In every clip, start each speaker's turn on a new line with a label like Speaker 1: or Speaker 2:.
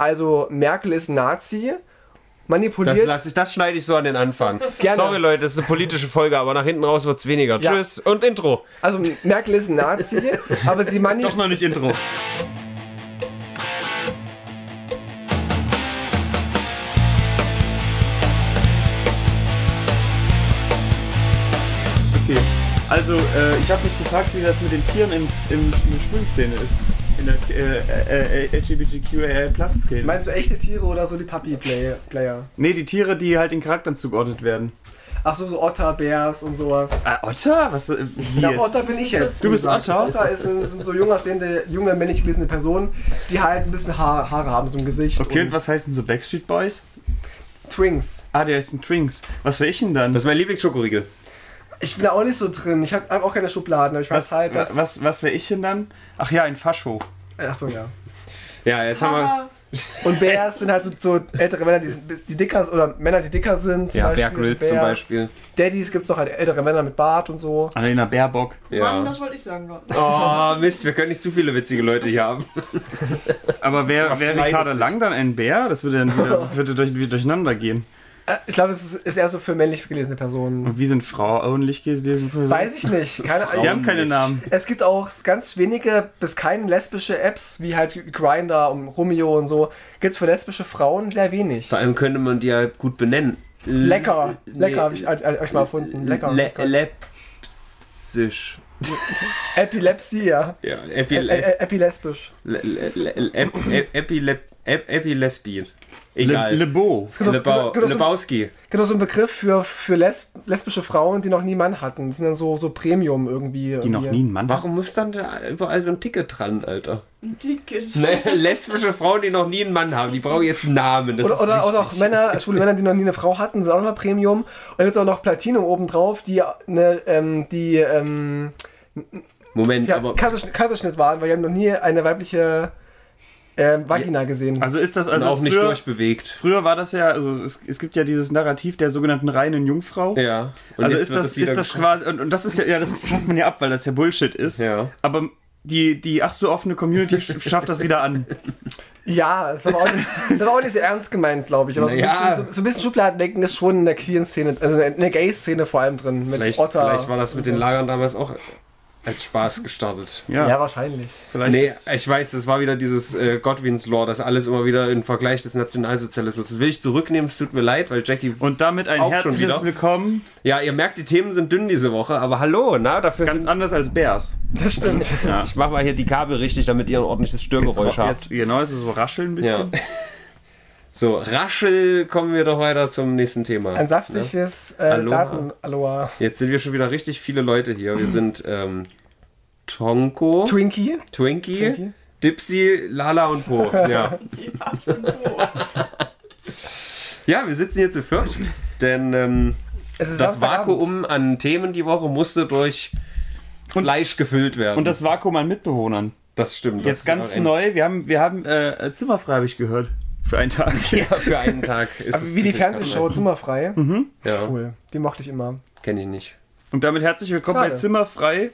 Speaker 1: Also Merkel ist Nazi,
Speaker 2: Das,
Speaker 1: manipuliert.
Speaker 2: lass ich, das schneide ich so an den Anfang.
Speaker 1: Gerne.
Speaker 2: Sorry, Leute, das ist eine politische Folge, aber nach hinten raus wird es weniger.
Speaker 1: Ja.
Speaker 2: Tschüss und Intro.
Speaker 1: also Merkel ist Nazi, aber sie manipuliert.
Speaker 3: Doch noch nicht Intro. Okay. Also, äh, ich habe mich gefragt, wie das mit den Tieren im, im, in der schwulen Szene ist. In der äh, äh, äh, LGBTQIA-Plus-Szene.
Speaker 1: Meinst du echte Tiere oder so die Puppy-Player?
Speaker 3: nee, die Tiere, die halt den Charakteren zugeordnet werden.
Speaker 1: Ach so, so Otter, Bears und sowas.
Speaker 3: Ah, Otter? Was? äh, Wie
Speaker 1: Na,
Speaker 3: jetzt?
Speaker 1: Genau, Otter bin ich jetzt.
Speaker 3: Du bist
Speaker 1: gesagt.
Speaker 3: Otter?
Speaker 1: Otter ist ein, sind so junger sehende, junge, männlich gelesene Person, die halt ein bisschen Haar, Haare haben, so im Gesicht.
Speaker 3: Okay, und was heißen so Backstreet Boys?
Speaker 1: Twinks.
Speaker 3: Ah, die heißen Twinks. Was wäre ich denn dann?
Speaker 2: Das ist mein Lieblingsschokoriegel.
Speaker 1: Ich bin da auch nicht so drin. Ich habe hab auch keine Schubladen, aber ich weiß
Speaker 3: Was,
Speaker 1: halt, dass.
Speaker 3: was, was, wäre ich denn dann? Ach ja, ein Fascho.
Speaker 1: Achso, ja.
Speaker 2: Ja, jetzt haben wir.
Speaker 1: Und Bears sind halt so, so ältere Männer, die, die dicker sind, oder Männer, die dicker sind. Zum
Speaker 2: Ja,
Speaker 1: Beispiel,
Speaker 2: Bear Grylls
Speaker 1: sind
Speaker 2: zum
Speaker 1: Bears.
Speaker 2: Beispiel.
Speaker 1: Daddies gibt's doch halt ältere Männer mit Bart und so.
Speaker 3: Annalena Baerbock.
Speaker 2: Ja.
Speaker 4: Mann, das wollte ich sagen gerade.
Speaker 2: Oh, Mist, wir können nicht zu viele witzige Leute hier haben.
Speaker 3: Aber
Speaker 2: Das
Speaker 3: wäre wär
Speaker 2: überschneidet
Speaker 3: Ricarda
Speaker 2: sich.
Speaker 3: Lang dann ein Bär? Das würde dann wieder, würde durch, wieder durcheinander gehen.
Speaker 1: Äh, Ich glaube, es ist, ist eher so für männlich gelesene Personen.
Speaker 3: Und wie sind frauenlich gelesen?
Speaker 1: Weiß ich nicht. Keine
Speaker 3: Die haben keine Namen.
Speaker 1: Es gibt auch ganz wenige bis keine lesbische Apps, wie halt Grinder und Romeo und so. Gibt's für lesbische Frauen sehr wenig.
Speaker 2: Vor allem könnte man die ja gut benennen.
Speaker 1: Lecker. Lecker habe ich
Speaker 2: auch.
Speaker 1: als- als- euch mal erfunden. Lecker.
Speaker 2: Le
Speaker 1: lecker.
Speaker 2: Lepsisch.
Speaker 1: Epilepsie, ja.
Speaker 2: Ja,
Speaker 1: Ä-
Speaker 2: Epiles
Speaker 1: ä- Epilesbisch.
Speaker 2: Le- le- le- ep- ep- epilep- ep- Epilesbien.
Speaker 3: Le,
Speaker 2: Egal.
Speaker 3: Le Beau.
Speaker 1: Es gibt auch-
Speaker 2: Lebau-
Speaker 1: gibt auch so-
Speaker 2: Lebowski.
Speaker 1: Genau, so ein Begriff für, für lesb lesbische Frauen, die noch nie einen Mann hatten. Die sind dann so, so Premium irgendwie.
Speaker 3: Die noch nie einen Mann
Speaker 2: Warum muss dann da überall so ein Ticket dran, Alter?
Speaker 4: Ein dickes.
Speaker 2: Ne, lesbische Frauen, die noch nie einen Mann haben, die brauchen jetzt einen Namen. Das
Speaker 1: Oder, oder,
Speaker 2: ist
Speaker 1: oder auch
Speaker 2: wichtig.
Speaker 1: Männer, also schwule Männer, die noch nie eine Frau hatten, sind auch nochmal Premium. Und dann gibt's auch noch Platinum obendrauf, die eine, ähm, die, ähm,
Speaker 2: Moment,
Speaker 1: ja,
Speaker 2: aber
Speaker 1: Kaiserschnitt, Kaiserschnitt waren, weil die haben noch nie eine weibliche ähm, Vagina gesehen.
Speaker 3: Also ist das also
Speaker 2: auch nicht
Speaker 3: früher,
Speaker 2: durchbewegt.
Speaker 3: Früher war das ja, also es, es gibt ja dieses Narrativ der sogenannten reinen Jungfrau.
Speaker 2: Ja. Und
Speaker 3: also
Speaker 2: jetzt
Speaker 3: ist
Speaker 2: wird
Speaker 3: das,
Speaker 2: wieder
Speaker 3: ist das
Speaker 2: geschrieben.
Speaker 3: quasi, und, und das ist ja, ja, das schafft man ja ab, weil das ja Bullshit ist.
Speaker 2: Ja.
Speaker 3: Aber die, die ach so offene Community sch- schafft das wieder an.
Speaker 1: Ja, ist aber, auch nicht, ist aber auch nicht so ernst gemeint, glaube ich. Aber so ein,
Speaker 2: Naja.
Speaker 1: bisschen, so, so ein bisschen Schubladendenken ist schon in der queeren Szene, also in der Gay-Szene vor allem drin, mit
Speaker 2: Vielleicht,
Speaker 1: Otter.
Speaker 2: vielleicht war das mit
Speaker 1: und
Speaker 2: den Lagern damals auch als Spaß gestartet.
Speaker 1: so.
Speaker 3: Ja,
Speaker 1: Ja, wahrscheinlich.
Speaker 3: vielleicht.
Speaker 2: Nee,
Speaker 3: ist-
Speaker 2: ich weiß, das war wieder dieses äh, Godwins Law, das alles immer wieder im Vergleich des Nationalsozialismus. Das will ich zurücknehmen, es tut mir leid, weil Jackie.
Speaker 3: und damit ein
Speaker 2: Auch schon
Speaker 3: herzliches
Speaker 2: wieder.
Speaker 3: Willkommen.
Speaker 2: ja, ihr merkt, die Themen sind dünn diese Woche, aber hallo, na, dafür.
Speaker 3: Ganz
Speaker 2: sind,
Speaker 3: anders als Bears.
Speaker 1: Das stimmt.
Speaker 2: ich mach mal hier die Kabel richtig, damit ihr ein ordentliches Störgeräusch habt.
Speaker 3: jetzt, genau, es ist so rascheln ein
Speaker 2: Ja.
Speaker 3: bisschen.
Speaker 2: So, raschel, kommen wir doch weiter zum nächsten Thema.
Speaker 1: Ein saftiges äh,
Speaker 2: Ne? Aloha.
Speaker 1: Daten-Aloha.
Speaker 2: Jetzt sind wir schon wieder richtig viele Leute hier. Wir sind ähm, Tonko,
Speaker 1: Twinkie.
Speaker 2: Twinkie,
Speaker 1: Twinkie.
Speaker 2: Dipsy, Lala und Po. Ja.
Speaker 4: Ja, ich bin froh.
Speaker 2: ja, wir sitzen hier zu viert, denn ähm,
Speaker 1: Es ist
Speaker 2: das
Speaker 1: Samstagabend.
Speaker 2: Vakuum an Themen die Woche musste durch Fleisch gefüllt werden.
Speaker 3: Und das Vakuum an Mitbewohnern.
Speaker 2: das stimmt. das
Speaker 3: Jetzt
Speaker 2: ist
Speaker 3: ganz
Speaker 2: auch ein-
Speaker 3: neu, wir haben, wir haben äh, Zimmer frei, habe ich gehört. Für einen Tag.
Speaker 2: Ja, für einen Tag. Ist
Speaker 1: Also
Speaker 2: es
Speaker 1: wie die
Speaker 2: zufällig
Speaker 1: Fernsehshow Zimmerfrei.
Speaker 3: Mhm.
Speaker 2: dabei. Ja, cool.
Speaker 1: Cool. Die mochte ich immer.
Speaker 2: kenne ich nicht.
Speaker 3: Und damit herzlich willkommen bei
Speaker 1: Schade.
Speaker 3: Zimmer frei.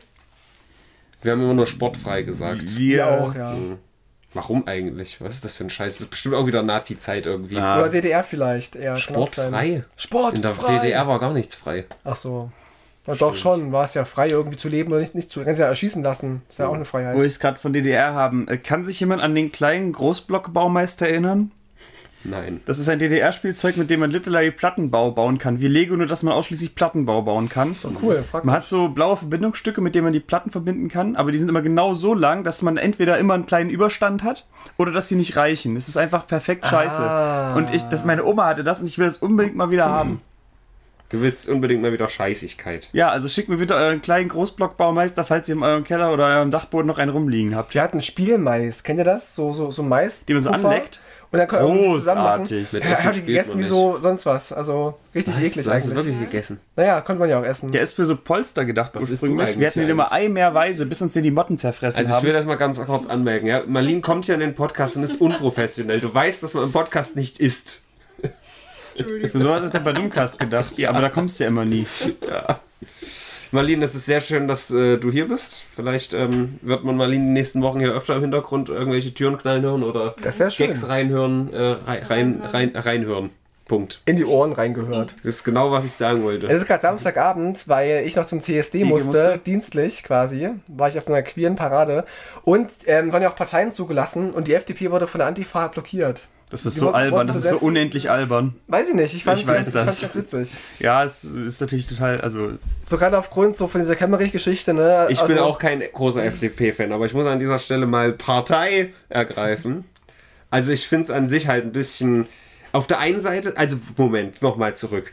Speaker 2: Wir haben immer nur sportfrei gesagt.
Speaker 3: Wir
Speaker 1: Die auch, ja.
Speaker 2: Mhm. Warum eigentlich? Was ist das für ein Scheiß? Das ist bestimmt auch wieder Nazi-Zeit irgendwie.
Speaker 3: Ah.
Speaker 1: Oder DDR vielleicht eher. kann auch sein.
Speaker 2: Sportfrei?
Speaker 1: Sport
Speaker 2: In der
Speaker 1: frei.
Speaker 2: DDR war gar nichts frei.
Speaker 1: Ach so. Ja, doch schon, war es ja frei, irgendwie zu leben oder nicht, nicht zu. Kannst ja erschießen lassen. Ist ja auch eine
Speaker 3: wo
Speaker 1: Freiheit.
Speaker 3: ich es gerade von DDR haben. Äh, Kann sich jemand an den kleinen Großblockbaumeister erinnern?
Speaker 2: Nein.
Speaker 3: Das ist ein DDR-Spielzeug, mit dem man literally Plattenbau bauen kann. Wie Lego, nur dass man ausschließlich Plattenbau bauen kann.
Speaker 1: Cool, frag
Speaker 3: Man
Speaker 1: mich.
Speaker 3: hat so blaue Verbindungsstücke, mit denen man die Platten verbinden kann, aber die sind immer genau so lang, dass man entweder immer einen kleinen Überstand hat oder dass sie nicht reichen. Es ist einfach perfekt scheiße.
Speaker 1: Ah.
Speaker 3: Und ich, das, meine Oma hatte das und ich will das unbedingt mal wieder haben.
Speaker 2: Du willst unbedingt mal wieder Scheißigkeit.
Speaker 3: Ja, also schickt mir bitte euren kleinen Großblockbaumeister, falls ihr in eurem Keller oder eurem Dachboden noch einen rumliegen habt.
Speaker 1: Wir hatten Spielmais, kennt ihr das? So, so, so Mais.
Speaker 3: Den man so
Speaker 1: Puffer.
Speaker 3: anleckt?
Speaker 1: Und dann können wir zusammen machen.
Speaker 3: Großartig.
Speaker 2: Mit
Speaker 1: Ja,
Speaker 2: Essen
Speaker 1: hab ich
Speaker 2: spielt
Speaker 1: gegessen
Speaker 2: man
Speaker 1: wie
Speaker 2: nicht.
Speaker 1: so sonst was. Also richtig eklig
Speaker 2: hast du
Speaker 1: eigentlich.
Speaker 2: wirklich gegessen?
Speaker 1: Naja, konnte man ja auch essen.
Speaker 3: Der ist für so Polster gedacht
Speaker 2: isst
Speaker 3: ursprünglich.
Speaker 2: du
Speaker 3: Wir hatten den
Speaker 2: eigentlich
Speaker 3: immer ei mehr Weise, bis uns den die Motten zerfressen
Speaker 2: Also ich
Speaker 3: haben.
Speaker 2: will das mal ganz kurz anmerken. Ja? Marlene kommt hier in den Podcast und ist unprofessionell. Du weißt, dass man im Podcast nicht isst.
Speaker 3: so hat es der Badumcast gedacht. Aber da kommst du ja immer nie.
Speaker 2: Marlene, es ist sehr schön, dass äh, du hier bist. Vielleicht ähm, wird man Marlene in den nächsten Wochen hier öfter im Hintergrund irgendwelche Türen knallen hören oder
Speaker 1: Das wäre schön.
Speaker 2: Gags reinhören, äh, rein, rein, rein, reinhören. Punkt.
Speaker 1: In die Ohren reingehört.
Speaker 2: Das ist genau, was ich sagen wollte.
Speaker 1: Es ist gerade Samstagabend, weil ich noch zum CSD
Speaker 3: Ziege
Speaker 1: musste,
Speaker 3: musste.
Speaker 1: dienstlich quasi, war ich auf einer queeren Parade. Und ähm, waren ja auch Parteien zugelassen und die FDP wurde von der Antifa blockiert.
Speaker 3: Das ist
Speaker 1: Die
Speaker 3: so
Speaker 1: wurden
Speaker 3: albern, das ist so
Speaker 1: besetzt.
Speaker 3: unendlich albern.
Speaker 1: Weiß ich nicht, ich fand
Speaker 3: Ich
Speaker 1: es
Speaker 3: weiß
Speaker 1: ganz, ich fand's
Speaker 3: das.
Speaker 1: ganz witzig.
Speaker 3: Ja, es ist natürlich total, also es-
Speaker 1: So gerade aufgrund so von dieser Kämmerich-Geschichte, ne?
Speaker 2: Ich
Speaker 1: also,
Speaker 2: bin auch kein großer FDP-Fan, aber ich muss an dieser Stelle mal Partei ergreifen. Also ich finde es an sich halt ein bisschen... Auf der einen Seite, also Moment, nochmal zurück.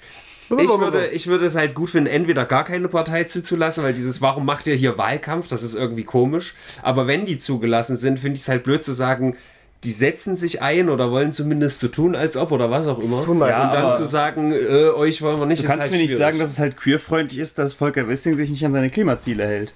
Speaker 2: Ich würde, ich würde es halt gut finden, entweder gar keine Partei zuzulassen, weil dieses Warum macht ihr hier Wahlkampf, das ist irgendwie komisch. Aber wenn die zugelassen sind, finde ich es halt blöd zu sagen, die setzen sich ein oder wollen zumindest so tun, als ob oder was auch immer.
Speaker 1: Tun wir
Speaker 2: ja,
Speaker 1: jetzt
Speaker 2: und dann
Speaker 3: aber-
Speaker 2: zu sagen, äh, euch wollen wir nicht,
Speaker 3: du
Speaker 2: ist
Speaker 3: kannst
Speaker 2: halt
Speaker 3: mir nicht
Speaker 2: schwierig.
Speaker 3: sagen, dass es halt queerfreundlich ist, dass Volker Wissing sich nicht an seine Klimaziele hält.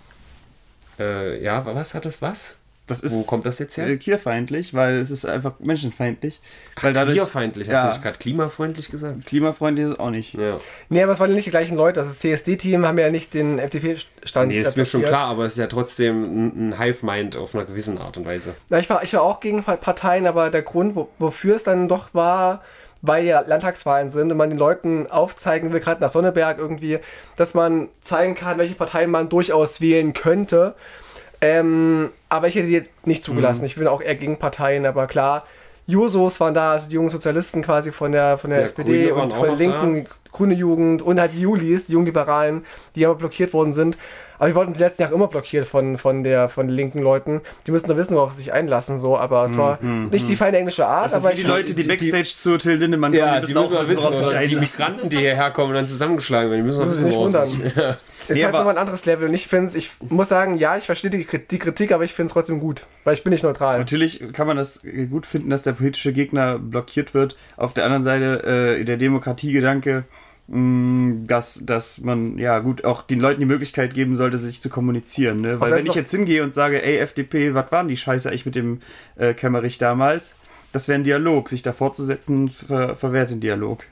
Speaker 2: Äh, ja, wa- was hat das was?
Speaker 3: Das ist
Speaker 2: Wo kommt das jetzt her?
Speaker 3: äh, queerfeindlich, weil es ist einfach menschenfeindlich. weil dadurch,
Speaker 2: Klimafreundlich, hast
Speaker 3: ja,
Speaker 2: du nicht gerade klimafreundlich gesagt?
Speaker 3: Klimafreundlich ist es auch nicht.
Speaker 2: Ja.
Speaker 1: Nee, aber es waren ja nicht die gleichen Leute. Also das CSD-Team haben ja nicht den FDP-Stand.
Speaker 2: Nee, ist mir schon
Speaker 1: platziert.
Speaker 2: klar, aber es ist ja trotzdem ein, ein Hive-Mind auf einer gewissen Art und Weise.
Speaker 1: Na, ich, war, ich war auch gegen Pa- Parteien, aber der Grund, wo, wofür es dann doch war, weil ja Landtagswahlen sind und man den Leuten aufzeigen will, gerade nach Sonneberg irgendwie, dass man zeigen kann, welche Parteien man durchaus wählen könnte. Ähm, aber ich hätte die jetzt nicht
Speaker 2: Mhm.
Speaker 1: zugelassen. Ich bin auch eher gegen Parteien, aber klar, Jusos waren da, also die jungen Sozialisten quasi von der, von der
Speaker 2: Ja,
Speaker 1: SPD
Speaker 2: Grüne waren
Speaker 1: und
Speaker 2: auch
Speaker 1: von der
Speaker 2: noch
Speaker 1: Linken, Grüne Jugend und halt die Julis, die jungen Liberalen, die aber blockiert worden sind. Aber wir wurden die letzten Jahre immer blockiert von, von, der, von den linken Leuten. Die müssen doch wissen, worauf sie sich einlassen, so, aber es war
Speaker 3: Mhm,
Speaker 1: nicht die feine englische Art, aber
Speaker 3: Wie
Speaker 1: ich
Speaker 3: die Leute, die Backstage zu Till Lindemann kommen,
Speaker 2: Ja, die müssen
Speaker 3: auch
Speaker 2: wir wissen,
Speaker 3: worauf sie sich
Speaker 2: oder die
Speaker 3: einlassen.
Speaker 2: Migranten, die hierher kommen und dann zusammengeschlagen werden, die müssen wir
Speaker 1: muss es
Speaker 2: wissen,
Speaker 1: nicht
Speaker 2: woraus sie
Speaker 1: wundern. Es ist
Speaker 3: Nee,
Speaker 1: halt
Speaker 3: aber-
Speaker 1: nochmal ein anderes Level und ich finde ich muss sagen, ja, ich verstehe die, Kri- die Kritik, aber ich finde es trotzdem gut, weil ich bin nicht neutral.
Speaker 3: Natürlich kann man das äh, gut finden, dass der politische Gegner blockiert wird. Auf der anderen Seite äh, der Demokratiegedanke, mh, dass, dass man ja gut auch den Leuten die Möglichkeit geben sollte, sich zu kommunizieren. Ne?
Speaker 1: das
Speaker 3: Weil wenn
Speaker 1: ist
Speaker 3: ich
Speaker 1: doch-
Speaker 3: jetzt hingehe und sage, ey FDP, was waren die Scheiße eigentlich mit dem äh, Kämmerich damals? Das wäre ein Dialog. Sich davor zu setzen, ver verwehrt den Dialog.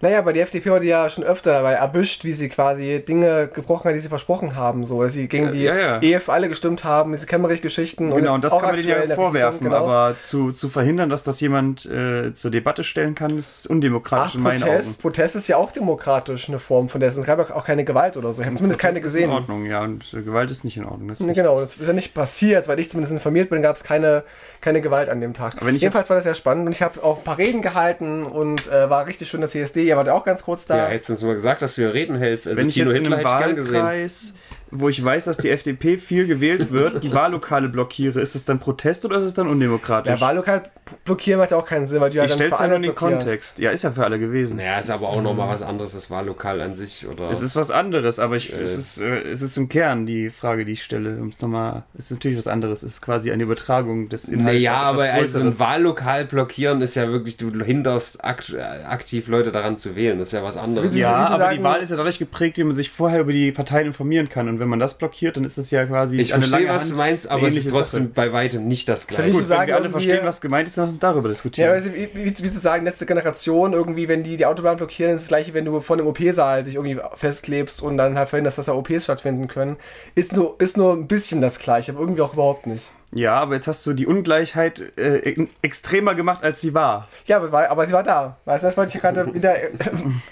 Speaker 1: Naja, aber die FDP wurde ja schon öfter weil erwischt, wie sie quasi Dinge gebrochen hat, die sie versprochen haben. So, dass sie gegen die
Speaker 3: ja, ja.
Speaker 1: EF alle gestimmt haben, diese Kämmerich-Geschichten.
Speaker 3: Genau,
Speaker 1: jetzt
Speaker 3: und das
Speaker 1: auch
Speaker 3: kann man
Speaker 1: aktuell
Speaker 3: denen
Speaker 1: in
Speaker 3: ja
Speaker 1: der
Speaker 3: vorwerfen,
Speaker 1: Regierung, genau.
Speaker 3: aber zu, zu verhindern, dass das jemand äh, zur Debatte stellen kann, ist undemokratisch
Speaker 1: Ach,
Speaker 3: in meinen Augen.
Speaker 1: Protest, Protest ist ja auch demokratisch eine Form von dessen. Es gab ja auch keine Gewalt oder so. Ich habe zumindest keine
Speaker 3: Hm, Protest ist In
Speaker 1: gesehen.
Speaker 3: Ordnung, ja, und äh, Gewalt ist nicht in Ordnung. Das ist
Speaker 1: Nee,
Speaker 3: richtig.
Speaker 1: Genau, das ist ja nicht passiert, weil ich zumindest informiert bin, gab es keine, keine Gewalt an dem Tag.
Speaker 3: Aber wenn ich
Speaker 1: Jedenfalls war das sehr spannend und ich habe auch ein paar Reden gehalten und äh, war richtig schön der CSD. Ihr wart ja auch ganz kurz da.
Speaker 2: Ja, hättest du uns mal gesagt, dass du hier reden hältst. Also
Speaker 3: Wenn ich jetzt in
Speaker 2: Hitler
Speaker 3: einem
Speaker 2: hätte ich gern gesehen.
Speaker 3: Wahlkreis, wo ich weiß, dass die FDP viel gewählt wird, die Wahllokale blockiere, ist es dann Protest oder ist es dann undemokratisch?
Speaker 1: Der Wahllokal blockieren macht ja auch keinen Sinn, weil du ja
Speaker 3: ich
Speaker 1: dann
Speaker 3: stelle es
Speaker 1: für
Speaker 3: ja
Speaker 1: alle
Speaker 3: nur in den
Speaker 1: blockierst.
Speaker 3: Kontext. Ja, ist ja für alle gewesen.
Speaker 2: Naja, ist aber auch nochmal was anderes, das Wahllokal an sich. Oder?
Speaker 3: Mhm. Es ist was anderes, aber ich, es, ist, äh, es ist im Kern die Frage, die ich stelle. Um es nochmal, es ist natürlich was anderes. Es ist quasi eine Übertragung des Inhalts.
Speaker 2: naja,
Speaker 3: auf halt etwas
Speaker 2: aber also
Speaker 3: Größeres.
Speaker 2: ein Wahllokal blockieren ist ja wirklich, du hinderst akt aktiv Leute daran zu wählen. Das ist ja was anderes.
Speaker 1: wie-
Speaker 3: ja,
Speaker 1: Also Sie- Sie
Speaker 3: aber die
Speaker 1: sagen-
Speaker 3: Wahl ist ja dadurch geprägt, wie man sich vorher über die Parteien informieren kann. Und wenn man das blockiert, dann ist es ja quasi
Speaker 2: ich
Speaker 3: eine
Speaker 2: verstehe,
Speaker 3: lange
Speaker 2: was
Speaker 3: Hand
Speaker 2: du meinst,
Speaker 3: eine
Speaker 2: aber es ist
Speaker 3: ähnliche
Speaker 2: trotzdem
Speaker 3: Sache.
Speaker 2: bei weitem nicht das
Speaker 1: ja wie
Speaker 2: Gleiche.
Speaker 1: zu
Speaker 3: Gut, wenn
Speaker 1: sagen,
Speaker 3: wir alle
Speaker 1: irgendwie-
Speaker 3: verstehen, was gemeint ist, dann lass uns darüber
Speaker 1: Ja,
Speaker 3: diskutieren.
Speaker 1: aber wie, wie, wie zu sagen, letzte Generation irgendwie, wenn die die Autobahn blockieren, ist das gleiche, wenn du von einem OP-Saal dich irgendwie festklebst und dann halt verhinderst, dass da OPs stattfinden können. Ist nur, ist nur ein bisschen das gleiche, aber irgendwie auch überhaupt nicht.
Speaker 3: Ja, aber jetzt hast du die Ungleichheit äh, e- extremer gemacht, als sie war.
Speaker 1: Ja, aber, es war, aber sie war da. Weißt du, das wollte ich ja gerade wieder äh,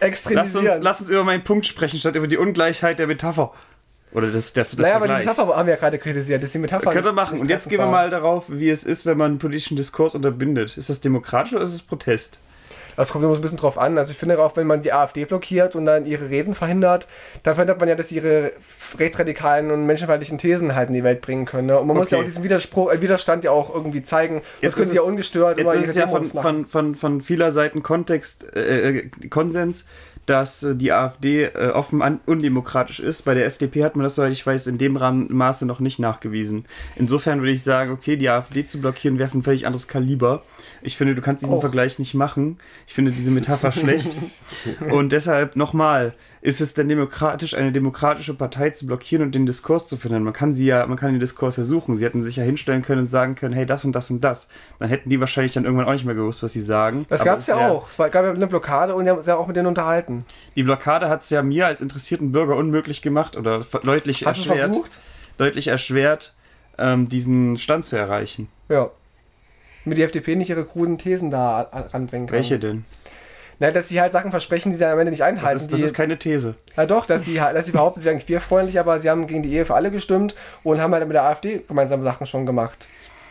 Speaker 3: Lass
Speaker 1: extremisieren.
Speaker 3: uns, lass uns über meinen Punkt sprechen, statt über die Ungleichheit der Metapher. Oder des, der, des
Speaker 1: naja, aber die
Speaker 3: Vergleichs.
Speaker 1: Metapher haben wir ja gerade kritisiert, dass die Metapher.
Speaker 3: Könnt ihr machen.
Speaker 1: nicht
Speaker 3: Und jetzt gehen wir
Speaker 1: treffend war.
Speaker 3: mal darauf, wie es ist, wenn man einen politischen Diskurs unterbindet. Ist das demokratisch oder ist es Protest?
Speaker 1: Das kommt immer so ein bisschen drauf an. Also ich finde auch, wenn man die AfD blockiert und dann ihre Reden verhindert, dann verhindert man ja, dass sie ihre rechtsradikalen und menschenfeindlichen Thesen halt in die Welt bringen können. Ne? Und man muss ja
Speaker 3: Okay.
Speaker 1: auch diesen Widerspruch, äh, Widerstand ja auch irgendwie zeigen.
Speaker 3: Jetzt
Speaker 1: das können
Speaker 3: ist
Speaker 1: sie ja
Speaker 3: es-
Speaker 1: ungestört
Speaker 3: Jetzt
Speaker 1: über
Speaker 3: ist
Speaker 1: ihre
Speaker 3: es ja von,
Speaker 1: Demos machen.
Speaker 3: von, von, von vieler Seiten Kontext, äh, äh, Konsens, dass äh, die AfD äh, offen an, undemokratisch ist. Bei der FDP hat man das, soweit ich weiß, in dem Rahmen, Maße noch nicht nachgewiesen. Insofern würde ich sagen, okay, die AfD zu blockieren wäre von völlig anderes Kaliber. Ich finde, du kannst diesen
Speaker 1: Auch.
Speaker 3: Vergleich nicht machen. Ich finde diese Metapher schlecht. Und deshalb nochmal, ist es denn demokratisch, eine demokratische Partei zu blockieren und den Diskurs zu finden? Man kann sie ja, man kann den Diskurs ja suchen. Sie hätten sich ja hinstellen können und sagen können, hey, das und das und das. Dann hätten die wahrscheinlich dann irgendwann auch nicht mehr gewusst, was sie sagen.
Speaker 1: Das
Speaker 3: Aber
Speaker 1: gab es ja
Speaker 3: wär-
Speaker 1: auch. Es war, gab ja eine Blockade und sie haben sich ja auch mit denen unterhalten. vermeiden.
Speaker 3: Die Blockade hat es ja mir als interessierten Bürger unmöglich gemacht oder ver- deutlich
Speaker 1: Hast du es
Speaker 3: erschwert,
Speaker 1: versucht?
Speaker 3: deutlich erschwert, ähm, diesen Stand zu erreichen.
Speaker 1: Ja. Damit die FDP nicht ihre kruden Thesen da an- ranbringen kann.
Speaker 3: Welche denn?
Speaker 1: Na, dass sie halt Sachen versprechen, die sie am Ende nicht einhalten.
Speaker 3: Das ist, das
Speaker 1: die,
Speaker 3: ist keine These.
Speaker 1: ja doch, dass sie, halt- dass sie behaupten, sie wären queerfreundlich, aber sie haben gegen die Ehe für alle gestimmt und haben halt mit der AfD gemeinsame Sachen schon gemacht.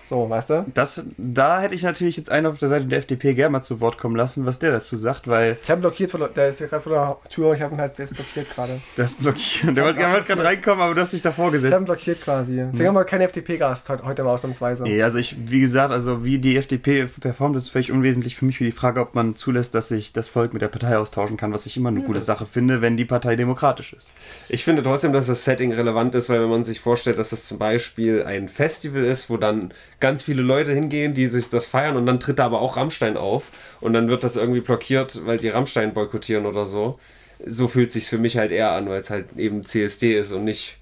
Speaker 1: So, weißt du?
Speaker 3: Das, da hätte ich natürlich jetzt einen auf der Seite der FDP gerne mal zu Wort kommen lassen, was der dazu sagt, weil
Speaker 1: Ich habe blockiert, vor, der- der ist hier gerade vor der Tür und ich habe ihn halt jetzt blockiert gerade.
Speaker 3: das blockieren. Der wollte der wollte gerade reinkommen, aber du hast dich davor
Speaker 1: Ich habe ihn
Speaker 3: gesetzt.
Speaker 1: blockiert quasi. Deswegen haben wir keinen FDP-Gast heute, heute mal ausnahmsweise.
Speaker 3: Nee, also ich, wie gesagt, also wie die FDP performt, ist völlig unwesentlich für mich für die Frage, ob man zulässt, dass sich das Volk mit der Partei austauschen kann, was ich immer eine gute Sache finde, wenn die Partei demokratisch ist.
Speaker 2: Ich finde trotzdem, dass das Setting relevant ist, weil wenn man sich vorstellt, dass das zum Beispiel ein Festival ist, wo dann ganz viele Leute hingehen, die sich das feiern und dann tritt da aber auch Rammstein auf und dann wird das irgendwie blockiert, weil die Rammstein boykottieren oder so. So fühlt sich's für mich halt eher an, weil es halt eben CSD ist und nicht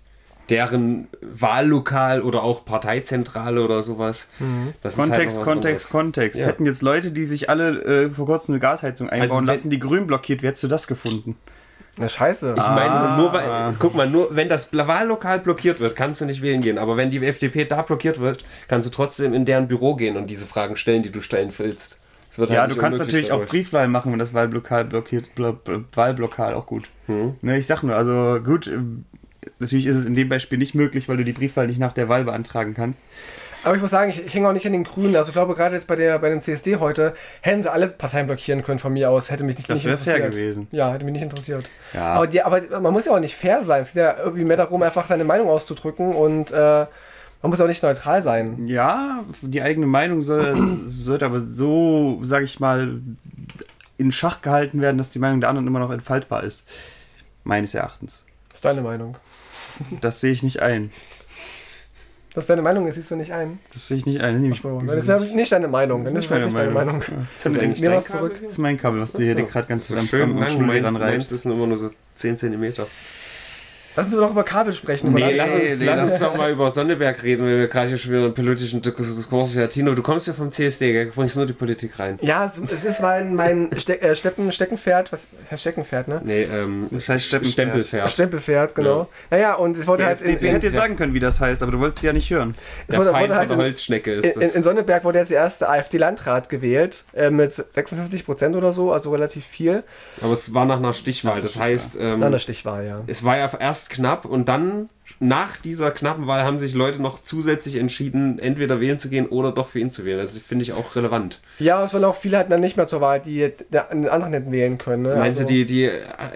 Speaker 2: deren Wahllokal oder auch Parteizentrale oder sowas. Das ist halt
Speaker 3: Mhm. Kontext,
Speaker 2: noch was
Speaker 3: Kontext,
Speaker 2: anderes.
Speaker 3: Kontext.
Speaker 2: Ja.
Speaker 3: Hätten jetzt Leute, die sich alle äh, vor kurzem eine Gasheizung einbauen
Speaker 2: Also wenn-
Speaker 3: lassen, die grün blockiert, wie hättest du das gefunden?
Speaker 1: Na, scheiße.
Speaker 2: Ich meine, nur weil, guck mal, nur wenn das Wahllokal blockiert wird, kannst du nicht wählen gehen. Aber wenn die FDP da blockiert wird, kannst du trotzdem in deren Büro gehen und diese Fragen stellen, die du stellen willst. Das wird
Speaker 3: Ja,
Speaker 2: halt
Speaker 3: du
Speaker 2: nicht
Speaker 3: kannst
Speaker 2: unmöglich
Speaker 3: natürlich auch
Speaker 2: dadurch.
Speaker 3: Briefwahl machen, wenn das Wahlblockal blockiert, bl bl Wahlblockal auch gut.
Speaker 2: Hm.
Speaker 3: Ne, ich sag nur, also gut, ähm, natürlich ist es in dem Beispiel nicht möglich, weil du die Briefwahl nicht nach der Wahl beantragen kannst.
Speaker 1: Aber ich muss sagen, ich, ich hänge auch nicht an den Grünen. Also ich glaube, gerade jetzt bei, der, bei dem CSD heute hätten sie alle Parteien blockieren können von mir aus. Hätte mich nicht,
Speaker 3: Das
Speaker 1: nicht
Speaker 3: wär fair
Speaker 1: interessiert.
Speaker 3: gewesen.
Speaker 1: Ja, hätte mich nicht interessiert.
Speaker 3: Ja.
Speaker 1: Aber, die, aber man muss ja auch nicht fair sein. Es geht ja irgendwie mehr darum, einfach seine Meinung auszudrücken und äh, man muss auch nicht neutral sein.
Speaker 3: Ja, die eigene Meinung soll, sollte aber so, sag ich mal, in Schach gehalten werden, dass die Meinung der anderen immer noch entfaltbar ist. Meines Erachtens.
Speaker 1: Das ist deine Meinung.
Speaker 3: Das sehe ich nicht ein.
Speaker 1: Dass deine Meinung ist, siehst du nicht ein.
Speaker 3: Das sehe ich nicht ein. Ach
Speaker 1: So, das ist ja nicht deine Meinung. Dann ist halt nicht deine Meinung.
Speaker 3: Das ist,
Speaker 2: eigentlich
Speaker 3: eigentlich
Speaker 1: Nehmen wir es
Speaker 2: Steinkabel
Speaker 1: zurück.
Speaker 3: das ist mein Kabel, was du hier
Speaker 2: Ach so.
Speaker 3: gerade ganz
Speaker 2: So
Speaker 3: am-
Speaker 2: schön
Speaker 3: am, am
Speaker 2: lang,
Speaker 3: Schnulli
Speaker 2: mein,
Speaker 3: dran
Speaker 2: meins
Speaker 3: reibst.
Speaker 2: ist nur immer nur so 10 Zentimeter.
Speaker 1: Lass uns doch über Kabel sprechen.
Speaker 2: Nee,
Speaker 1: oder?
Speaker 2: lass uns,
Speaker 3: nee,
Speaker 2: lass
Speaker 3: das-
Speaker 2: uns doch mal über Sonneberg reden, wenn wir gerade hier schon wieder einen politischen Diskurs ja, Tino, du kommst ja vom CSD, gell? bringst nur die Politik rein.
Speaker 1: Ja, es es ist mein, mein Ste äh, Steppen, Steckenpferd. Was heißt Steckenpferd, ne?
Speaker 2: Nee, ähm,
Speaker 3: Das heißt Steppenpferd.
Speaker 2: Stempelpferd.
Speaker 1: Stempelpferd, genau. Naja, und es wurde
Speaker 2: Der
Speaker 1: halt.
Speaker 2: FDP
Speaker 3: Ich hätte dir
Speaker 2: Ja.
Speaker 3: sagen können, wie das heißt, aber du wolltest ja nicht hören.
Speaker 1: es
Speaker 2: Der
Speaker 1: wurde,
Speaker 2: Feind
Speaker 1: wurde halt
Speaker 2: von der
Speaker 1: in,
Speaker 2: Holzschnecke ist
Speaker 1: in, in
Speaker 2: das.
Speaker 1: Sonneberg wurde jetzt der erste AfD-Landrat gewählt, äh, mit 56 Prozent oder so, also relativ viel.
Speaker 2: Aber es war nach einer Stichwahl, das heißt... ähm,
Speaker 1: Na, der Stich war ja.
Speaker 2: es war ja erst knapp und dann nach dieser knappen Wahl haben sich Leute noch zusätzlich entschieden, entweder wählen zu gehen oder doch für ihn zu wählen. Also finde ich auch relevant.
Speaker 1: Ja, es waren auch viele hatten dann nicht mehr zur Wahl, die der- einen anderen hätten wählen können. Ne?
Speaker 2: Meinst
Speaker 1: also,
Speaker 2: du, die, die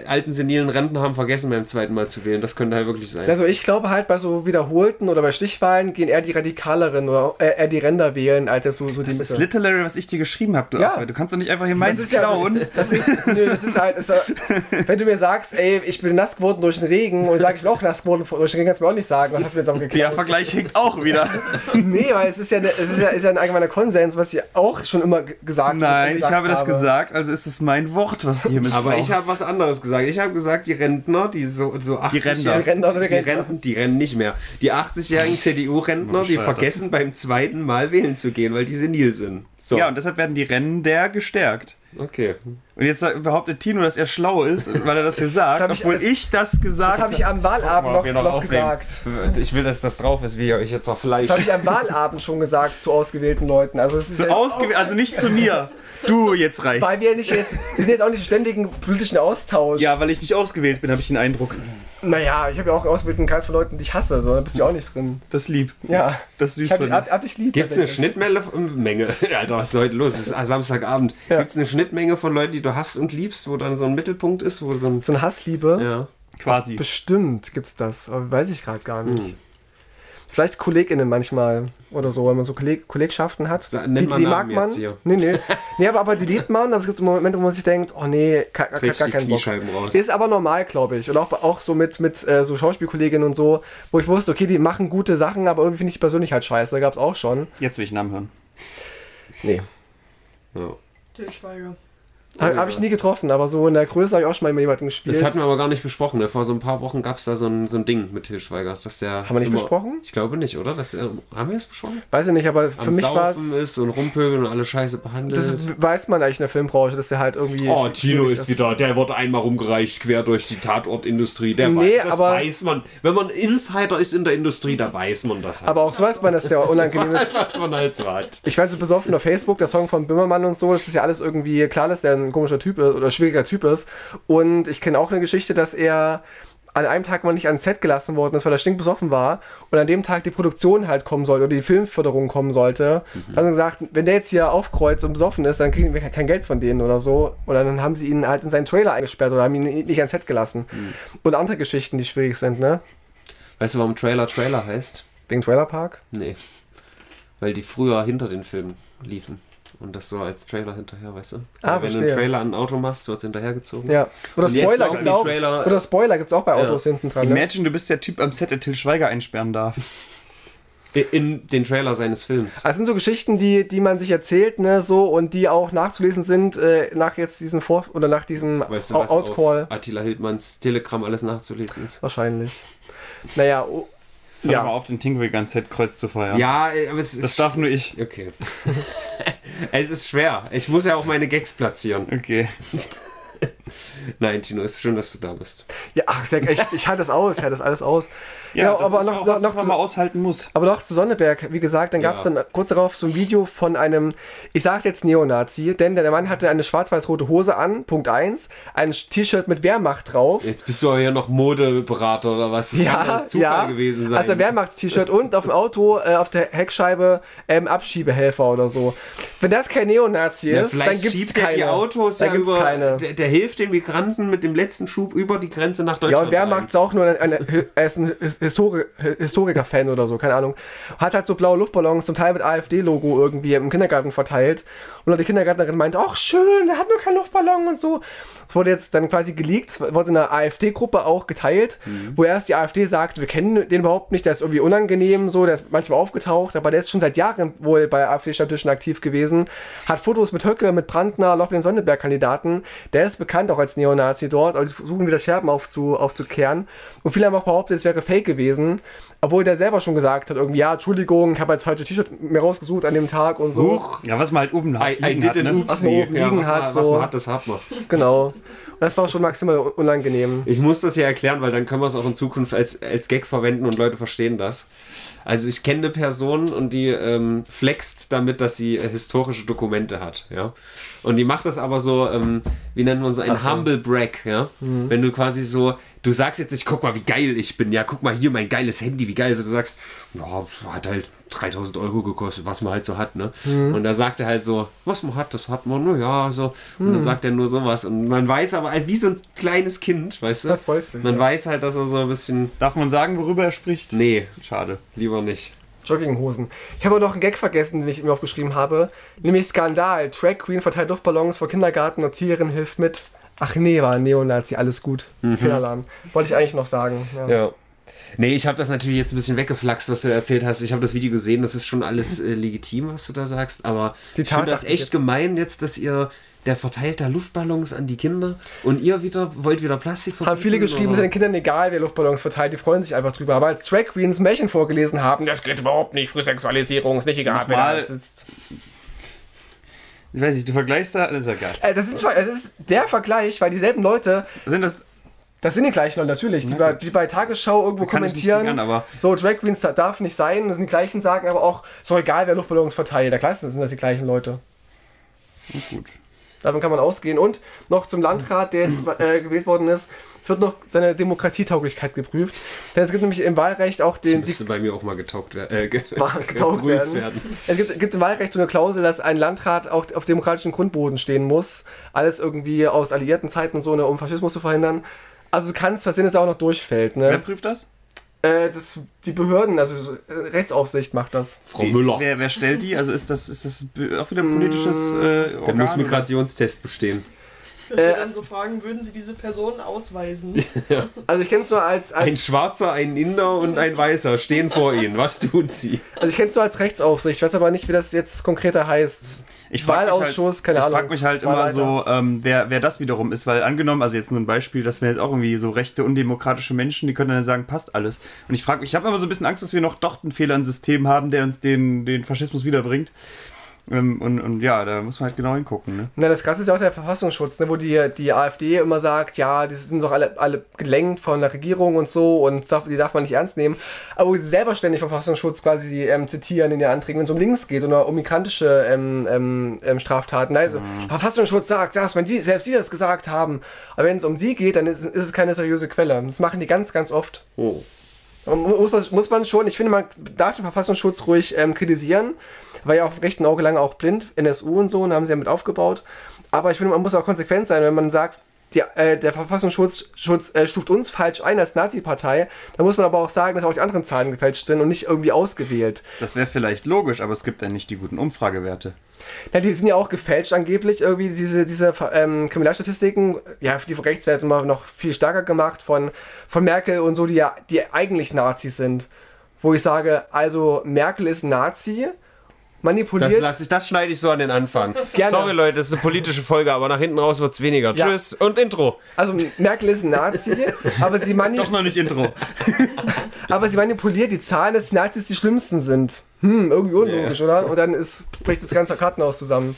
Speaker 2: alten senilen Renten haben vergessen, beim zweiten Mal zu wählen? Das könnte halt wirklich sein.
Speaker 1: Also ich glaube halt, bei so wiederholten oder bei Stichwahlen gehen eher die Radikaleren oder äh, eher die Ränder wählen, als jetzt so, so die
Speaker 3: Das ist
Speaker 1: Mitte.
Speaker 3: literary, was ich dir geschrieben habe, du
Speaker 1: Ja.
Speaker 3: Affe. Du kannst doch nicht einfach hier meins
Speaker 1: ja-
Speaker 3: klauen.
Speaker 1: Das, das, ist, nö, das ist halt, das ist, wenn du mir sagst, ey, ich bin nass geworden durch den Regen und sag ich bin auch nass geworden durch den Regen, kannst du mir auch nicht sagen, was hast du mir jetzt am
Speaker 3: Der
Speaker 1: geklaut?
Speaker 3: Vergleich hinkt auch wieder.
Speaker 1: Nee, weil es ist ja, ne- es ist ja, ist ja ein allgemeiner Konsens, was ich auch schon immer g- gesagt und
Speaker 3: Nein, ich
Speaker 1: gedacht
Speaker 3: habe das gesagt, also ist es mein Wort, was du hier missbrauchst.
Speaker 2: Aber ich habe was anderes gesagt. Ich habe gesagt, die Rentner, die so, so 80
Speaker 3: Ränder.
Speaker 1: Die Ränder oder die
Speaker 2: die
Speaker 1: Rentner?
Speaker 2: Renten, die rennen nicht mehr. Die 80-jährigen CDU-Rentner, die
Speaker 3: Scheiße.
Speaker 2: vergessen beim zweiten Mal wählen zu gehen, weil die senil sind. So.
Speaker 3: Ja, und deshalb werden die Rennen der gestärkt.
Speaker 2: okay.
Speaker 3: Und jetzt behauptet Tino, dass er schlau ist, weil er das hier sagt,
Speaker 1: hab ich-
Speaker 3: obwohl
Speaker 1: das-
Speaker 3: ich das gesagt
Speaker 1: Das habe ich am Wahlabend noch, noch, gesagt.
Speaker 2: Ich will, dass das drauf ist, wie ihr euch jetzt
Speaker 1: Das habe
Speaker 2: zerfleischt.
Speaker 1: ich am Wahlabend schon gesagt zu ausgewählten Leuten. Also es ist
Speaker 3: Zu
Speaker 1: jetzt
Speaker 3: ausgewählt, also nicht zu mir. Du, jetzt reicht's.
Speaker 1: weil wir nicht jetzt, wir sind jetzt auch nicht im ständigen politischen Austausch.
Speaker 3: ja, weil ich nicht ausgewählt bin, habe ich den Eindruck.
Speaker 1: Naja, ich habe ja auch ausgewählten Kreis von Leuten, die ich hasse, so da bist du ja auch nicht drin.
Speaker 3: Das ist lieb.
Speaker 1: Ja.
Speaker 3: Das ist süß
Speaker 1: Ich hab,
Speaker 3: von
Speaker 1: hab,
Speaker 3: dir.
Speaker 1: hab ich lieb.
Speaker 2: Gibt es eine
Speaker 1: tatsächlich.
Speaker 2: Schnittmenge? Menge. Alter, was ist heute los? Es ist Samstagabend.
Speaker 1: Ja.
Speaker 2: Gibt es eine Schnittmenge von Leuten, die du hast und liebst, wo dann so ein Mittelpunkt ist, wo so ein.
Speaker 1: So eine Hassliebe?
Speaker 2: Ja.
Speaker 3: Quasi.
Speaker 1: Bestimmt gibt's das, aber weiß ich gerade gar
Speaker 2: Hm.
Speaker 1: nicht. Vielleicht KollegInnen manchmal oder so, wenn man so Kolleg Kollegschaften hat.
Speaker 2: Sa- nenn mal Namen jetzt hier.
Speaker 1: Nee, nee. nee aber, aber die liebt man, aber es gibt so Momente, wo man sich denkt, oh nee, ka- ka-
Speaker 2: Trägst
Speaker 1: gar
Speaker 2: die
Speaker 1: keinen Bock.
Speaker 2: Kniescheiben raus.
Speaker 1: Ist aber normal, glaube ich. Und auch, auch so mit, mit äh, so Schauspielkolleginnen und so, wo ich wusste, okay, die machen gute Sachen, aber irgendwie finde ich die persönlich halt scheiße. Gab's auch schon.
Speaker 3: Jetzt will ich Namen hören.
Speaker 1: Nee.
Speaker 2: ja.
Speaker 4: Till Schweiger.
Speaker 1: Habe hab ich nie getroffen, aber so in der Größe habe ich auch schon mal mit jemandem gespielt.
Speaker 2: Das hatten wir aber gar nicht besprochen. ne? Vor so ein paar Wochen gab es da so ein, so ein Ding mit Til Schweiger. Dass der
Speaker 1: Haben wir nicht besprochen?
Speaker 2: Ich glaube nicht, oder? Das, äh, haben wir es besprochen?
Speaker 1: weiß ich nicht, aber für
Speaker 2: Am
Speaker 1: mich war
Speaker 2: Saufen
Speaker 1: es.
Speaker 2: ist und rumpöbeln und alle Scheiße behandelt.
Speaker 1: Das weiß man eigentlich in der Filmbranche, dass der halt irgendwie.
Speaker 2: Oh,
Speaker 1: sch-
Speaker 2: Tino
Speaker 1: schwierig
Speaker 2: ist wieder, der wird einmal rumgereicht, quer durch die Tatortindustrie. Der
Speaker 1: Nee,
Speaker 2: weiß, das
Speaker 1: aber-
Speaker 2: weiß man. Wenn man Insider ist in der Industrie, da weiß man das halt.
Speaker 1: Aber auch so weiß man, dass der unangenehm ist.
Speaker 2: was man halt so hat.
Speaker 1: Ich war so besoffen auf Facebook, der Song von Böhmermann und so, das ist ja alles irgendwie klar, dass der ein komischer Typ ist oder schwieriger Typ ist. Und ich kenne auch eine Geschichte, dass er an einem Tag mal nicht ans Set gelassen worden ist, weil er stinkbesoffen war und an dem Tag die Produktion halt kommen sollte oder die Filmförderung kommen sollte. Dann haben sie gesagt, wenn der jetzt hier aufkreuzt und besoffen ist, dann kriegen wir kein Geld von denen oder so. Oder dann haben sie ihn halt in seinen Trailer eingesperrt oder haben ihn nicht ans Set gelassen. Und andere Geschichten, die schwierig sind, ne?
Speaker 2: Weißt du, warum Trailer Trailer heißt?
Speaker 1: Wegen Trailerpark.
Speaker 2: Nee. Weil die früher hinter den Filmen liefen. Und das so als Trailer hinterher, weißt du?
Speaker 1: Ah,
Speaker 2: Weil Wenn du
Speaker 1: verstehe.
Speaker 2: einen Trailer an ein Auto machst, wird es hinterhergezogen.
Speaker 1: Ja. Oder
Speaker 2: Und jetzt
Speaker 1: Spoiler
Speaker 2: laufen
Speaker 1: gibt's
Speaker 2: die
Speaker 1: auch.
Speaker 2: Trailer-
Speaker 1: Oder Spoiler gibt's auch bei Autos hinten dran. Ne?
Speaker 3: Imagine, du bist der Typ am Set, der Till Schweiger einsperren darf.
Speaker 2: In- In den Trailer seines Films.
Speaker 1: Also sind so Geschichten, die, die man sich erzählt, ne, so und die auch nachzulesen sind äh, nach jetzt diesem Vor oder nach diesem
Speaker 2: Weißt du,
Speaker 1: Ah, Out-
Speaker 2: was
Speaker 1: Outcall
Speaker 2: auf Attila Hildmanns Telegram alles nachzulesen ist?
Speaker 1: wahrscheinlich. Naja, oh,
Speaker 3: Jetzt ja.
Speaker 1: Ja.
Speaker 3: mal auf, den Tinkelgang-Set kreuz zu feiern.
Speaker 2: Ja, äh, aber es ist.
Speaker 3: Das darf nur ich.
Speaker 2: Okay. es ist schwer. Ich muss ja auch meine Gags platzieren.
Speaker 3: Okay.
Speaker 2: Nein, Tino, es ist schön, dass du da bist.
Speaker 1: ja, ach, sehr, ich, ich halte das aus, ich halte das aus.
Speaker 3: Ja,
Speaker 1: genau,
Speaker 3: das
Speaker 1: aber
Speaker 3: ist
Speaker 1: noch, noch,
Speaker 3: auch was,
Speaker 1: noch
Speaker 3: was
Speaker 1: zu,
Speaker 3: man mal aushalten muss.
Speaker 1: Aber noch zu Sonneberg, wie gesagt, dann
Speaker 2: Ja.
Speaker 1: gab es dann kurz darauf so ein Video von einem, ich sag's jetzt Neonazi, denn der Mann hatte eine schwarz-weiß-rote Hose an, Punkt 1, ein T-Shirt mit Wehrmacht drauf.
Speaker 2: Jetzt bist du ja noch Modeberater oder was? Das kann alles Zufall gewesen sein.
Speaker 1: Also ein Wehrmachts-T-Shirt und auf dem Auto, äh, auf der Heckscheibe ähm, Abschiebehelfer oder so. Wenn das kein Neonazi
Speaker 2: ja,
Speaker 1: ist,
Speaker 2: vielleicht
Speaker 1: dann gibt's
Speaker 2: schiebt
Speaker 1: keine.
Speaker 2: der die Autos
Speaker 1: dann
Speaker 2: ja
Speaker 1: gibt's
Speaker 2: über.
Speaker 1: keine.
Speaker 2: Der, der hilft den Migranten mit dem letzten Schub über die Grenze nach
Speaker 1: Ja,
Speaker 2: Deutschland.
Speaker 1: und Wehrmacht
Speaker 2: rein.
Speaker 1: ist auch nur ein, ein, er ist ein His- Histori Historiker-Fan oder so, keine Ahnung. Hat halt so blaue Luftballons, zum Teil mit AfD-Logo irgendwie im Kindergarten verteilt. Und dann die Kindergärtnerin meint, ach schön, er hat nur keinen Luftballon und so. Es wurde jetzt dann quasi geleakt, es wurde in einer AfD-Gruppe auch geteilt,
Speaker 2: Mhm.
Speaker 1: wo erst die AfD sagt, wir kennen den überhaupt nicht, der ist irgendwie unangenehm, so, der ist manchmal aufgetaucht, aber der ist schon seit Jahren wohl bei AfD-Stammtischen aktiv gewesen. Hat Fotos mit Höcke, mit Brandner, Loch den Sonneberg-Kandidaten. Der ist bekannt auch als Neonazi dort, also sie versuchen wieder Scherben aufzu, aufzukehren. Und viele haben auch behauptet, es wäre fake gewesen, obwohl der selber schon gesagt hat, irgendwie, ja, Entschuldigung, ich habe jetzt falsche T-Shirt mir rausgesucht an dem Tag und so.
Speaker 2: Huch,
Speaker 3: Ja, was man halt oben
Speaker 2: I, I
Speaker 3: liegen
Speaker 2: did
Speaker 3: hat,
Speaker 2: an
Speaker 3: ne?
Speaker 1: Was
Speaker 2: Oopsie.
Speaker 1: man oben
Speaker 2: Ja,
Speaker 1: liegen
Speaker 2: was,
Speaker 1: hat,
Speaker 2: man, was
Speaker 1: so.
Speaker 2: man hat, das hat man.
Speaker 1: Genau. Und das war schon maximal un- unangenehm.
Speaker 2: Ich muss das ja erklären, weil dann können wir es auch in Zukunft als, als Gag verwenden und Leute verstehen das. Also ich kenne eine Person und die ähm, flext damit, dass sie äh, historische Dokumente hat, ja. Und die macht das aber so, ähm, wie nennt man so, ein
Speaker 1: Ach so. Mhm.
Speaker 2: Humble Brag, ja. Wenn du quasi so, du sagst jetzt nicht, guck mal, wie geil ich bin, ja, guck mal hier mein geiles Handy, wie geil. Also du sagst, ja, hat halt 3000 Euro gekostet, was man halt so hat, ne.
Speaker 1: Mhm.
Speaker 2: Und da sagt er halt so, was man hat, das hat man, na ja, so. Und
Speaker 1: Mhm.
Speaker 2: dann sagt er nur sowas. Und man weiß aber, halt, wie so ein kleines Kind, weißt du.
Speaker 1: Da freut sich,
Speaker 2: Man
Speaker 1: ja.
Speaker 2: weiß halt, dass er so ein bisschen,
Speaker 3: Darf man sagen, worüber er spricht?
Speaker 2: nee,
Speaker 3: Schade.
Speaker 2: lieber nicht.
Speaker 1: Jogginghosen. Ich habe auch noch einen Gag vergessen, den ich mir aufgeschrieben habe. Nämlich Skandal. Track Queen verteilt Luftballons vor Kindergarten, Erzieherin hilft mit. Ach nee, war ein Neonazi, alles gut. Fehlalarm. Wollte ich eigentlich noch sagen. Ja.
Speaker 2: Ja. Nee, ich habe das natürlich jetzt ein bisschen weggeflaxt, was du erzählt hast. Ich habe das Video gesehen, das ist schon alles äh, legitim, was du da sagst, aber
Speaker 1: Die
Speaker 2: ich finde
Speaker 1: Tat
Speaker 2: das
Speaker 1: dachte ich
Speaker 2: echt
Speaker 1: jetzt.
Speaker 2: gemein jetzt, dass ihr der verteilt da Luftballons an die Kinder und ihr wieder wollt wieder Plastik
Speaker 1: Haben viele
Speaker 2: verbieten,
Speaker 1: geschrieben, ist
Speaker 2: oder?
Speaker 1: den Kindern egal, wer Luftballons verteilt, die freuen sich einfach drüber. Aber als Track Queens Märchen vorgelesen haben, das geht überhaupt nicht, Frühsexualisierung, ist nicht egal, wer da
Speaker 3: Nochmal.
Speaker 1: sitzt.
Speaker 3: Ich weiß nicht, du vergleichst da, das ist ja geil.
Speaker 1: Äh, Das ist, das ist der Vergleich, weil dieselben Leute,
Speaker 3: Sind das,
Speaker 1: das sind die gleichen Leute natürlich, die, bei, die bei Tagesschau irgendwo
Speaker 3: kann ich nicht
Speaker 1: kommentieren.
Speaker 3: gegen an, aber-
Speaker 1: So, Drag Queens da- darf nicht sein. Das sind die gleichen, sagen aber auch, so egal, wer Luftballons verteilt. Da klar sind das die gleichen Leute.
Speaker 3: gut.
Speaker 1: Davon kann man ausgehen. Und noch zum Landrat, der jetzt äh, gewählt worden ist. Es wird noch seine Demokratietauglichkeit geprüft. Denn es gibt nämlich im Wahlrecht auch den, die
Speaker 2: Müsste bei mir auch mal getaugt werden. Äh, ge-
Speaker 1: getaugt
Speaker 2: geprüft
Speaker 1: werden. Es gibt, gibt im Wahlrecht so eine Klausel, dass ein Landrat auch auf demokratischem Grundboden stehen muss. Alles irgendwie aus alliierten Zeiten und so, ne, um Faschismus zu verhindern. Also kann es passieren, dass er auch noch durchfällt.
Speaker 3: Wer
Speaker 1: Ne?
Speaker 3: prüft das?
Speaker 1: Äh, das, die Behörden, also so, äh, Rechtsaufsicht macht das.
Speaker 2: Frau Müller, der
Speaker 3: Wer, wer stellt die? Also ist das, ist das be- auch wieder ein politisches äh, Organ?
Speaker 2: muss
Speaker 3: oder?
Speaker 2: Migrationstest bestehen.
Speaker 4: Ich würde
Speaker 2: Äh.
Speaker 4: dann so fragen, würden Sie diese Personen ausweisen?
Speaker 1: Also ich kenne es nur als, als
Speaker 2: Ein Schwarzer, ein Inder und ein Weißer stehen vor ihnen. Was tun sie?
Speaker 1: also ich kenne es nur als Rechtsaufsicht. Ich weiß aber nicht, wie das jetzt konkreter heißt.
Speaker 3: Ich frage mich halt,
Speaker 1: Wahlausschuss, keine
Speaker 3: ich
Speaker 1: Ahnung.
Speaker 3: frag mich halt immer
Speaker 1: Wahlleiter.
Speaker 3: so, ähm, wer, wer das wiederum ist, weil angenommen, also jetzt nur ein Beispiel, das wären jetzt auch irgendwie so rechte, undemokratische Menschen, die können dann sagen, passt alles. Und ich frage mich, ich habe immer so ein bisschen Angst, dass wir noch doch einen Fehler im System haben, der uns den, den Faschismus wiederbringt. Ähm, und, und ja, da muss man halt genau hingucken. Ne?
Speaker 1: Na, das Krasse ist ja auch der Verfassungsschutz, ne, wo die, die AfD immer sagt, ja, die sind doch alle, alle gelenkt von der Regierung und so und darf, die darf man nicht ernst nehmen. Aber wo sie selber ständig Verfassungsschutz quasi ähm, zitieren in den Anträgen, wenn es um links geht oder um migrantische ähm, ähm, ähm, Straftaten. Also, Verfassungsschutz sagt das, wenn die, selbst die das gesagt haben. Aber wenn es um sie geht, dann ist, ist es keine seriöse Quelle. Das machen die ganz, ganz oft.
Speaker 2: Oh.
Speaker 1: Aber mu- Muss man, muss man schon, ich finde, man darf den Verfassungsschutz ruhig ähm, kritisieren. War ja auch im rechten Auge lange auch blind, NSU und so, und haben sie ja mit aufgebaut. Aber ich finde, man muss auch konsequent sein, wenn man sagt, die, äh, der Verfassungsschutz Schutz, äh, stuft uns falsch ein als Nazi-Partei, dann muss man aber auch sagen, dass auch die anderen Zahlen gefälscht sind und nicht irgendwie ausgewählt.
Speaker 3: Das wäre vielleicht logisch, aber es gibt ja nicht die guten Umfragewerte.
Speaker 1: Ja, die sind ja auch gefälscht angeblich, irgendwie diese, diese ähm, Kriminalstatistiken, ja, die von rechts werden immer noch viel stärker gemacht von, von Merkel und so, die ja die eigentlich Nazis sind. Wo ich sage, also Merkel ist Nazi,
Speaker 2: Das,
Speaker 1: manipuliert.
Speaker 2: Also lass ich, das schneide ich so an den Anfang.
Speaker 1: Gerne.
Speaker 2: Sorry, Leute, das ist eine politische Folge, aber nach hinten raus wird es weniger.
Speaker 1: Ja.
Speaker 2: Tschüss und Intro.
Speaker 1: Also Merkel ist Nazi, aber sie, mani
Speaker 3: Doch noch nicht Intro.
Speaker 1: aber sie manipuliert die Zahlen, dass die Nazis die schlimmsten sind. Hm, irgendwie unlogisch, oder? Und dann ist, bricht das ganze Kartenhaus zusammen.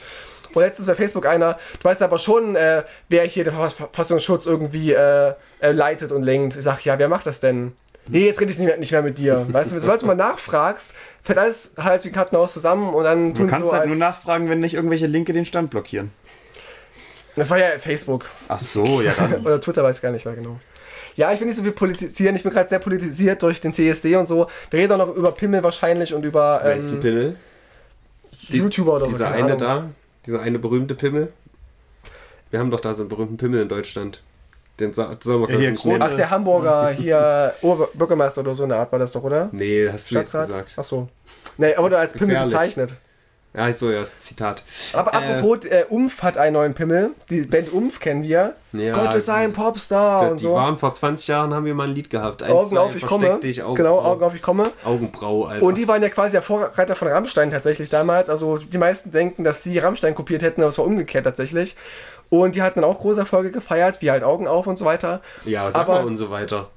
Speaker 1: Und letztens bei Facebook einer, du weißt aber schon, äh, wer hier den Verfass- Verfassungsschutz irgendwie äh, äh, leitet und lenkt. Ich sag, ja, wer macht das denn? Nee, jetzt rede ich nicht mehr, nicht mehr mit dir. Weißt du, sobald du mal nachfragst, fällt alles halt wie ein Kartenhaus zusammen und dann
Speaker 3: Du
Speaker 1: tun sie
Speaker 3: kannst
Speaker 1: so
Speaker 3: halt
Speaker 1: als,
Speaker 3: nur nachfragen, wenn nicht irgendwelche Linke den Stand blockieren.
Speaker 1: Das war ja Facebook.
Speaker 3: Ach so, ja dann.
Speaker 1: Oder Twitter weiß ich gar nicht mehr genau. Ja, ich will nicht so viel politisieren. Ich bin gerade sehr politisiert durch den CSD und so. Wir reden auch noch über Pimmel wahrscheinlich und über
Speaker 2: Wer ist
Speaker 1: ähm,
Speaker 2: ein Pimmel?
Speaker 1: YouTuber oder so.
Speaker 2: Dieser
Speaker 1: keine
Speaker 2: eine
Speaker 1: Ahnung.
Speaker 2: da, dieser eine berühmte Pimmel. Wir haben doch da so einen berühmten Pimmel in Deutschland. Den sa- sollen wir
Speaker 3: Ja,
Speaker 2: glaub ich,
Speaker 3: hier,
Speaker 2: nicht
Speaker 3: Krone.
Speaker 2: nennen.
Speaker 1: Ach, der Hamburger hier, Oberbürgermeister oder so eine Art war das doch, oder?
Speaker 2: Nee, hast du jetzt
Speaker 1: Stadtrat?
Speaker 2: gesagt.
Speaker 1: Ach so. Nee, aber als Pimmel
Speaker 2: Gefährlich.
Speaker 1: bezeichnet.
Speaker 2: Ja, ist so, ja, ist ein Zitat.
Speaker 1: Aber apropos, äh, Umf hat einen neuen Pimmel. Die Band Umf kennen wir.
Speaker 2: Ja,
Speaker 1: Gott ist ein Popstar
Speaker 2: Die,
Speaker 1: Oh, und so.
Speaker 2: waren vor 20 Jahren, haben wir mal ein Lied gehabt. Eins,
Speaker 1: Augen
Speaker 2: zwei,
Speaker 1: auf, ich komme.
Speaker 2: versteck Dich, Augenbrau.
Speaker 1: Genau, Augen auf, ich komme.
Speaker 2: Augenbrau, Alter.
Speaker 1: Und die waren ja quasi der Vorreiter von Rammstein tatsächlich damals. Also die meisten denken, dass die Rammstein kopiert hätten, aber es war umgekehrt tatsächlich. Und die hatten dann auch große Erfolge gefeiert, wie halt Augen auf und so weiter.
Speaker 2: ja, sag
Speaker 1: aber-
Speaker 2: mal und so weiter.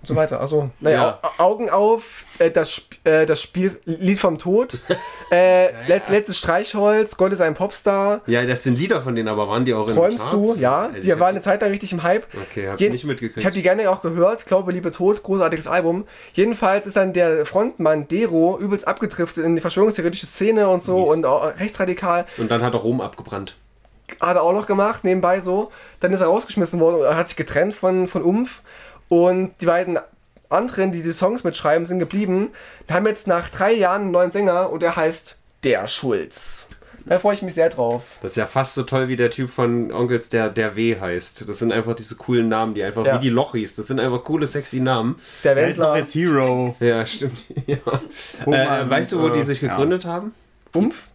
Speaker 1: Und so weiter. Also, naja, Au- Augen auf, äh, das, Sp äh, das Spiel Lied vom Tod, äh, let- letztes Streichholz, Gott ist ein Popstar,
Speaker 2: Ja, das sind Lieder von denen, aber waren die auch in den
Speaker 1: Träumst du?
Speaker 2: Charts?
Speaker 1: Ja,
Speaker 2: Also
Speaker 1: die
Speaker 2: ich hab
Speaker 1: waren eine Zeit lang richtig im Hype.
Speaker 2: Okay, hab
Speaker 1: Jeden-
Speaker 2: nicht mitgekriegt.
Speaker 1: Ich habe die gerne auch gehört. Glaube, Liebe Tod, großartiges Album. Jedenfalls ist dann der Frontmann Dero übelst abgedriftet in die verschwörungstheoretische Szene und so
Speaker 2: Mist.
Speaker 1: und auch rechtsradikal.
Speaker 2: Und dann hat er Rom abgebrannt.
Speaker 1: Hat er auch noch gemacht, nebenbei so. Dann ist er rausgeschmissen worden und er hat sich getrennt von, von Umf. Und die beiden anderen, die die Songs mitschreiben, sind geblieben. Wir haben jetzt nach drei Jahren einen neuen Sänger und er heißt Der Schulz. Da freue ich mich sehr drauf.
Speaker 2: Das ist ja fast so toll wie der Typ von Onkels, der, der W heißt. Das sind einfach diese coolen Namen, die einfach
Speaker 1: Ja.
Speaker 2: wie die Lochis. Das sind einfach coole, sexy Namen.
Speaker 1: Der
Speaker 3: Er ist noch
Speaker 1: Wendler.
Speaker 3: jetzt Hero.
Speaker 2: Ja, stimmt. Ja.
Speaker 3: Mann,
Speaker 2: Äh, weißt du, wo
Speaker 3: äh,
Speaker 2: die sich gegründet haben?
Speaker 1: Umf?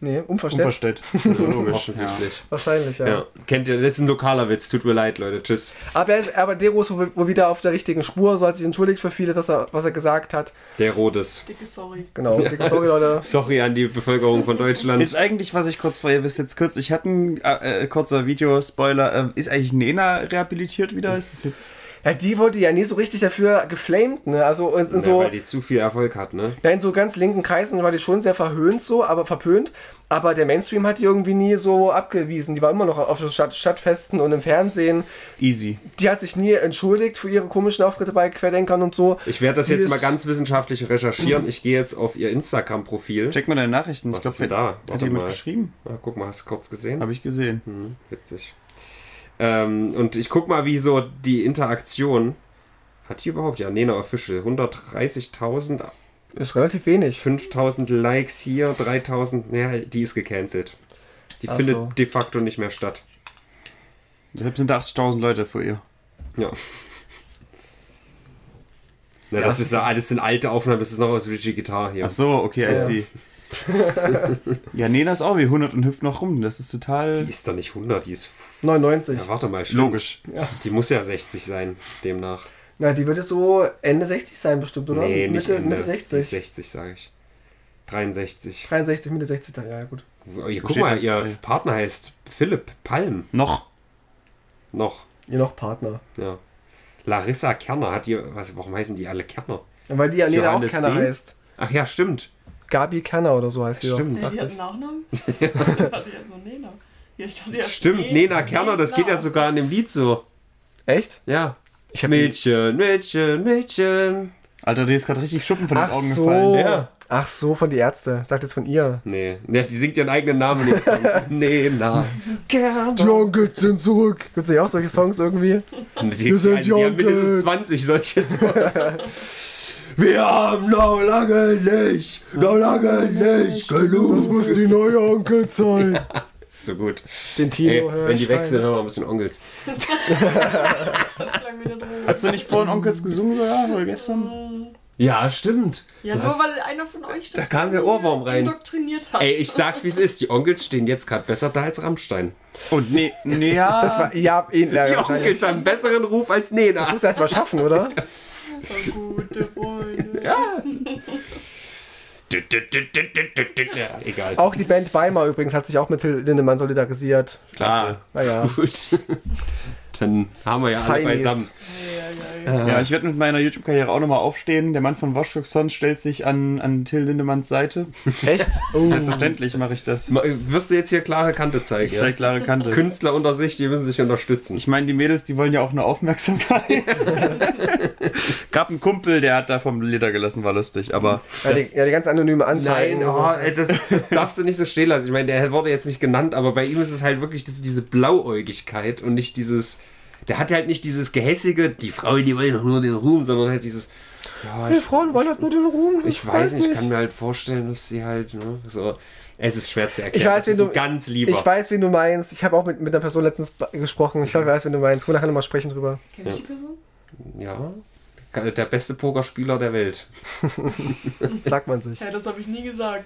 Speaker 1: Nee, Umverständnis.
Speaker 3: Unverstellt. Ja, logisch. Ja.
Speaker 2: Offensichtlich.
Speaker 1: Wahrscheinlich, ja.
Speaker 2: Ja. Kennt ihr? Das ist ein lokaler Witz. Tut mir leid, Leute. Tschüss.
Speaker 1: Aber, er ist, aber Dero ist wohl wohl wieder auf der richtigen Spur, so hat sich entschuldigt für viele, was er, was er gesagt hat.
Speaker 2: Der Rodes.
Speaker 4: Dicke Sorry.
Speaker 1: Genau, dicke sorry Leute.
Speaker 2: Sorry an die Bevölkerung von Deutschland.
Speaker 3: Ist eigentlich, was ich kurz vorher bis jetzt kurz, ich hatte ein äh, äh, kurzer Video-Spoiler, äh, ist eigentlich Nena rehabilitiert wieder? Ist das jetzt.
Speaker 1: Ja, die wurde ja nie so richtig dafür geflamed, ne? Also in, in
Speaker 2: ja,
Speaker 1: so,
Speaker 2: weil die zu viel Erfolg hat, ne?
Speaker 1: ja, in so ganz linken Kreisen war die schon sehr verhöhnt so, aber verpönt. Aber der Mainstream hat die irgendwie nie so abgewiesen. Die war immer noch auf so Stadt, Stadtfesten und im Fernsehen.
Speaker 3: Easy.
Speaker 1: Die hat sich nie entschuldigt für ihre komischen Auftritte bei Querdenkern und so.
Speaker 2: Ich werde das
Speaker 1: Die
Speaker 2: jetzt
Speaker 1: ist-
Speaker 2: mal ganz wissenschaftlich recherchieren. Ich gehe jetzt auf ihr Instagram-Profil.
Speaker 3: Check mal deine Nachrichten.
Speaker 2: Was
Speaker 3: ich
Speaker 2: ist denn
Speaker 3: glaube,
Speaker 2: da?
Speaker 3: Hat
Speaker 2: Warte
Speaker 3: jemand
Speaker 2: mal.
Speaker 3: geschrieben?
Speaker 2: Ah, guck mal, hast du kurz gesehen?
Speaker 3: Habe ich gesehen.
Speaker 2: Hm, witzig. Ähm, und ich guck mal, wie so die Interaktion. Hat die überhaupt? Ja, Nena Official. 130.000,
Speaker 1: Ist relativ wenig.
Speaker 2: 5.000 Likes hier, 3.000. Naja, die ist gecancelt. Die
Speaker 1: Ach
Speaker 2: findet
Speaker 1: so.
Speaker 2: de facto nicht mehr statt.
Speaker 3: Deshalb sind da 80.000 Leute vor ihr.
Speaker 2: Ja. Na, das ist ja alles sind alte Aufnahmen, das ist noch aus Richie Guitar hier.
Speaker 3: Ach so, okay, I
Speaker 1: Ja.
Speaker 3: see. ja, Nena ist auch wie 100 und hüpft noch rum. Das ist total
Speaker 2: Die ist doch nicht 100, die ist. f-
Speaker 1: 99.
Speaker 2: Ja, warte mal, stimmt.
Speaker 3: logisch.
Speaker 2: Die muss ja 60 sein, demnach.
Speaker 1: Na, die wird jetzt so Ende 60 sein bestimmt, oder?
Speaker 2: Nee, nicht
Speaker 1: Mitte,
Speaker 2: Ende.
Speaker 1: Mitte
Speaker 2: Die ist
Speaker 1: 60.
Speaker 2: 60, sage ich. 63.
Speaker 1: 63, Mitte 60 dann, ja, gut.
Speaker 2: Ihr, Oh, guck
Speaker 3: Steht
Speaker 2: mal,
Speaker 3: das
Speaker 2: ihr
Speaker 3: bei?
Speaker 2: Partner heißt Philipp Palm.
Speaker 3: Noch.
Speaker 2: Noch,
Speaker 1: Ihr noch Partner.
Speaker 2: ja. Larissa Kerner hat die, was, warum heißen die alle Kerner?
Speaker 1: Weil die Alena auch
Speaker 2: Johannes
Speaker 1: Kerner
Speaker 2: B.
Speaker 1: heißt.
Speaker 2: Ach ja, stimmt.
Speaker 1: Gabi Kerner oder so heißt die doch.
Speaker 2: Stimmt.
Speaker 4: Ja, Äh, die hat einen Nachnamen? Ich dachte erst nur Nena. Hier stand ja
Speaker 2: Stimmt, Nena Kerner, das geht ja sogar in dem Lied so.
Speaker 1: Echt?
Speaker 2: Ja.
Speaker 1: Ich hab
Speaker 2: Mädchen, Mädchen, Mädchen.
Speaker 3: Alter, dir ist gerade richtig Schuppen von den
Speaker 1: Ach
Speaker 3: Augen
Speaker 1: so.
Speaker 3: gefallen.
Speaker 2: ja.
Speaker 1: Ach so, von die Ärzte. Ich dachte jetzt von ihr.
Speaker 2: Nee, Ja, die singt ihren eigenen Namen in dem Song. Nena
Speaker 1: Die
Speaker 2: Kerner.
Speaker 1: Onkels sind zurück. Gibt es nicht auch solche Songs irgendwie?
Speaker 2: Die,
Speaker 1: Wir sind
Speaker 2: die haben
Speaker 1: Young Girls.
Speaker 2: mindestens 20 solche Songs. Wir haben noch lange nicht, noch lange nicht
Speaker 1: Das
Speaker 2: genug.
Speaker 1: muss die neue Onkel sein.
Speaker 2: Ist so gut.
Speaker 1: Den Tino
Speaker 2: Ey,
Speaker 1: hören
Speaker 2: wenn die
Speaker 1: schreien.
Speaker 2: weg sind, hören wir ein bisschen Onkels.
Speaker 4: Das klang wieder doof.
Speaker 3: Hast du nicht
Speaker 2: Ähm.
Speaker 3: vorhin Onkels gesungen sogar? Oder gestern?
Speaker 2: Ja, stimmt.
Speaker 4: Ja, nur weil einer von euch das
Speaker 2: Da kam der Ohrwurm rein.
Speaker 4: indoktriniert hat.
Speaker 2: Ey, ich sag's wie es ist. Die Onkels stehen jetzt gerade besser da als Rammstein.
Speaker 3: Und nee, nee, ja.
Speaker 1: Das war, ja, eh, ja,
Speaker 2: Die
Speaker 1: wahrscheinlich.
Speaker 2: Onkels haben einen besseren Ruf als Nena.
Speaker 1: Das musst du erst mal schaffen, oder?
Speaker 4: Oh, gute Freunde.
Speaker 2: Du, du, du, du, du, du, du. Ja, egal.
Speaker 1: Auch die Band Weimar übrigens hat sich auch mit Till Lindemann solidarisiert. Ah,
Speaker 2: Klasse.
Speaker 1: Naja.
Speaker 2: Gut. Dann haben wir ja alle
Speaker 1: Feinies.
Speaker 2: beisammen.
Speaker 4: Ja, ja, ja.
Speaker 3: Ja, ich werde mit meiner YouTube-Karriere auch nochmal aufstehen. Der Mann von Washrock Sons stellt sich an, an Till Lindemanns Seite.
Speaker 1: Echt? Oh.
Speaker 3: Selbstverständlich mache ich das.
Speaker 2: Ma- Wirst du jetzt hier klare Kante zeigen?
Speaker 3: Ich
Speaker 2: ja?
Speaker 3: zeige klare Kante.
Speaker 2: Künstler unter sich, die müssen sich unterstützen.
Speaker 3: Ich meine, die Mädels, die wollen ja auch eine Aufmerksamkeit. Gab einen Kumpel, der hat da vom Leder gelassen, war lustig, aber
Speaker 1: Ja, die, ja, die ganz anonyme Anzeigen.
Speaker 2: Nein, oh, ey, das, das darfst du nicht so stehen lassen. Ich meine, der wurde jetzt nicht genannt, aber bei ihm ist es halt wirklich das, diese Blauäugigkeit und nicht dieses. Der hat halt nicht dieses gehässige, die Frauen, die wollen doch nur den Ruhm, sondern halt dieses. Ja,
Speaker 1: Die
Speaker 2: ich,
Speaker 1: Frauen wollen halt nur den Ruhm.
Speaker 2: ich weiß nicht, ich kann mir halt vorstellen, dass sie halt. Ne, so. Es ist schwer zu erklären.
Speaker 1: Ich weiß,
Speaker 2: es ist
Speaker 1: wen
Speaker 2: ein
Speaker 1: du-
Speaker 2: ganz lieber.
Speaker 1: Ich weiß, wen du meinst. Ich habe auch mit, mit einer Person letztens be- gesprochen. Ich glaube, ich weiß, wen du meinst. Können wir nachher nochmal sprechen drüber.
Speaker 4: Kenn ich die Person?
Speaker 2: Ja. Der beste Pokerspieler der Welt.
Speaker 1: Sagt man sich.
Speaker 4: Ja, das habe ich nie gesagt.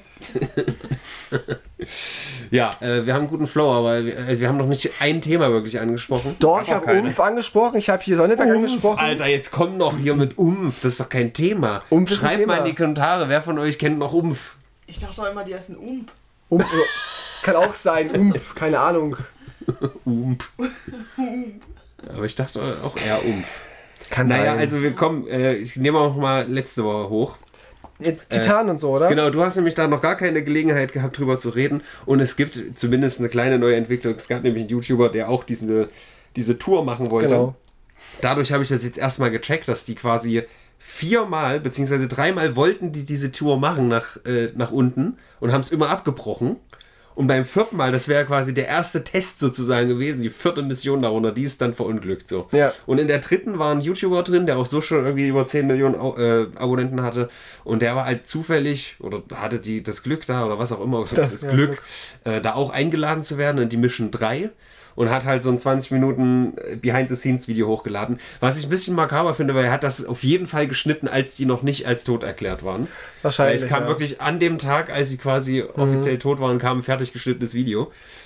Speaker 2: Ja, äh, wir haben einen guten Flow, aber wir, äh, wir haben noch nicht ein Thema wirklich angesprochen.
Speaker 1: Doch, ich
Speaker 2: Aber
Speaker 1: habe
Speaker 2: keine.
Speaker 1: Umf angesprochen. Ich habe hier Sonneberg angesprochen.
Speaker 2: Alter, jetzt komm noch hier mit Umf. Das ist doch kein Thema.
Speaker 1: Umf ist ein
Speaker 2: Schreibt
Speaker 1: Thema.
Speaker 2: mal in die Kommentare, wer von euch kennt noch Umf?
Speaker 4: Ich dachte auch immer, die heißen Ump.
Speaker 1: Umf, äh, kann auch sein. Umf, keine Ahnung.
Speaker 2: Umf. Aber ich dachte auch eher Umf.
Speaker 1: Kann
Speaker 2: Naja,
Speaker 1: sein.
Speaker 2: also wir kommen, äh, ich nehme auch mal letzte Woche hoch.
Speaker 1: Äh, Titan und so, oder?
Speaker 2: Genau, du hast nämlich da noch gar keine Gelegenheit gehabt, drüber zu reden. Und es gibt zumindest eine kleine neue Entwicklung. Es gab nämlich einen YouTuber, der auch diese, diese Tour machen wollte.
Speaker 1: Genau.
Speaker 2: dadurch habe ich das jetzt erstmal gecheckt, dass die quasi viermal beziehungsweise dreimal wollten die diese Tour machen nach, äh, nach unten und haben es immer abgebrochen. Und beim vierten Mal, das wäre quasi der erste Test sozusagen gewesen, die vierte Mission darunter, die ist dann verunglückt so.
Speaker 1: Ja.
Speaker 2: Und in der dritten war ein YouTuber drin, der auch so schon irgendwie über 10 Millionen Au- äh, Abonnenten hatte. Und der war halt zufällig oder hatte die das Glück da oder was auch immer, das,
Speaker 1: ja,
Speaker 2: Glück, Äh, da auch eingeladen zu werden in die Mission 3 und hat halt so ein 20 Minuten äh, Behind-the-Scenes-Video hochgeladen. Was ich ein bisschen makaber finde, weil er hat das auf jeden Fall geschnitten, als die noch nicht als tot erklärt waren. Weil
Speaker 1: Wahrscheinlich.
Speaker 2: es kam
Speaker 1: ja.
Speaker 2: wirklich an dem Tag, als sie quasi offiziell tot waren, kam ein fertig geschnittenes Video.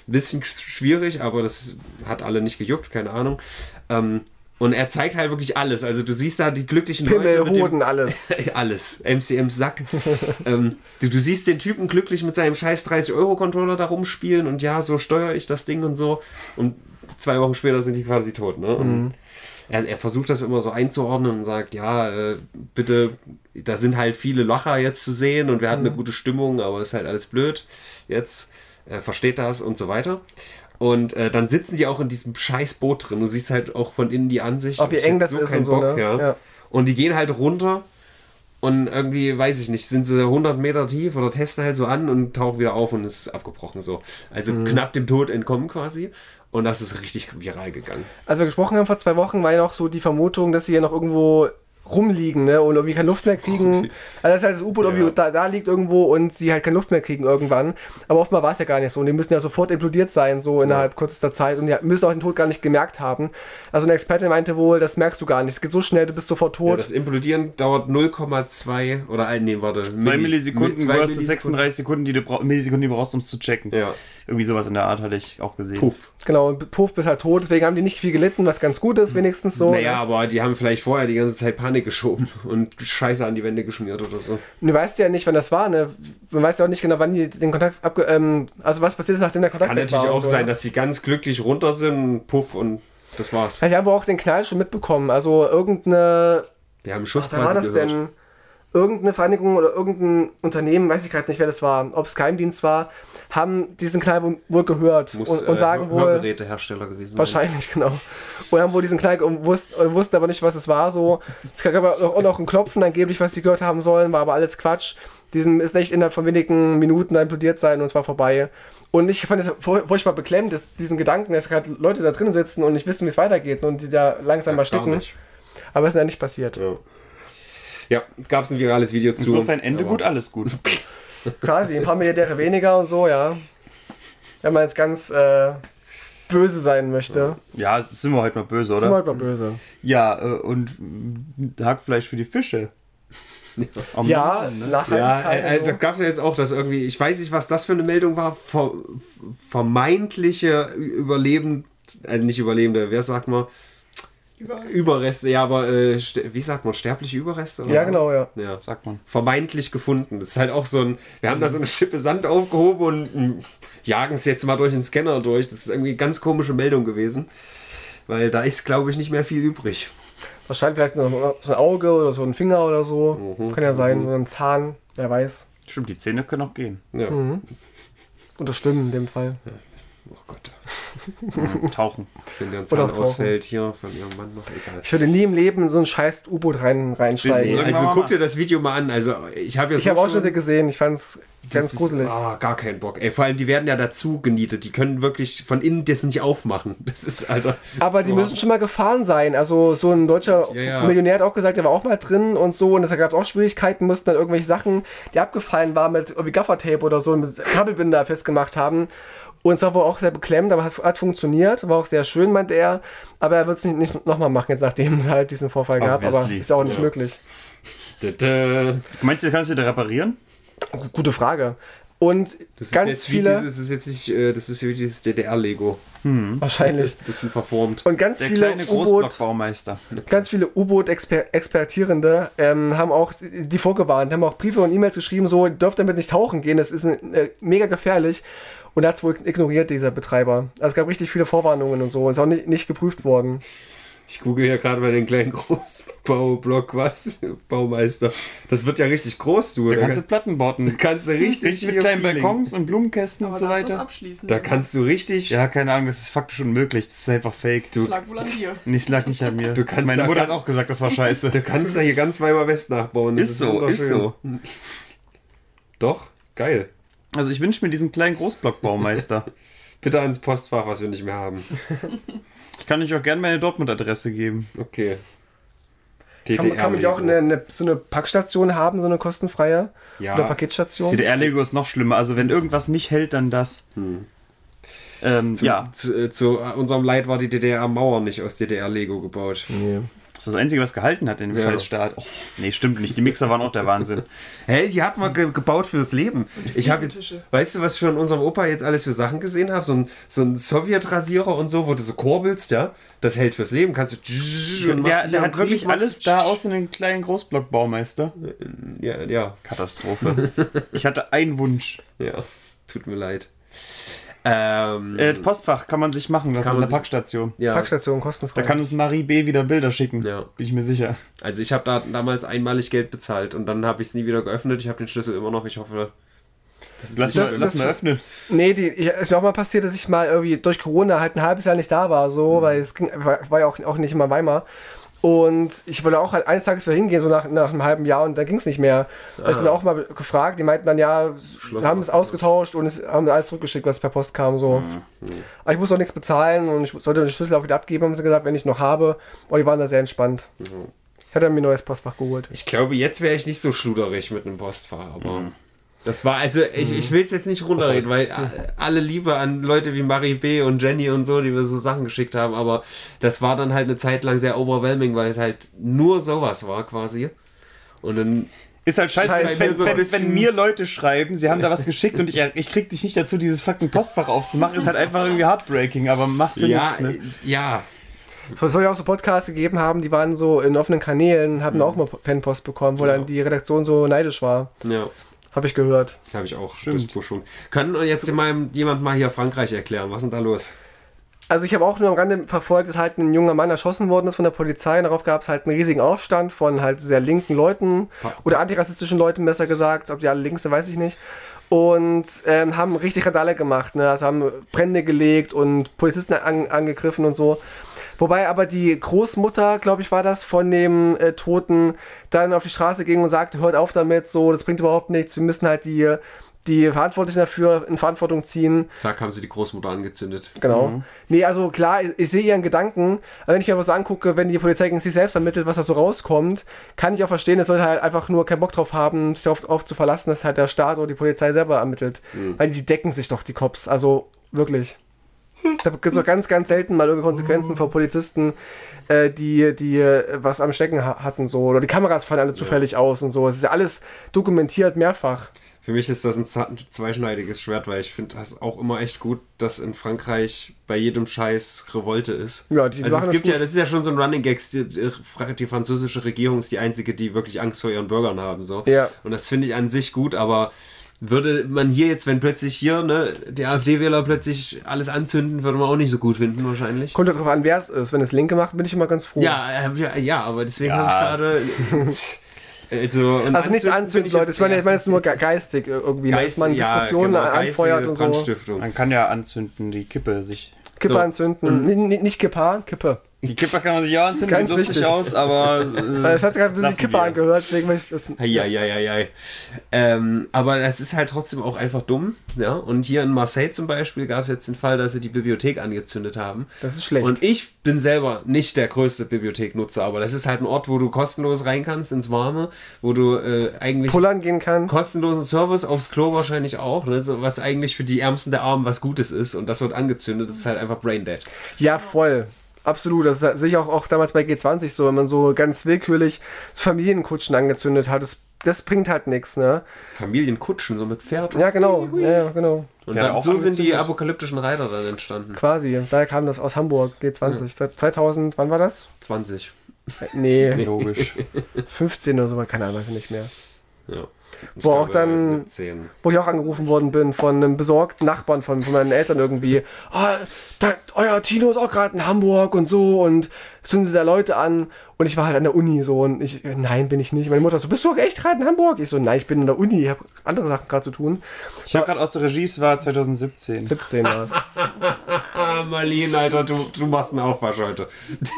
Speaker 2: Ein bisschen sch- schwierig, aber das hat alle nicht gejuckt, keine Ahnung. Ähm, und er zeigt halt wirklich alles. Also du siehst da die glücklichen
Speaker 1: Pimmel,
Speaker 2: Leute mit dem
Speaker 1: Hoden, alles.
Speaker 2: alles. MCMs Sack. ähm, du, du siehst den Typen glücklich mit seinem scheiß 30-Euro-Controller da rumspielen und ja, so steuere ich das Ding und so. Und zwei Wochen später sind die quasi tot, ne? Und er, er versucht das immer so einzuordnen und sagt, ja, äh, bitte, da sind halt viele Lacher jetzt zu sehen und wir hatten
Speaker 1: Mhm.
Speaker 2: eine gute Stimmung, aber ist halt alles blöd. Jetzt äh, versteht das und so weiter. Und äh, dann sitzen die auch in diesem scheiß Boot drin. Du siehst halt auch von innen die Ansicht.
Speaker 1: Auch wie
Speaker 2: Ich hab
Speaker 1: eng das ist und
Speaker 2: keinen
Speaker 1: so, ne?
Speaker 2: ja.
Speaker 1: Ja.
Speaker 2: Und die gehen halt runter und irgendwie, weiß ich nicht, sind sie 100 Meter tief oder testen halt so an und tauchen wieder auf und es ist abgebrochen so. Also
Speaker 1: Mhm.
Speaker 2: knapp dem Tod entkommen quasi. Und das ist richtig viral gegangen.
Speaker 1: Als wir gesprochen haben vor zwei Wochen, war ja noch so die Vermutung, dass sie ja noch irgendwo rumliegen, ne? Und irgendwie keine Luft mehr kriegen. Also das ist halt das U-Boot irgendwie da, da liegt irgendwo und sie halt keine Luft mehr kriegen irgendwann. Aber offenbar war es ja gar nicht so. Und die müssen ja sofort implodiert sein, so innerhalb kürzester Zeit. Und die müssen auch den Tod gar nicht gemerkt haben. Also ein Experte meinte wohl, das merkst du gar nicht. Es geht so schnell, du bist sofort
Speaker 2: Ja,
Speaker 1: tot.
Speaker 2: das Implodieren dauert 0,2 oder ein, nee, warte.
Speaker 3: zwei
Speaker 2: Milli-
Speaker 3: Millisekunden
Speaker 2: zwei
Speaker 3: versus
Speaker 2: Millisekunden.
Speaker 3: 36 Sekunden, die du, brau- Millisekunden, die du brauchst, um es zu checken.
Speaker 2: Ja.
Speaker 3: Irgendwie sowas in der Art hatte ich auch gesehen.
Speaker 2: Puff.
Speaker 1: Genau, und Puff bis halt tot, deswegen haben die nicht viel gelitten, was ganz gut ist, wenigstens so. ne?
Speaker 2: Naja, aber die haben vielleicht vorher die ganze Zeit Panik geschoben und Scheiße an die Wände geschmiert oder so.
Speaker 1: Und du weißt ja nicht, wann das war, ne? Man weiß ja auch nicht genau, wann die den Kontakt abge. Ähm, also, was passiert ist, nachdem der Kontakt
Speaker 2: Kann
Speaker 1: weg war
Speaker 2: natürlich
Speaker 1: und
Speaker 2: auch
Speaker 1: so,
Speaker 2: sein,
Speaker 1: ne?
Speaker 2: dass sie ganz glücklich runter sind, Puff und das war's.
Speaker 1: Ja, ich habe auch den Knall schon mitbekommen. Also, irgendeine
Speaker 2: Die haben einen Schuss
Speaker 1: Wer war das
Speaker 2: gehört.
Speaker 1: denn? Irgendeine Vereinigung oder irgendein Unternehmen, weiß ich gerade nicht, wer das war, ob es Geheimdienst war, haben diesen Knall wohl- wohl gehört
Speaker 2: Muss,
Speaker 1: und, und
Speaker 2: äh,
Speaker 1: sagen
Speaker 2: Hör-
Speaker 1: wohl,
Speaker 2: Hörgerätehersteller gewesen sein.
Speaker 1: wahrscheinlich, genau. Und haben wohl diesen Knall und wussten, wussten aber nicht, was es war. So. Es gab aber auch noch ein Klopfen, angeblich, was sie gehört haben sollen, war aber alles Quatsch. Diesem ist echt innerhalb von wenigen Minuten dann implodiert sein und es war vorbei. Und ich fand es furch- furchtbar beklemmt, dass diesen Gedanken, dass gerade Leute da drin sitzen und nicht wissen, wie es weitergeht und die da langsam mal
Speaker 2: Gar
Speaker 1: stecken.
Speaker 2: nicht.
Speaker 1: Aber es ist ja nicht passiert.
Speaker 2: Ja, ja gab es ein virales Video zu.
Speaker 3: Insofern Ende
Speaker 2: Aber-
Speaker 3: gut, alles gut.
Speaker 1: Quasi, ein paar Milliardäre weniger und so, ja. Wenn man jetzt ganz äh, böse sein möchte.
Speaker 3: Ja, s- sind wir heute mal böse,
Speaker 1: Sind wir
Speaker 3: oder?
Speaker 1: heute mal böse.
Speaker 3: Ja, äh, und mm, Hackfleisch für die Fische. Oh
Speaker 1: Ja,
Speaker 3: Mann, ne?
Speaker 2: Ja,
Speaker 1: Nachhaltigkeit.
Speaker 2: äh, äh,
Speaker 1: und
Speaker 2: da
Speaker 1: so.
Speaker 2: gab es ja jetzt auch das irgendwie, ich weiß nicht, was das für eine Meldung war, ver, vermeintliche Überlebend, äh, nicht Überlebende, wer sagt man,
Speaker 4: Überall.
Speaker 2: Überreste, ja, aber äh, ste- wie sagt man, sterbliche Überreste? oder
Speaker 1: ja,
Speaker 2: so?
Speaker 1: genau, ja.
Speaker 2: Ja.
Speaker 3: Sagt man.
Speaker 2: Vermeintlich gefunden. Das ist halt auch so ein, wir haben da so eine Schippe Sand aufgehoben und hm, jagen es jetzt mal durch den Scanner durch. Das ist irgendwie eine ganz komische Meldung gewesen, weil da ist, glaube ich, nicht mehr viel übrig.
Speaker 1: Wahrscheinlich vielleicht noch so ein Auge oder so ein Finger oder so. Kann ja sein. Oder ein Zahn, wer weiß.
Speaker 3: Stimmt, die Zähne können auch gehen.
Speaker 2: Ja.
Speaker 1: Mhm. Oder Stimmen in dem Fall.
Speaker 2: Oh Gott.
Speaker 3: Tauchen.
Speaker 2: Wenn der ein
Speaker 1: Oder
Speaker 2: Zahn
Speaker 1: tauchen.
Speaker 2: ausfällt hier von ihrem Mann noch egal.
Speaker 1: Ich würde nie im Leben in so ein scheiß U-Boot rein,
Speaker 3: Bis-
Speaker 1: reinsteigen.
Speaker 3: Irgendwann
Speaker 2: Also
Speaker 3: mal
Speaker 2: guck dir
Speaker 3: machst.
Speaker 2: das Video mal an. Also ich habe ja
Speaker 1: Ich habe Ausschnitte gesehen, ich fand's ganz
Speaker 2: das
Speaker 1: gruselig.
Speaker 2: Ist, ah, gar keinen Bock. Ey, vor allem die werden ja dazu genietet. Die können wirklich von innen das nicht aufmachen. Das ist alter.
Speaker 1: Aber die
Speaker 2: so.
Speaker 1: müssen schon mal gefahren sein. Also so ein deutscher
Speaker 2: Ja, ja.
Speaker 1: Millionär hat auch gesagt, der war auch mal drin und so. Und da gab es auch Schwierigkeiten, mussten dann irgendwelche Sachen, die abgefallen waren, mit irgendwie Gaffertape oder so, mit Kabelbinder festgemacht haben. Und es war wohl auch sehr beklemmt, aber hat, hat funktioniert, war auch sehr schön, meinte er. Aber er wird es nicht, nicht nochmal machen, jetzt nachdem es halt diesen Vorfall gab. Aber
Speaker 3: Obviously.
Speaker 1: ist ja auch nicht
Speaker 2: Ja.
Speaker 1: möglich.
Speaker 2: Tada.
Speaker 3: Meinst du, du kannst wieder reparieren?
Speaker 1: G- Gute Frage. Und
Speaker 2: Das ist
Speaker 1: ganz
Speaker 2: jetzt
Speaker 1: viele,
Speaker 2: Wie dieses, das ist jetzt nicht, äh, das ist wie dieses DDR-Lego.
Speaker 1: wahrscheinlich.
Speaker 2: Bisschen verformt.
Speaker 1: Und ganz
Speaker 3: Der
Speaker 1: viele
Speaker 3: kleine
Speaker 1: U-Boot-
Speaker 3: Großblockbaumeister.
Speaker 1: Ganz viele U-Boot-Expertierende ähm, haben auch die vorgewarnt, haben auch Briefe und E-Mails geschrieben, so, ihr dürft damit nicht tauchen gehen, das ist ein, äh, mega gefährlich. Und er hat es wohl ignoriert, dieser Betreiber. Also es gab richtig viele Vorwarnungen und so, ist auch nicht, nicht geprüft worden.
Speaker 2: Ich google hier gerade mal den kleinen Großbaublock, was? Baumeister. Das wird ja richtig groß, du.
Speaker 3: Da kannst du Platten bauten.
Speaker 2: kannst du richtig
Speaker 3: Mit
Speaker 2: hier
Speaker 3: kleinen
Speaker 2: Feeling.
Speaker 3: Balkons und Blumenkästen
Speaker 4: Aber
Speaker 3: und so
Speaker 4: lass das
Speaker 3: weiter.
Speaker 4: abschließen.
Speaker 2: Da kannst du richtig.
Speaker 3: Ja, keine Ahnung, das ist faktisch unmöglich. Das ist einfach fake. Du,
Speaker 4: das lag wohl an dir.
Speaker 3: Nee, es lag nicht an mir.
Speaker 2: Du kannst
Speaker 3: Meine
Speaker 2: ja-
Speaker 3: Mutter hat auch gesagt, das war scheiße.
Speaker 2: Du kannst da hier ganz Weimar West nachbauen. Das
Speaker 3: Ist so, ist
Speaker 2: wunderschön.
Speaker 3: so.
Speaker 2: Doch, geil.
Speaker 3: Also ich wünsche mir diesen kleinen Großblockbaumeister.
Speaker 2: Bitte ans Postfach, was wir nicht mehr haben.
Speaker 3: Ich kann euch auch gerne meine Dortmund-Adresse geben.
Speaker 2: Okay.
Speaker 1: Kann, man- kann
Speaker 2: E.
Speaker 1: man nicht auch eine, eine, so eine Packstation haben, so eine kostenfreie?
Speaker 2: Ja.
Speaker 1: Oder Paketstation?
Speaker 3: DDR-Lego ist noch schlimmer. Also wenn irgendwas nicht hält, dann das. Ähm,
Speaker 2: Ja.
Speaker 3: ja,
Speaker 2: Hm. Zu, äh, zu äh, unserem Leid war die DDR-Mauer nicht aus DDR-Lego gebaut.
Speaker 1: Nee.
Speaker 3: das war das Einzige, was gehalten hat in dem
Speaker 2: Ja.
Speaker 3: Scheißstaat. Oh, nee, stimmt nicht. Die Mixer waren auch der Wahnsinn.
Speaker 2: Hä, die hat man ge gebaut fürs Leben. Ich habe jetzt,
Speaker 4: Riesentische.
Speaker 2: weißt du, was ich von unserem Opa jetzt alles für Sachen gesehen habe? So ein, so ein Sowjetrasierer und so, wo du so kurbelst, ja? Das hält fürs Leben. Kannst du. und machst
Speaker 3: Der,
Speaker 2: die
Speaker 3: der
Speaker 2: am
Speaker 3: hat
Speaker 2: Krieg,
Speaker 3: wirklich
Speaker 2: machst-
Speaker 3: alles da außer den kleinen Großblockbaumeister.
Speaker 2: Ja, ja,
Speaker 3: Katastrophe. Ich hatte einen Wunsch.
Speaker 2: ja. Tut mir leid. Ähm,
Speaker 3: Äh, Postfach kann man sich machen lassen
Speaker 2: Kann
Speaker 3: an
Speaker 2: man
Speaker 3: der
Speaker 2: sich-
Speaker 3: Packstation.
Speaker 2: ja.
Speaker 1: Packstation
Speaker 3: Da
Speaker 1: kostenfrei.
Speaker 3: kann uns Marie B. wieder Bilder schicken.
Speaker 2: Ja.
Speaker 3: Bin ich mir sicher.
Speaker 2: Also ich habe da damals einmalig Geld bezahlt und dann habe ich es nie wieder geöffnet. Ich habe den Schlüssel immer noch. Ich hoffe, das ist
Speaker 3: Lass,
Speaker 2: nicht
Speaker 3: mal,
Speaker 1: das-
Speaker 3: lass
Speaker 1: das-
Speaker 3: mal öffnen.
Speaker 1: Nee, die, ich, ist mir auch mal passiert, dass ich mal irgendwie durch Corona halt ein halbes Jahr nicht da war, so, weil es ging, war, war ja auch, auch nicht immer Weimar. Und ich wollte auch halt eines Tages wieder hingehen, so nach, nach einem halben Jahr, und da ging es nicht mehr. Da hab Ich bin auch mal gefragt, die meinten dann, ja, haben es ausgetauscht und es, haben alles zurückgeschickt, was per Post kam, so. Aber ich musste auch nichts bezahlen und ich sollte den Schlüssel auch wieder abgeben, haben sie gesagt, wenn ich noch habe. Und die waren da sehr entspannt. Ich hatte mir ein neues Postfach geholt.
Speaker 2: Ich glaube, jetzt wäre ich nicht so schluderig mit einem Postfach, aber
Speaker 3: Mhm.
Speaker 2: das war also ich, ich will es jetzt nicht runterreden, weil a- alle Liebe an Leute wie Marie B und Jenny und so, die wir so Sachen geschickt haben, aber das war dann halt eine Zeit lang sehr overwhelming, weil es halt nur sowas war quasi. Und dann
Speaker 3: Ist halt scheiße,
Speaker 1: Scheiße,
Speaker 3: wenn,
Speaker 1: so
Speaker 3: wenn,
Speaker 1: was-
Speaker 3: wenn, mir Leute schreiben, sie haben da was geschickt und ich, ich krieg dich nicht dazu, dieses fucking Postfach aufzumachen. Ist halt einfach irgendwie heartbreaking, aber machst du
Speaker 2: Ja, äh,
Speaker 3: nichts, ne?
Speaker 2: ja.
Speaker 1: So, es soll ja auch so Podcasts gegeben haben, die waren so in offenen Kanälen, haben auch mal Fanpost bekommen, wo dann die Redaktion so neidisch war.
Speaker 2: Ja,
Speaker 1: Habe ich gehört.
Speaker 2: habe ich auch. Stimmt. Schon. Können jetzt mal jemand mal hier Frankreich erklären? Was ist denn da los?
Speaker 1: Also ich habe auch nur am Rande verfolgt, dass halt ein junger Mann erschossen worden ist von der Polizei. Und darauf gab es halt einen riesigen Aufstand von halt sehr linken Leuten oder antirassistischen Leuten, besser gesagt. Ob die alle links sind, weiß ich nicht. Und ähm, haben richtig Randale gemacht. Ne? Also haben Brände gelegt und Polizisten an, angegriffen und so. Wobei aber die Großmutter, glaube ich, war das, von dem äh, Toten dann auf die Straße ging und sagte, hört auf damit, so, das bringt überhaupt nichts. Wir müssen halt die, die Verantwortlichen dafür in Verantwortung ziehen.
Speaker 2: Zack, haben sie die Großmutter angezündet.
Speaker 1: Genau. Nee, also klar, ich, ich sehe ihren Gedanken, aber wenn ich mir aber so angucke, wenn die Polizei gegen sich selbst ermittelt, was da so rauskommt, kann ich auch verstehen, dass Leute halt einfach nur keinen Bock drauf haben, sich darauf drauf zu verlassen, dass halt der Staat oder die Polizei selber ermittelt. Weil die decken sich doch, die Cops. Also wirklich. Da gibt es doch ganz, ganz selten mal irgendwelche Konsequenzen von Polizisten, äh, die, die äh, was am Stecken ha hatten, so. Oder die Kameras fallen alle zufällig aus und so. Es ist ja alles dokumentiert mehrfach.
Speaker 2: Für mich ist das ein za- zweischneidiges Schwert, weil ich finde das auch immer echt gut, dass in Frankreich bei jedem Scheiß Revolte ist.
Speaker 1: Ja, die
Speaker 2: also
Speaker 1: machen
Speaker 2: es
Speaker 1: das
Speaker 2: gibt
Speaker 1: gut.
Speaker 2: ja, das ist ja schon so ein Running Gags, die, die Fra- die französische Regierung ist die einzige, die wirklich Angst vor ihren Bürgern haben. So.
Speaker 1: Ja.
Speaker 2: Und das finde ich an sich gut, aber würde man hier jetzt, wenn plötzlich hier ne, der AfD-Wähler plötzlich alles anzünden, würde man auch nicht so gut finden wahrscheinlich.
Speaker 1: Kommt ja drauf an, wer es ist. Wenn es Linke macht, bin ich immer ganz froh.
Speaker 2: Ja, äh, ja, ja, aber deswegen habe ich gerade... Also, und
Speaker 1: Also nichts
Speaker 2: finde
Speaker 1: anzünden,
Speaker 2: ich
Speaker 1: Leute.
Speaker 2: jetzt
Speaker 1: Ich meine, ich
Speaker 2: eher-
Speaker 1: meine es ist nur ge- geistig irgendwie, ne? dass man
Speaker 2: Geist- ja,
Speaker 1: Diskussionen
Speaker 2: genau,
Speaker 1: anfeuert
Speaker 2: geistige
Speaker 1: und so.
Speaker 2: Brandstiftung.
Speaker 3: Man kann ja anzünden, die Kippe sich.
Speaker 1: Kippe
Speaker 2: So. Mhm.
Speaker 1: anzünden. N- n- Nicht Kippa, Kippe.
Speaker 3: Die Kippe kann man sich auch anzünden,
Speaker 1: Ganz
Speaker 3: sieht lustig
Speaker 1: wichtig.
Speaker 3: aus, aber.
Speaker 2: Mhm.
Speaker 1: Weil Es hat sich gerade ein bisschen
Speaker 3: Lassen
Speaker 1: Kippe
Speaker 3: wir.
Speaker 1: angehört, deswegen weiß ich das.
Speaker 2: Eieieiei. Ähm, aber das ist halt trotzdem auch einfach dumm. Ja? Und hier in Marseille zum Beispiel gab es jetzt den Fall, dass sie die Bibliothek angezündet haben.
Speaker 1: Das ist schlecht.
Speaker 2: Und ich bin selber nicht der größte Bibliotheknutzer, aber das ist halt ein Ort, wo du kostenlos rein kannst ins Warme, wo du äh, eigentlich
Speaker 1: Pullern gehen kannst.
Speaker 2: kostenlosen Service aufs Klo wahrscheinlich auch, ne? so, was eigentlich für die Ärmsten der Armen was Gutes ist und das wird angezündet, das ist halt einfach braindead.
Speaker 1: Ja, voll. Absolut. Das sehe ich auch, auch damals bei G20 so, wenn man so ganz willkürlich so Familienkutschen angezündet hat. Das, das bringt halt nichts, ne?
Speaker 2: Familienkutschen, so mit Pferd.
Speaker 1: Ja, genau. Ja, ja, genau.
Speaker 2: Und
Speaker 3: Pferde
Speaker 2: dann,
Speaker 3: auch
Speaker 2: so sind die
Speaker 3: angezündet.
Speaker 2: apokalyptischen Reiter dann entstanden.
Speaker 1: Quasi. Daher kam das aus Hamburg, G20. Seit 2000, wann war das?
Speaker 2: 20.
Speaker 1: Äh, Nee,
Speaker 3: Logisch.
Speaker 1: 15 oder so, keine Ahnung, weiß ich nicht mehr.
Speaker 2: Ja. Ich
Speaker 1: Wo auch
Speaker 2: glaube,
Speaker 1: dann-
Speaker 2: 17.
Speaker 1: wo ich auch angerufen worden bin von einem besorgten Nachbarn von, von meinen Eltern irgendwie. Ah, da, euer Tino ist auch gerade in Hamburg und so und zündet da Leute an. Und ich war halt an der Uni so und ich, äh, nein, bin ich nicht. Meine Mutter so, bist du echt gerade in Hamburg? Ich so, nein, ich bin in der Uni, ich habe andere Sachen gerade zu tun.
Speaker 3: Ich habe gerade aus der Regie, es war 2017.
Speaker 1: 17 war es.
Speaker 2: Ah, Marlene, Alter, du, du machst einen Aufwasch heute.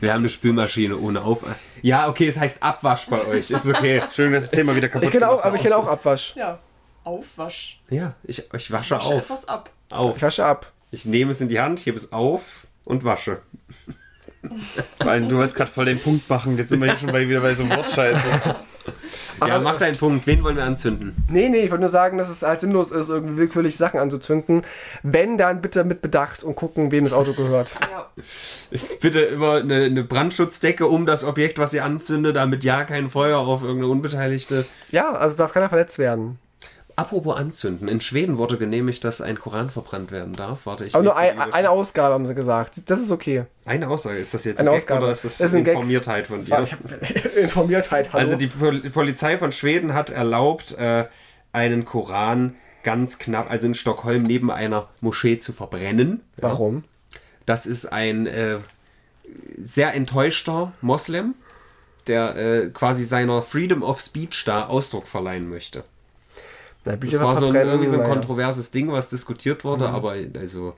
Speaker 2: Wir haben eine Spülmaschine ohne Aufwasch. Ja, okay, es heißt Abwasch bei euch. Ist okay.
Speaker 3: Schön, dass das Thema wieder kaputt
Speaker 1: Ich kenne auch,
Speaker 3: gemacht
Speaker 1: aber ich kenne auch Abwasch.
Speaker 4: Ja, Aufwasch.
Speaker 2: Ja, ich, ich wasche
Speaker 4: Wasch
Speaker 2: auf.
Speaker 4: etwas ab.
Speaker 1: Ich
Speaker 2: auf.
Speaker 1: wasche ab.
Speaker 2: Ich nehme es in die Hand, hebe es auf und wasche.
Speaker 3: Vor allem, du willst gerade voll den Punkt machen. Jetzt sind wir hier schon bei, wieder bei so einem Wortscheiße.
Speaker 2: Ja, mach deinen Punkt. Wen wollen wir anzünden?
Speaker 1: Nee, nee, ich wollte nur sagen, dass es halt sinnlos ist, irgendwie willkürlich Sachen anzuzünden. Wenn, dann bitte mit Bedacht und gucken, wem das Auto gehört.
Speaker 4: Ja,
Speaker 2: Ist bitte immer eine, eine Brandschutzdecke um das Objekt, was ihr anzündet, damit ja kein Feuer auf irgendeine Unbeteiligte.
Speaker 1: Ja, also darf keiner verletzt werden.
Speaker 2: Apropos anzünden. In Schweden wurde genehmigt, dass ein Koran verbrannt werden darf. Warte, ich
Speaker 1: Aber nur
Speaker 2: lese die
Speaker 1: ein,
Speaker 2: Überschrift.
Speaker 1: eine Ausgabe haben sie gesagt. Das ist okay.
Speaker 2: Eine Aussage, ist das jetzt
Speaker 1: Eine
Speaker 2: ein Gag
Speaker 1: Ausgabe.
Speaker 2: oder ist das
Speaker 1: Ist ein Gag.
Speaker 2: Informiertheit von dir?
Speaker 1: Ja. Ich habe Informiertheit, hallo.
Speaker 2: also die Pol Polizei von Schweden hat erlaubt, äh, einen Koran ganz knapp, also in Stockholm neben einer Moschee zu verbrennen.
Speaker 1: Warum?
Speaker 2: Das ist ein äh, sehr enttäuschter Moslem, der äh, quasi seiner Freedom of Speech da Ausdruck verleihen möchte.
Speaker 1: Na, Bücher
Speaker 2: Das war so ein,
Speaker 1: verbrennen, Mhm.
Speaker 2: irgendwie so ein
Speaker 1: naja.
Speaker 2: kontroverses Ding, was diskutiert wurde, aber also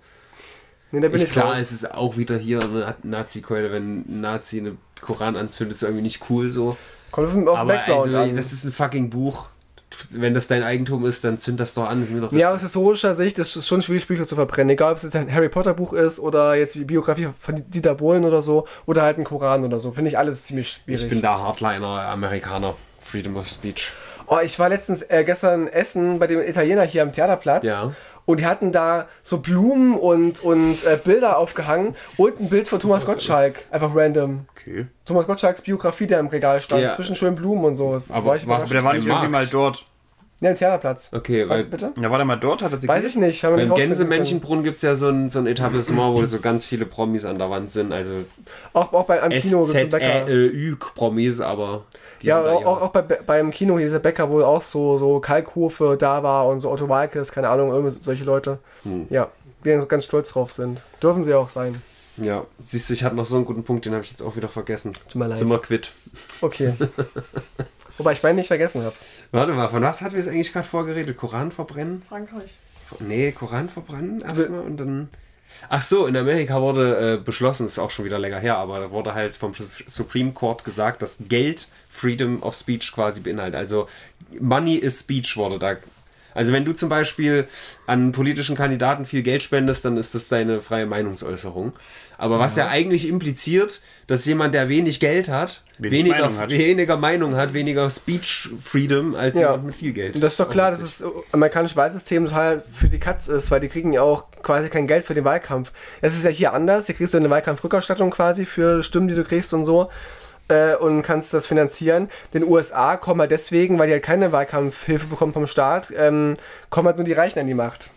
Speaker 1: Nee, da bin
Speaker 2: ist
Speaker 1: ich
Speaker 2: klar,
Speaker 1: raus.
Speaker 2: es ist auch wieder hier eine Nazi-Keule, wenn ein Nazi einen Koran anzündet, ist irgendwie nicht cool so.
Speaker 1: Kommt auf den auf den
Speaker 2: Aber
Speaker 1: Background
Speaker 2: also,
Speaker 1: an.
Speaker 2: das ist ein fucking Buch. Wenn das dein Eigentum ist, dann zünd das doch an. Ist mir doch
Speaker 1: ja, aus
Speaker 2: jetzt-
Speaker 1: historischer Sicht ist es schon schwierig, Bücher zu verbrennen. Egal, ob es jetzt ein Harry Potter Buch ist oder jetzt die Biografie von Dieter Bohlen oder so oder halt ein Koran oder so. Finde ich alles ziemlich schwierig.
Speaker 2: ich bin da Hardliner, Amerikaner. Freedom of Speech.
Speaker 1: Oh, ich war letztens, äh, gestern essen bei dem Italiener hier am Theaterplatz.
Speaker 2: Ja.
Speaker 1: Und die hatten da so Blumen und, und äh, Bilder aufgehangen und ein Bild von Thomas Gottschalk, einfach random.
Speaker 3: Okay.
Speaker 1: Thomas Gottschalks Biografie, der im Regal stand,
Speaker 2: Ja.
Speaker 1: zwischen schönen Blumen und so.
Speaker 2: Aber warst
Speaker 3: Aber der war nicht
Speaker 2: Im
Speaker 3: irgendwie mal
Speaker 2: Markt.
Speaker 3: dort.
Speaker 1: Ne, im Theaterplatz.
Speaker 2: Okay,
Speaker 1: Warte,
Speaker 2: weil
Speaker 1: bitte?
Speaker 3: Ja, war der mal dort? Hat er sie
Speaker 1: Weiß ich nicht. Haben wir
Speaker 2: beim
Speaker 1: nicht rausfinden
Speaker 2: Gänsemännchenbrunnen gibt es ja so ein, so ein Etablissement, wo so ganz viele Promis an der Wand sind. Also
Speaker 1: können. Auch, auch bei, am Kino gibt's einen Bäcker.
Speaker 2: SZEÜ-Promis, aber die
Speaker 1: Ja, oh,
Speaker 2: haben da
Speaker 1: auch, auch,
Speaker 2: ihre-
Speaker 1: auch bei, beim Kino hier dieser Bäcker, wo auch so, so Kalkhofe da war und so Otto Walkes, keine Ahnung, irgendwelche solche Leute.
Speaker 2: Hm.
Speaker 1: Ja, die dann so ganz stolz drauf sind. Dürfen sie auch sein.
Speaker 2: Ja, siehst du, ich hatte noch so einen guten Punkt, den habe ich jetzt auch wieder vergessen. Tut
Speaker 1: mir leid.
Speaker 2: Sind wir quitt.
Speaker 1: Okay. Wobei ich meinen nicht vergessen habe.
Speaker 2: Warte mal, von was hatten wir es eigentlich gerade vorgeredet? Koran verbrennen?
Speaker 4: Frankreich.
Speaker 2: Nee, Koran verbrennen erstmal und dann. Also Ach so, in Amerika wurde äh, beschlossen, ist auch schon wieder länger her, aber da wurde halt vom Su- Supreme Court gesagt, dass Geld Freedom of Speech quasi beinhaltet. Also Money is Speech wurde da. Also wenn du zum Beispiel an politischen Kandidaten viel Geld spendest, dann ist das deine freie Meinungsäußerung. Aber was ja eigentlich impliziert, dass jemand, der wenig Geld hat,
Speaker 3: Wenig
Speaker 2: weniger,
Speaker 3: Meinung hat.
Speaker 2: weniger Meinung hat, weniger Speech Freedom als
Speaker 1: Ja.
Speaker 2: jemand mit viel Geld.
Speaker 1: Und das ist doch klar, dass das amerikanische Wahlsystem total für die Katz ist, weil die kriegen ja auch quasi kein Geld für den Wahlkampf. Das ist ja hier anders. Hier kriegst du eine Wahlkampfrückerstattung quasi für Stimmen, die du kriegst und so. äh, Und kannst das finanzieren. Den USA kommen halt deswegen, weil die halt keine Wahlkampfhilfe bekommen vom Staat, ähm, kommen halt nur die Reichen an die Macht.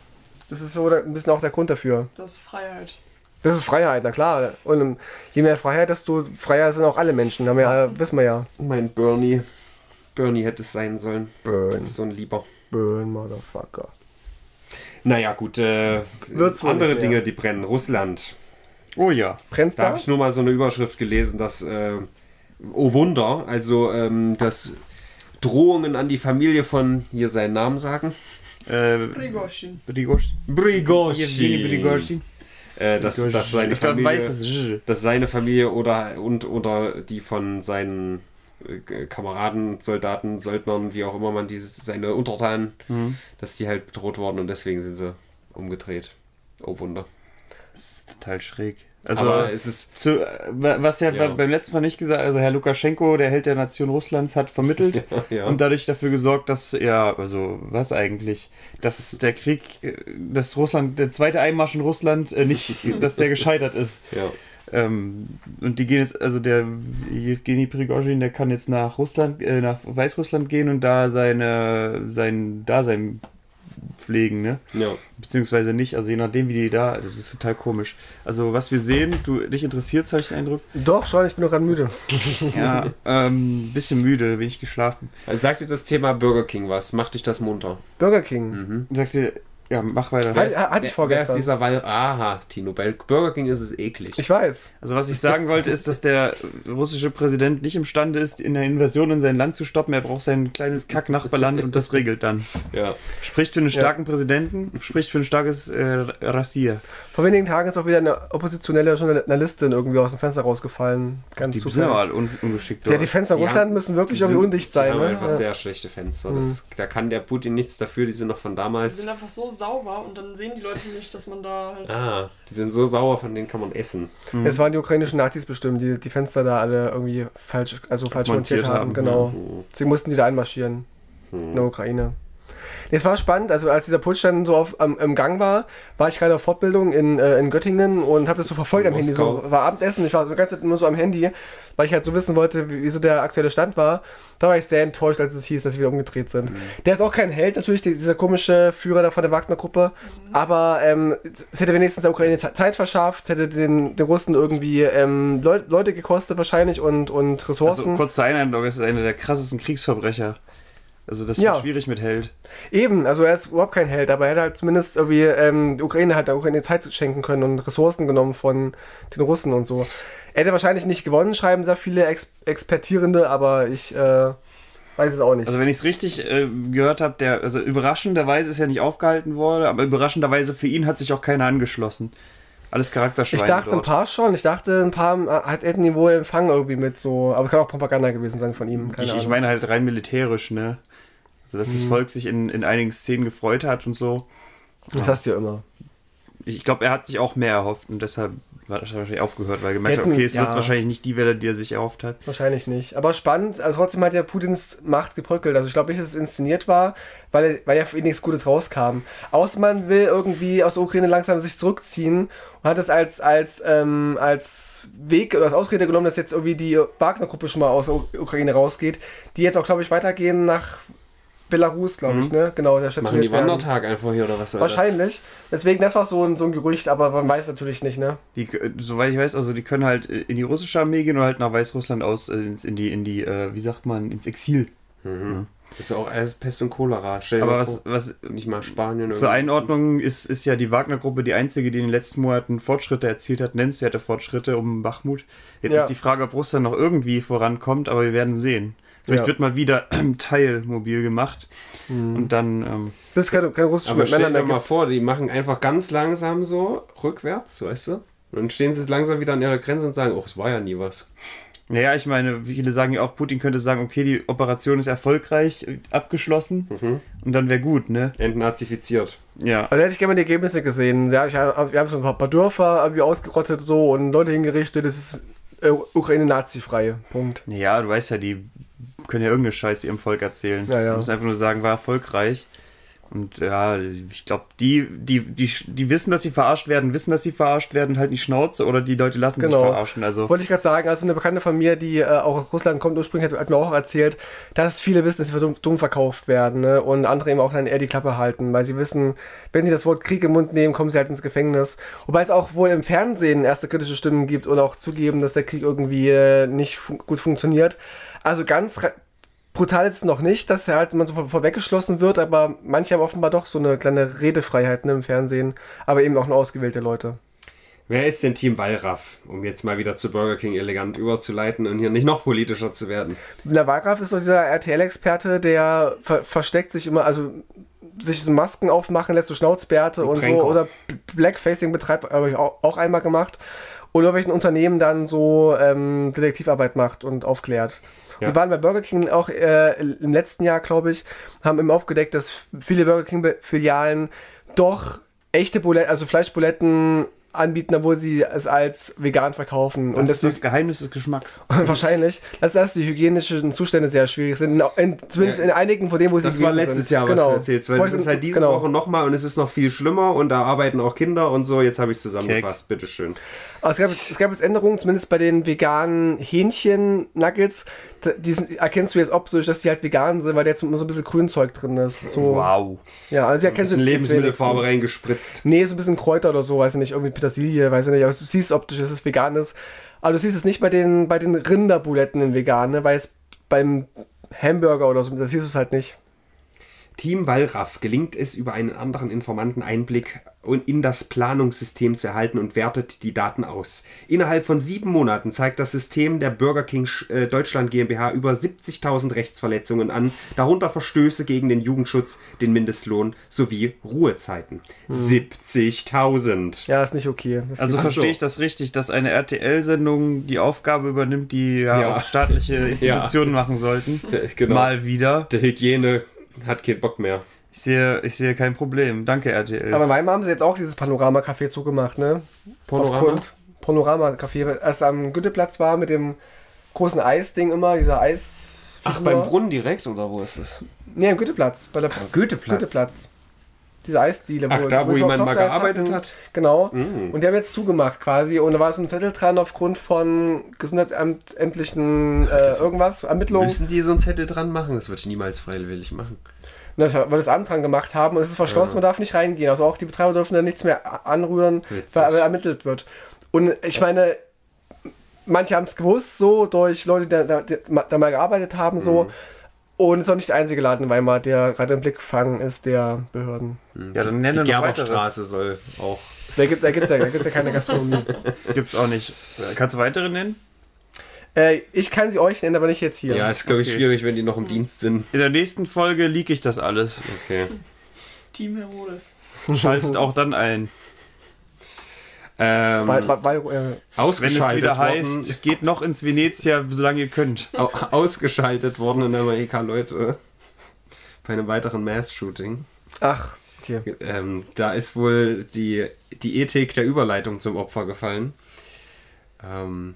Speaker 1: Das ist so da- ein bisschen auch der Grund dafür.
Speaker 4: Das ist Freiheit.
Speaker 1: Das ist Freiheit, na klar. Und ähm, je mehr Freiheit, desto freier sind auch alle Menschen. Haben wir, ja- wissen wir ja.
Speaker 2: Mein Bernie. Bernie hätte es sein sollen.
Speaker 1: Burn.
Speaker 2: Das ist so ein Lieber.
Speaker 1: Burn, Motherfucker.
Speaker 2: Naja, gut. Äh,
Speaker 1: Wird's wohl
Speaker 2: andere
Speaker 1: nicht mehr.
Speaker 2: Dinge, die brennen. Russland.
Speaker 3: Oh ja.
Speaker 1: Brennst
Speaker 2: Da
Speaker 1: da?
Speaker 2: habe ich nur mal so eine Überschrift gelesen, dass, äh, oh Wunder, also, ähm, dass Drohungen an die Familie von, hier seinen Namen sagen,
Speaker 3: Äh,
Speaker 4: Prigoshin.
Speaker 3: Brigosch. Evgeny
Speaker 2: Brigoshin,
Speaker 3: Brigoschin.
Speaker 2: äh, dass, dass seine
Speaker 3: ich glaub,
Speaker 2: Familie...
Speaker 3: weiß das. ist-
Speaker 2: dass seine Familie oder und oder die von seinen äh, Kameraden, Soldaten, Söldnern, wie auch immer man dieses seine Untertanen,
Speaker 1: Mhm.
Speaker 2: dass die halt bedroht wurden und deswegen sind sie umgedreht. Oh Wunder.
Speaker 3: Das ist total schräg. Also,
Speaker 2: Aber es ist
Speaker 3: zu, äh, wa- was ja,
Speaker 2: Ja.
Speaker 3: be- beim letzten Mal nicht gesagt, also Herr Lukaschenko, der Held der Nation Russlands, hat vermittelt
Speaker 2: ja.
Speaker 3: und dadurch dafür gesorgt, dass, ja, also was eigentlich, dass der Krieg, äh, dass Russland, der zweite Einmarsch in Russland äh, nicht, dass der gescheitert ist.
Speaker 2: ja.
Speaker 3: Ähm, und die gehen jetzt, also der Evgeny Prigozhin, der kann jetzt nach Russland, äh, nach Weißrussland gehen und da seine, sein Dasein pflegen, ne?
Speaker 2: ja.
Speaker 3: Beziehungsweise nicht, also je nachdem, wie die da, das ist total komisch. Also was wir sehen, du, dich interessiert's, habe ich den Eindruck.
Speaker 1: Doch, schon, ich bin doch gerade müde.
Speaker 3: Ja, ähm, bisschen müde, wenig geschlafen.
Speaker 2: Also sagt dir das Thema Burger King was? Macht dich das munter?
Speaker 1: Burger King.
Speaker 2: Mhm.
Speaker 3: Sagt ihr, ja, mach
Speaker 1: Hat-
Speaker 3: weiter.
Speaker 1: hatte ich
Speaker 2: Wer ist
Speaker 1: vorgestern.
Speaker 2: dieser Wal? Aha, Tino. Bei Burger King ist es eklig.
Speaker 1: Ich weiß.
Speaker 3: Also was ich sagen wollte, ist, dass der russische Präsident nicht imstande ist, in der Invasion in sein Land zu stoppen. Er braucht sein kleines Kack-Nachbarland und das regelt dann.
Speaker 2: ja.
Speaker 3: Spricht für einen starken Präsidenten, spricht für ein starkes äh, Rassier.
Speaker 1: Vor wenigen Tagen ist auch wieder eine oppositionelle Journalistin irgendwie aus dem Fenster rausgefallen. Ganz
Speaker 3: Die sind aber
Speaker 1: zufällig.
Speaker 3: alle un ungeschickt.
Speaker 1: Ja,
Speaker 3: Ja,
Speaker 1: die Fenster
Speaker 2: Die
Speaker 1: Russland
Speaker 2: haben-
Speaker 1: müssen wirklich
Speaker 2: Die
Speaker 1: irgendwie
Speaker 2: sind-
Speaker 1: undicht sein.
Speaker 2: Die haben
Speaker 1: Ne?
Speaker 2: einfach
Speaker 1: Ja. Mhm.
Speaker 2: sehr schlechte Fenster. Das, Da kann der Putin nichts dafür. Die sind noch von
Speaker 4: Die
Speaker 2: damals.
Speaker 4: sind einfach so sauber und dann sehen die Leute nicht, dass man da halt.
Speaker 2: Ah, die sind so sauer, von denen kann man essen.
Speaker 1: Es waren die ukrainischen Nazis bestimmt, die die Fenster da alle irgendwie falsch, also falsch montiert,
Speaker 3: Montiert
Speaker 1: haben.
Speaker 3: haben,
Speaker 1: Genau. Deswegen mussten die da einmarschieren. In
Speaker 2: Mhm.
Speaker 1: der Ukraine. Nee, es war spannend, also als dieser Putsch dann so auf, am, im Gang war, war ich gerade auf Fortbildung in, äh, in Göttingen und habe das so verfolgt
Speaker 2: In
Speaker 1: am Handy. So,
Speaker 2: Moskau.
Speaker 1: war Abendessen, ich war so die ganze Zeit nur so am Handy, weil ich halt so wissen wollte, wie, wie so der aktuelle Stand war. Da war ich sehr enttäuscht, als es hieß, dass sie wieder umgedreht sind. Der ist auch kein Held natürlich, die- dieser komische Führer da von der Wagner-Gruppe, aber ähm, es es hätte wenigstens der Ukraine Ze- Zeit verschafft, es hätte den, den Russen irgendwie ähm, Leu Leute gekostet wahrscheinlich und, und Ressourcen.
Speaker 3: also, kurz zur Einladung, das ist einer der krassesten Kriegsverbrecher. Also das
Speaker 1: Ja.
Speaker 3: wird schwierig mit Held.
Speaker 1: Eben, also er ist überhaupt kein Held, aber er hat halt zumindest irgendwie ähm, die Ukraine hat der Ukraine Zeit schenken können und Ressourcen genommen von den Russen und so. Er hätte wahrscheinlich nicht gewonnen, schreiben sehr viele Ex Expertierende, aber ich äh, weiß es auch nicht.
Speaker 3: Also wenn ich es richtig äh, gehört habe, der also überraschenderweise ist er nicht aufgehalten worden, aber überraschenderweise für ihn hat sich auch keiner angeschlossen. Alles Charakterschweine
Speaker 1: ich dachte ein
Speaker 3: dort.
Speaker 1: paar schon, ich dachte ein paar äh, hat hätten die wohl empfangen irgendwie mit so, aber es kann auch Propaganda gewesen sein von ihm, keine
Speaker 3: ich,
Speaker 1: Ahnung. Mhm.
Speaker 3: ich meine halt rein militärisch, ne? Also dass das Volk sich in, in einigen Szenen gefreut hat und so.
Speaker 1: das hast du ja immer.
Speaker 3: Ich glaube, er hat sich auch mehr erhofft und deshalb wahrscheinlich aufgehört, weil er gemerkt hat,
Speaker 1: Hätten-
Speaker 3: okay, es wird
Speaker 1: ja.
Speaker 3: wahrscheinlich nicht die Welle, die er sich erhofft hat.
Speaker 1: Wahrscheinlich nicht. Aber spannend, also trotzdem hat ja Putins Macht gebröckelt. Also ich glaube nicht, dass es inszeniert war, weil, weil ja für ihn nichts Gutes rauskam. Außer man will irgendwie aus der Ukraine langsam sich zurückziehen und hat es als, als, ähm, als Weg oder als Ausrede genommen, dass jetzt irgendwie die Wagner-Gruppe schon mal aus der U- Ukraine rausgeht, die jetzt auch, glaube ich, weitergehen nach Belarus, glaube ich, ne? Genau, der
Speaker 2: Mhm. Machen die
Speaker 1: stationiert werden.
Speaker 2: Wandertag einfach hier oder was soll
Speaker 1: Wahrscheinlich. Deswegen, das war so ein, so ein Gerücht, aber man weiß natürlich nicht, ne?
Speaker 3: Die, k- soweit ich weiß, also die können halt äh, in die russische Armee gehen oder halt nach Weißrussland aus, äh, ins, in die, in die, äh, wie sagt man, ins Exil.
Speaker 2: Das ist ja auch alles Pest und Cholera. Stell dir
Speaker 3: Aber
Speaker 2: mal
Speaker 3: was,
Speaker 2: vor,
Speaker 3: was
Speaker 2: nicht mal Spanien.
Speaker 3: zur
Speaker 1: ne?
Speaker 2: irgendwie.
Speaker 3: Einordnung ist, ist ja die Wagner-Gruppe die einzige, die in den letzten Monaten Fortschritte erzielt hat, nennenswerte Fortschritte um Bachmut. Jetzt
Speaker 1: Ja.
Speaker 3: ist die Frage, ob Russland noch irgendwie vorankommt, aber wir werden sehen. Vielleicht
Speaker 1: Ja. Mhm.
Speaker 3: wird mal wieder ein Teil mobil gemacht und dann, ähm,
Speaker 1: Das ist keine, keine russische
Speaker 2: Aber stell dir
Speaker 1: mehr
Speaker 2: mal vor, die machen einfach ganz langsam so rückwärts, weißt du? Und dann stehen sie langsam wieder an ihrer Grenze und sagen, oh, es war ja nie was.
Speaker 3: naja, ich meine, viele sagen ja auch, Putin könnte sagen, okay, die Operation ist erfolgreich, äh, abgeschlossen
Speaker 1: Mhm.
Speaker 3: und dann wäre gut, ne?
Speaker 2: Entnazifiziert.
Speaker 3: Ja.
Speaker 1: Also hätte ich gerne mal die Ergebnisse gesehen. Ja, ich, hab- wir haben so ein paar, paar Dörfer irgendwie ausgerottet so und Leute hingerichtet. Das ist äh, Ukraine nazifreie. Punkt.
Speaker 3: Naja, du weißt ja, die können ja irgendeine Scheiße ihrem Volk erzählen.
Speaker 1: Ja, ja.
Speaker 3: Du musst einfach nur sagen, war erfolgreich. Und ja, ich glaube, die, die, die, die wissen, dass sie verarscht werden, wissen, dass sie verarscht werden, halten die Schnauze oder die Leute lassen
Speaker 1: Genau.
Speaker 3: sich verarschen. Also,
Speaker 1: Wollte ich gerade sagen, also eine Bekannte von mir, die äh, auch aus Russland kommt, ursprünglich hat, hat mir auch erzählt, dass viele wissen, dass sie für dumm, dumm verkauft werden ne? und andere eben auch dann eher die Klappe halten, weil sie wissen, wenn sie das Wort Krieg im Mund nehmen, kommen sie halt ins Gefängnis. Wobei es auch wohl im Fernsehen erste kritische Stimmen gibt und auch zugeben, dass der Krieg irgendwie äh, nicht fun gut funktioniert. Also ganz re- brutal ist es noch nicht, dass er halt man so vor- vorweggeschlossen wird, aber manche haben offenbar doch so eine kleine Redefreiheit ne, im Fernsehen, aber eben auch nur ausgewählte Leute.
Speaker 2: Wer ist denn Team Wallraff? Um jetzt mal wieder zu Burger King elegant überzuleiten und hier nicht noch politischer zu werden.
Speaker 1: Na, Wallraff ist so dieser RTL-Experte, der ver versteckt sich immer, also sich so Masken aufmachen lässt, so Schnauzbärte und so.
Speaker 2: Pranker.
Speaker 1: Oder B- Blackfacing betreibt, habe ich auch, auch einmal gemacht. Oder in welchen Unternehmen dann so ähm, Detektivarbeit macht und aufklärt. Wir waren bei Burger King auch äh, im letzten Jahr, glaube ich, haben eben aufgedeckt, dass viele Burger King-Filialen doch echte Buletten, also Fleischbuletten anbieten, obwohl sie es als vegan verkaufen.
Speaker 3: das
Speaker 1: und
Speaker 3: ist
Speaker 1: deswegen
Speaker 3: das Geheimnis des Geschmacks.
Speaker 1: Wahrscheinlich. Dass das die hygienischen Zustände sehr schwierig sind. In, in, zumindest
Speaker 2: Ja.
Speaker 1: in einigen von denen, wo sie
Speaker 2: Das war
Speaker 1: gewesen
Speaker 2: letztes
Speaker 1: sind.
Speaker 2: Jahr, was du erzählst, weil
Speaker 1: Wollte-
Speaker 2: das ist halt diese
Speaker 1: genau.
Speaker 2: Woche nochmal und es ist noch viel schlimmer und da arbeiten auch Kinder und so. Jetzt habe ich es zusammengefasst, bitteschön.
Speaker 1: Aber Also es, gab, es gab jetzt Änderungen, zumindest bei den veganen Hähnchen-Nuggets. D- Die sind, erkennst du jetzt optisch, dass die halt vegan sind, weil da jetzt immer so ein bisschen Grünzeug drin ist. So,
Speaker 3: Wow.
Speaker 1: Ja, also die erkennst
Speaker 2: Ist
Speaker 1: du
Speaker 2: in
Speaker 1: jetzt
Speaker 2: Lebensmittelfarbe
Speaker 1: wenigstens.
Speaker 2: reingespritzt.
Speaker 1: Nee, so ein bisschen Kräuter oder so, weiß ich nicht, irgendwie Petersilie, weiß ich nicht, aber du siehst optisch, dass es vegan ist. Aber du siehst es nicht bei den, bei den Rinderbuletten in vegan, ne? weil es beim Hamburger oder so, da siehst du es halt nicht.
Speaker 2: Team Wallraff gelingt es, über einen anderen Informanten Einblick und in das Planungssystem zu erhalten und wertet die Daten aus. Innerhalb von sieben Monaten zeigt das System der Burger King äh, Deutschland GmbH über 70.000 Rechtsverletzungen an, darunter Verstöße gegen den Jugendschutz, den Mindestlohn sowie Ruhezeiten. 70.000.
Speaker 1: Ja, ist nicht okay. Das
Speaker 3: Also
Speaker 2: Ach so.
Speaker 3: verstehe ich das richtig, dass eine RTL-Sendung die Aufgabe übernimmt, die ja,
Speaker 2: Ja.
Speaker 3: auch staatliche Institutionen machen sollten.
Speaker 2: Genau.
Speaker 3: Mal wieder.
Speaker 2: Der Hygiene hat keinen Bock mehr.
Speaker 3: Ich sehe, ich sehe kein Problem. Danke, RTL.
Speaker 1: Aber in Weimar haben sie jetzt auch dieses Panorama-Café zugemacht, ne?
Speaker 2: Panorama?
Speaker 1: Aufgrund- Panorama-Café, als es am Güteplatz war mit dem großen Eisding immer, dieser Eis.
Speaker 2: Brunnen direkt oder wo ist es?
Speaker 1: Nee, am Güteplatz. Bei der
Speaker 2: Goetheplatz.
Speaker 1: Güteplatz. Diese Eisdiele.
Speaker 2: Ach, da, wo
Speaker 1: sie auch
Speaker 2: jemand mal
Speaker 1: Softeis
Speaker 2: gearbeitet
Speaker 1: hatten.
Speaker 2: hat? Mm.
Speaker 1: Genau. Und die haben jetzt zugemacht quasi. Und da war so ein Zettel dran aufgrund von gesundheitsämtlichen äh, irgendwas, Ermittlungen.
Speaker 2: Müssen die so einen Zettel dran machen? Das würde ich niemals freiwillig machen.
Speaker 1: Und das, weil das Amt dran gemacht haben. Und es ist verschlossen, man darf nicht reingehen. Also auch die Betreiber dürfen da nichts mehr a- anrühren,
Speaker 2: Witzig.
Speaker 1: weil ermittelt wird. Und ich meine, manche haben es gewusst, so durch Leute, die da, die da mal gearbeitet haben, so.
Speaker 2: Mhm.
Speaker 1: Und es ist auch nicht der einzige Laden in Weimar, der gerade im Blickfang ist der Behörden.
Speaker 3: ja, dann nenne
Speaker 2: Die
Speaker 3: noch weitere.
Speaker 2: Gerberstraße soll auch.
Speaker 1: Da gibt es da gibt's ja, da gibt's ja keine Gastronomie.
Speaker 3: Gibt's auch nicht. Kannst du weitere nennen?
Speaker 1: äh, ich kann sie euch nennen, aber nicht jetzt hier.
Speaker 2: Ja, ist, glaube ich,
Speaker 3: Okay.
Speaker 2: schwierig, wenn die noch im Dienst sind.
Speaker 3: In der nächsten Folge leak ich das alles.
Speaker 2: Okay.
Speaker 4: Team Herodes.
Speaker 3: Schaltet auch dann ein.
Speaker 2: Ähm,
Speaker 1: weil, weil, weil, äh,
Speaker 3: Wenn
Speaker 2: ausgeschaltet
Speaker 3: es wieder
Speaker 2: worden,
Speaker 3: heißt, geht noch ins Venezia, solange ihr könnt.
Speaker 2: au, ausgeschaltet worden in Amerika, Leute. Bei einem weiteren Mass-Shooting.
Speaker 1: ach, Okay.
Speaker 2: Ähm, da ist wohl die, die Ethik der Überleitung zum Opfer gefallen. Ähm,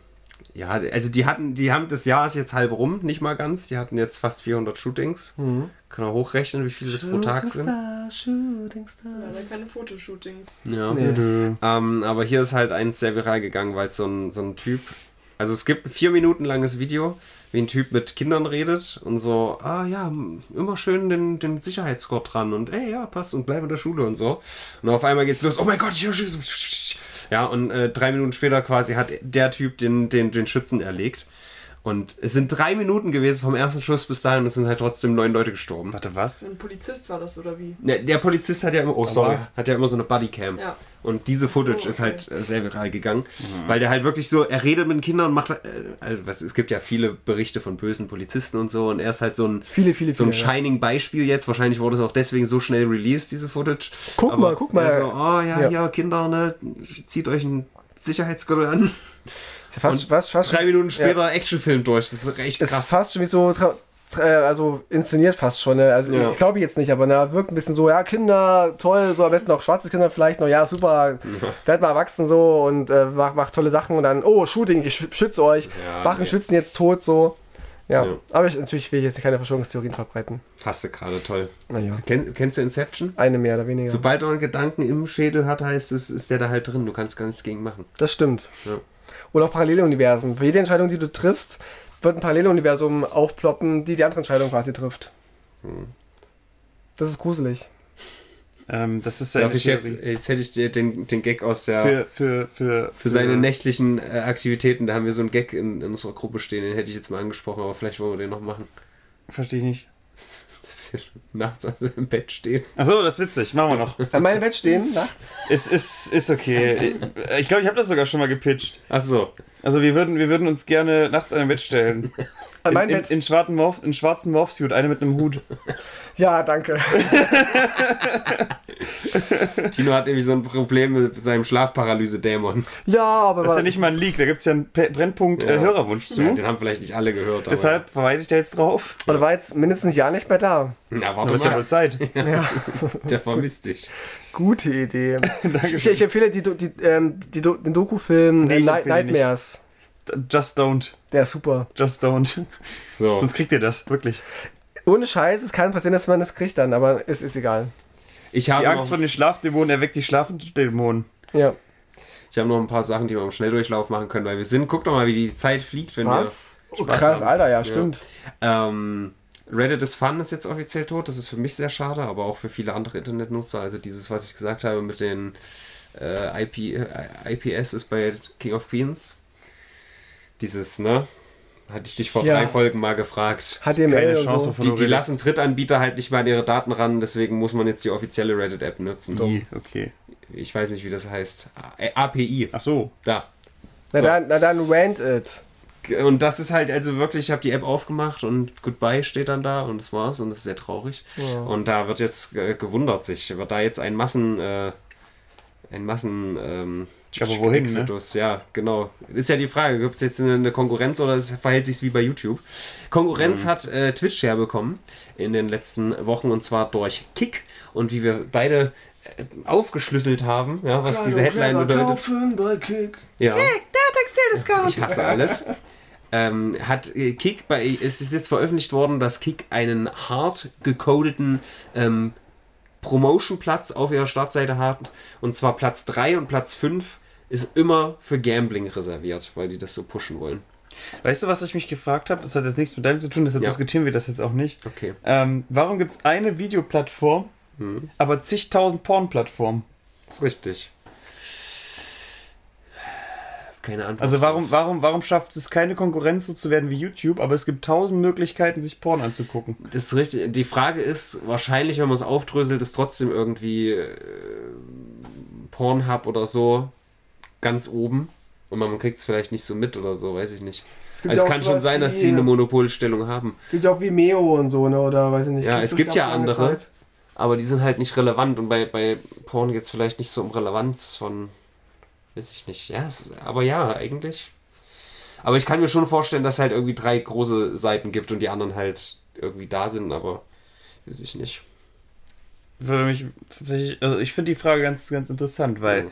Speaker 2: ja, also die hatten, die haben das Jahr ist jetzt halb rum, nicht mal ganz. Die hatten jetzt fast 400 Shootings.
Speaker 3: Mhm.
Speaker 2: Kann man hochrechnen, wie viele das pro Tag sind.
Speaker 1: Shootingstar, Shootingstar.
Speaker 4: Leider keine Fotoshootings.
Speaker 2: Ja.
Speaker 1: Nee.
Speaker 2: Ähm, aber hier ist halt eins sehr viral gegangen, weil es so ein, so ein Typ. Also es gibt ein vier Minuten langes Video, wie ein Typ mit Kindern redet und so, ah ja, m- immer schön den, den Sicherheitsgurt dran und ey, ja, passt und bleib in der Schule und so. Und auf einmal geht's los, oh mein Gott, ich höre Schüsse. Ja, und äh, drei Minuten später quasi hat der Typ den, den, den Schützen erlegt. Und es sind drei Minuten gewesen vom ersten Schuss bis dahin und es sind halt trotzdem neun Leute gestorben.
Speaker 3: Warte, was?
Speaker 4: Ein Polizist war das, oder wie?
Speaker 2: Der, der Polizist hat ja immer, oh, sorry, hat ja immer so eine Bodycam.
Speaker 4: Ja.
Speaker 2: Und diese Footage
Speaker 4: okay.
Speaker 2: ist halt äh, sehr viral gegangen, weil der halt wirklich so, er redet mit den Kindern und macht, äh, also was, es gibt ja viele Berichte von bösen Polizisten und so und er ist halt so ein,
Speaker 1: Viele, viele,
Speaker 2: so ein
Speaker 1: viele, ja.
Speaker 2: shining Beispiel jetzt. Wahrscheinlich wurde es auch deswegen so schnell released, diese Footage.
Speaker 1: Guck mal, guck mal.
Speaker 2: er So, oh ja,
Speaker 1: Ja.
Speaker 2: ja, Kinder, ne, zieht euch einen Sicherheitsgürtel an.
Speaker 1: Ist ja fast, fast, fast,
Speaker 2: Drei Minuten später Actionfilm durch, das ist echt
Speaker 1: Das ist
Speaker 2: krass.
Speaker 1: fast schon wie so, tra- tra- äh, also inszeniert fast schon. ne? Also
Speaker 2: Ja.
Speaker 1: ich glaube jetzt nicht, aber na, wirkt ein bisschen so, ja, Kinder, toll, so am besten noch schwarze Kinder vielleicht noch, ja, super, werd mal erwachsen so und äh, macht mach tolle Sachen und dann, oh, Shooting, ich sch- schütze euch,
Speaker 2: Ja,
Speaker 1: machen
Speaker 2: nee.
Speaker 1: Schützen jetzt tot, so. Ja,
Speaker 2: Ja.
Speaker 1: aber ich, natürlich will ich jetzt keine Verschwörungstheorien verbreiten.
Speaker 2: Hast du gerade, toll.
Speaker 1: Naja,
Speaker 2: Kenn, kennst du Inception?
Speaker 1: eine mehr oder weniger.
Speaker 2: Sobald man Gedanken im Schädel hat, heißt es, ist der da halt drin. Du kannst gar nichts gegen machen.
Speaker 1: Das stimmt.
Speaker 2: Ja.
Speaker 1: Oder auch Paralleluniversen. Für jede Entscheidung, die du triffst, wird ein Paralleluniversum aufploppen, die die andere Entscheidung quasi trifft.
Speaker 2: Hm.
Speaker 1: Das ist gruselig.
Speaker 3: Ähm, das ist
Speaker 2: Darf
Speaker 3: eine
Speaker 2: ich jetzt,
Speaker 3: Theorie.
Speaker 2: jetzt hätte ich dir den, den Gag aus der. Für,
Speaker 3: Für, für, für,
Speaker 2: seine nächtlichen äh, Aktivitäten, da haben wir so einen Gag in, in unserer Gruppe stehen, den hätte ich jetzt mal angesprochen, aber vielleicht wollen wir den noch machen.
Speaker 3: Verstehe ich nicht.
Speaker 2: Dass wir nachts also im Bett stehen.
Speaker 3: Achso, das ist witzig. Machen wir noch.
Speaker 1: An meinem Bett stehen, nachts.
Speaker 3: es ist, ist okay. Ich glaube, ich habe das sogar schon mal gepitcht.
Speaker 2: Achso.
Speaker 3: Also wir würden, wir würden uns gerne nachts an ein Bett stellen.
Speaker 1: An
Speaker 3: In,
Speaker 1: meinem
Speaker 3: in,
Speaker 1: Bett.
Speaker 3: in, schwarzen Morph, in schwarzen Morphsuit, eine mit einem Hut.
Speaker 1: Ja, danke.
Speaker 2: Tino hat irgendwie so ein Problem mit seinem Schlafparalyse-Dämon.
Speaker 1: Ja, aber.
Speaker 3: Das ist ja nicht mal ein Leak, da gibt es ja einen Pe- Brennpunkt
Speaker 2: Ja.
Speaker 3: äh, Hörerwunsch zu.
Speaker 2: Ja, den haben vielleicht nicht alle gehört.
Speaker 3: Deshalb verweise ich da jetzt drauf.
Speaker 1: Und war jetzt mindestens ein Jahr nicht mehr da.
Speaker 2: Aber, na,
Speaker 3: Da
Speaker 2: warte
Speaker 3: wird ja wohl
Speaker 2: mal,
Speaker 3: Zeit.
Speaker 2: der vermisst dich.
Speaker 1: Gute Idee. ich, ich empfehle die, Do- die, ähm, die, Do- den Dokufilm
Speaker 3: Nee,
Speaker 1: äh,
Speaker 3: ich
Speaker 1: Night-
Speaker 3: empfehle ihn nicht.
Speaker 1: Nightmares.
Speaker 3: Just don't.
Speaker 1: Der ist super.
Speaker 3: Just don't.
Speaker 2: So.
Speaker 3: Sonst kriegt ihr das, wirklich.
Speaker 1: Ohne Scheiß, es kann passieren, dass man das kriegt dann, aber es ist egal.
Speaker 2: Ich habe
Speaker 3: Die Angst
Speaker 2: noch-
Speaker 3: vor den Schlafdämonen erweckt die Schlafdämonen.
Speaker 1: Ja.
Speaker 2: Ich habe noch ein paar Sachen, die wir im Schnelldurchlauf machen können, weil wir sind. Guck doch mal, wie die Zeit fliegt, wenn
Speaker 1: Was?
Speaker 2: wir.
Speaker 1: Oh,
Speaker 2: Spaß
Speaker 1: krass,
Speaker 2: haben.
Speaker 1: Alter, ja, stimmt.
Speaker 2: Ähm, Reddit is Fun ist jetzt offiziell tot. Das ist für mich sehr schade, aber auch für viele andere Internetnutzer. Also dieses, was ich gesagt habe mit den äh, IP, äh, IPS ist bei King of Queens. Dieses, ne? Hatte ich dich vor
Speaker 1: Ja.
Speaker 2: drei Folgen mal gefragt.
Speaker 1: HTML
Speaker 3: Keine
Speaker 1: und
Speaker 3: Chance
Speaker 1: Genau, so.
Speaker 3: auf
Speaker 2: Die, die lassen Drittanbieter halt nicht mal an ihre Daten ran, deswegen muss man jetzt die offizielle Reddit-App nutzen.
Speaker 3: Die, okay.
Speaker 2: Ich weiß nicht, wie das heißt. A- API.
Speaker 3: Ach so.
Speaker 2: Da.
Speaker 1: Na,
Speaker 2: So.
Speaker 1: dann, na dann rant it.
Speaker 2: Und das ist halt, also wirklich, ich habe die App aufgemacht und Goodbye steht dann da und das war's und das ist sehr traurig. Und da wird jetzt äh, gewundert sich, wird da jetzt ein Massen, äh, ein Massen, ähm,
Speaker 3: Ja, aber wohin, ne?
Speaker 2: Exodus, ja, genau. Ist ja die Frage, gibt es jetzt eine, eine Konkurrenz oder es verhält sich wie bei YouTube? Konkurrenz
Speaker 3: Mhm.
Speaker 2: hat äh, Twitch herbekommen in den letzten Wochen und zwar durch Kick und wie wir beide äh, aufgeschlüsselt haben, ja, was diese Headline bedeutet.
Speaker 1: Kaufen bei Kick.
Speaker 2: Ja. der Textildiscount. Ich hasse alles. Ähm, hat äh, Kick bei, es ist jetzt veröffentlicht worden, dass Kick einen hart gecodeten ähm, Promotion-Platz auf ihrer Startseite hat. Und zwar Platz 3 und Platz 5 ist immer für Gambling reserviert, weil die das so pushen wollen.
Speaker 3: Weißt du, was ich mich gefragt habe? Das hat jetzt nichts mit deinem zu tun, deshalb
Speaker 2: Ja.
Speaker 3: diskutieren wir das jetzt auch nicht.
Speaker 2: Okay.
Speaker 3: Ähm, warum gibt es eine Videoplattform,
Speaker 2: Hm.
Speaker 3: aber zigtausend Pornplattformen?
Speaker 2: Das ist richtig. Keine Antwort.
Speaker 3: Also warum, warum, warum schafft es keine Konkurrenz so zu werden wie YouTube, aber es gibt tausend Möglichkeiten, sich Porn anzugucken?
Speaker 2: Das ist richtig. Die Frage ist, wahrscheinlich, wenn man es aufdröselt, ist trotzdem irgendwie äh, Pornhub oder so ganz oben. Und man kriegt es vielleicht nicht so mit oder so, weiß ich nicht.
Speaker 1: gibt
Speaker 2: also
Speaker 1: ja
Speaker 2: es
Speaker 1: auch
Speaker 2: kann schon
Speaker 1: sowas
Speaker 2: sein, dass
Speaker 1: wie-
Speaker 2: sie eine Monopolstellung haben.
Speaker 1: Gibt ja auch Vimeo und so, ne? Oder weiß ich nicht.
Speaker 2: Ja, es gibt
Speaker 1: gab's
Speaker 2: ja
Speaker 1: lange
Speaker 2: andere. Aber die sind halt nicht relevant. Und bei, bei Porn geht es vielleicht nicht so um Relevanz von, weiß ich nicht. Ja, es, aber ja, eigentlich. Aber ich kann mir schon vorstellen, dass es halt irgendwie drei große Seiten gibt und die anderen halt irgendwie da sind, aber weiß ich nicht.
Speaker 3: würde mich tatsächlich, also ich finde die Frage ganz, ganz interessant, weil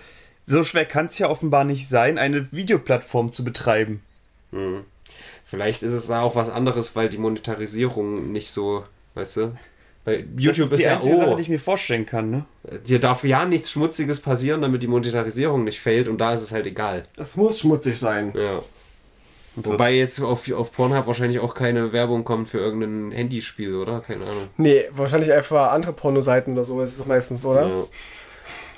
Speaker 3: so schwer kann es ja offenbar nicht sein, eine Videoplattform zu betreiben.
Speaker 2: Hm. Vielleicht ist es da auch was anderes, weil die Monetarisierung nicht so, weißt du? Weil
Speaker 3: Das
Speaker 2: YouTube
Speaker 3: ist die
Speaker 2: ja
Speaker 3: einzige Sache,
Speaker 2: oh,
Speaker 3: die ich mir vorstellen kann, ne?
Speaker 2: dir darf ja nichts Schmutziges passieren, damit die Monetarisierung nicht fällt und da ist es halt egal.
Speaker 1: Es muss schmutzig sein.
Speaker 2: Ja.
Speaker 3: Und so-
Speaker 2: Wobei jetzt auf, auf Pornhub wahrscheinlich auch keine Werbung kommt für irgendein Handyspiel, oder? Keine Ahnung.
Speaker 1: Nee, wahrscheinlich einfach andere Pornoseiten oder so ist es doch meistens, oder?
Speaker 2: Ja.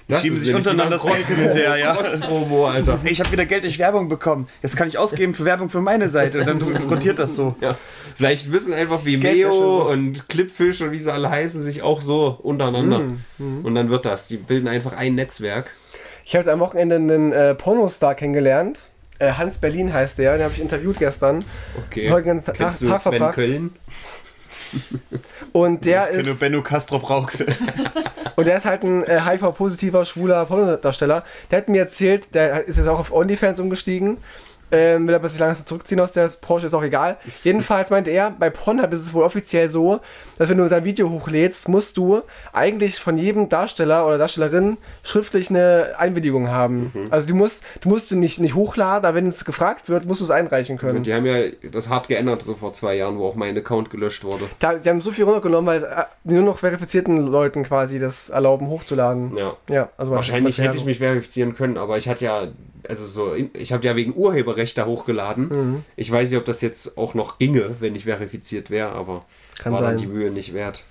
Speaker 2: Das
Speaker 3: schieben
Speaker 2: ist
Speaker 3: sich
Speaker 2: nämlich
Speaker 3: untereinander
Speaker 2: immer ein
Speaker 3: das Geld hinterher, ja. Oh,
Speaker 2: Cross-Promo, Alter.
Speaker 3: Ich habe wieder Geld durch Werbung bekommen. Jetzt kann ich ausgeben für Werbung für meine Seite. Und dann rotiert das so.
Speaker 2: Ja. Vielleicht wissen einfach wie
Speaker 3: Geldwäsche.
Speaker 2: Meo und Clipfish und wie sie alle heißen, sich auch so untereinander.
Speaker 3: Mhm,
Speaker 2: Und dann wird das. Die bilden einfach ein Netzwerk.
Speaker 1: Ich habe jetzt am Wochenende einen äh, Pornostar kennengelernt. Äh, Hans Berlin heißt der, den habe ich interviewt gestern.
Speaker 2: Okay.
Speaker 1: Heute den ganzen Tag-
Speaker 2: Kennst du
Speaker 1: Tag
Speaker 2: Sven
Speaker 1: verbracht.
Speaker 2: Köln?
Speaker 1: Und der
Speaker 3: Wenn du
Speaker 1: ist
Speaker 3: Benno Castro brauchst.
Speaker 1: und der ist halt ein äh, HIV-positiver, schwuler Pornodarsteller. Der hat mir erzählt, der ist jetzt auch auf OnlyFans umgestiegen. Ähm, will aber sich langsam zurückziehen aus der Porsche, ist auch egal. Jedenfalls meinte er, bei Pornhub ist es wohl offiziell so, dass wenn du dein Video hochlädst, musst du eigentlich von jedem Darsteller oder Darstellerin schriftlich eine Einwilligung haben.
Speaker 2: Mhm.
Speaker 1: Also du musst, du musst du nicht, nicht hochladen, aber wenn es gefragt wird, musst du es einreichen können.
Speaker 2: Die haben ja das hart geändert, so vor zwei Jahren, wo auch mein Account gelöscht wurde.
Speaker 1: Da, die haben so viel runtergenommen, weil es, äh, nur noch verifizierten Leuten quasi das erlauben, hochzuladen.
Speaker 2: Ja.
Speaker 1: Ja, also
Speaker 2: Wahrscheinlich hätte ich mich verifizieren können, aber ich hatte ja, also so, ich habe ja wegen Urheberrecht da hochgeladen.
Speaker 1: Mhm.
Speaker 2: Ich weiß nicht, ob das jetzt auch noch ginge, wenn ich verifiziert wäre, aber
Speaker 1: Kann
Speaker 2: war
Speaker 1: sein.
Speaker 2: dann die Mühe nicht wert.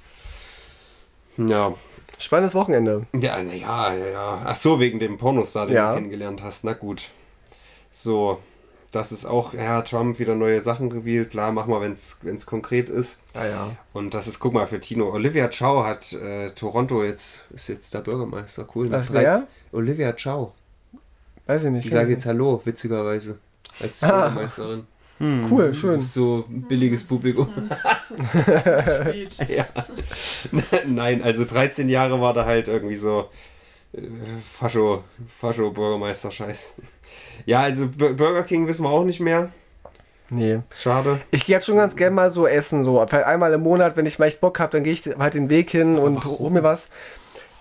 Speaker 2: Ja,
Speaker 1: Spannendes Wochenende.
Speaker 2: Ja, na ja, ja, ja. Ach so, wegen dem Pornostar, den
Speaker 1: Ja.
Speaker 2: du kennengelernt hast. Na gut. So, das ist auch, Herr Trump wieder neue Sachen revealed. Klar, mach mal, wenn es konkret ist.
Speaker 1: Ja, ja.
Speaker 2: Und das ist, guck mal, für Tino. Olivia Chow hat äh, Toronto jetzt, ist jetzt der Bürgermeister. Cool.
Speaker 1: Was,
Speaker 2: Reiz-
Speaker 1: wer?
Speaker 2: Olivia Chow.
Speaker 1: Weiß ich nicht.
Speaker 2: Ich sage jetzt Hallo, witzigerweise. Als
Speaker 1: Ah.
Speaker 2: Bürgermeisterin.
Speaker 1: Cool, schön.
Speaker 2: So ein billiges Publikum.
Speaker 4: Das ist spät.
Speaker 2: ja. Nein, also 13 Jahre war da halt irgendwie so äh, Fascho, Fascho-Bürgermeister-Scheiß. Ja, also Bu- Burger King wissen wir auch nicht mehr.
Speaker 1: Nee.
Speaker 2: Ist Schade.
Speaker 1: Ich gehe jetzt schon ganz gerne mal so essen, so. Vielleicht einmal im Monat, wenn ich mal echt Bock habe, dann gehe ich halt den Weg hin und hol mir was.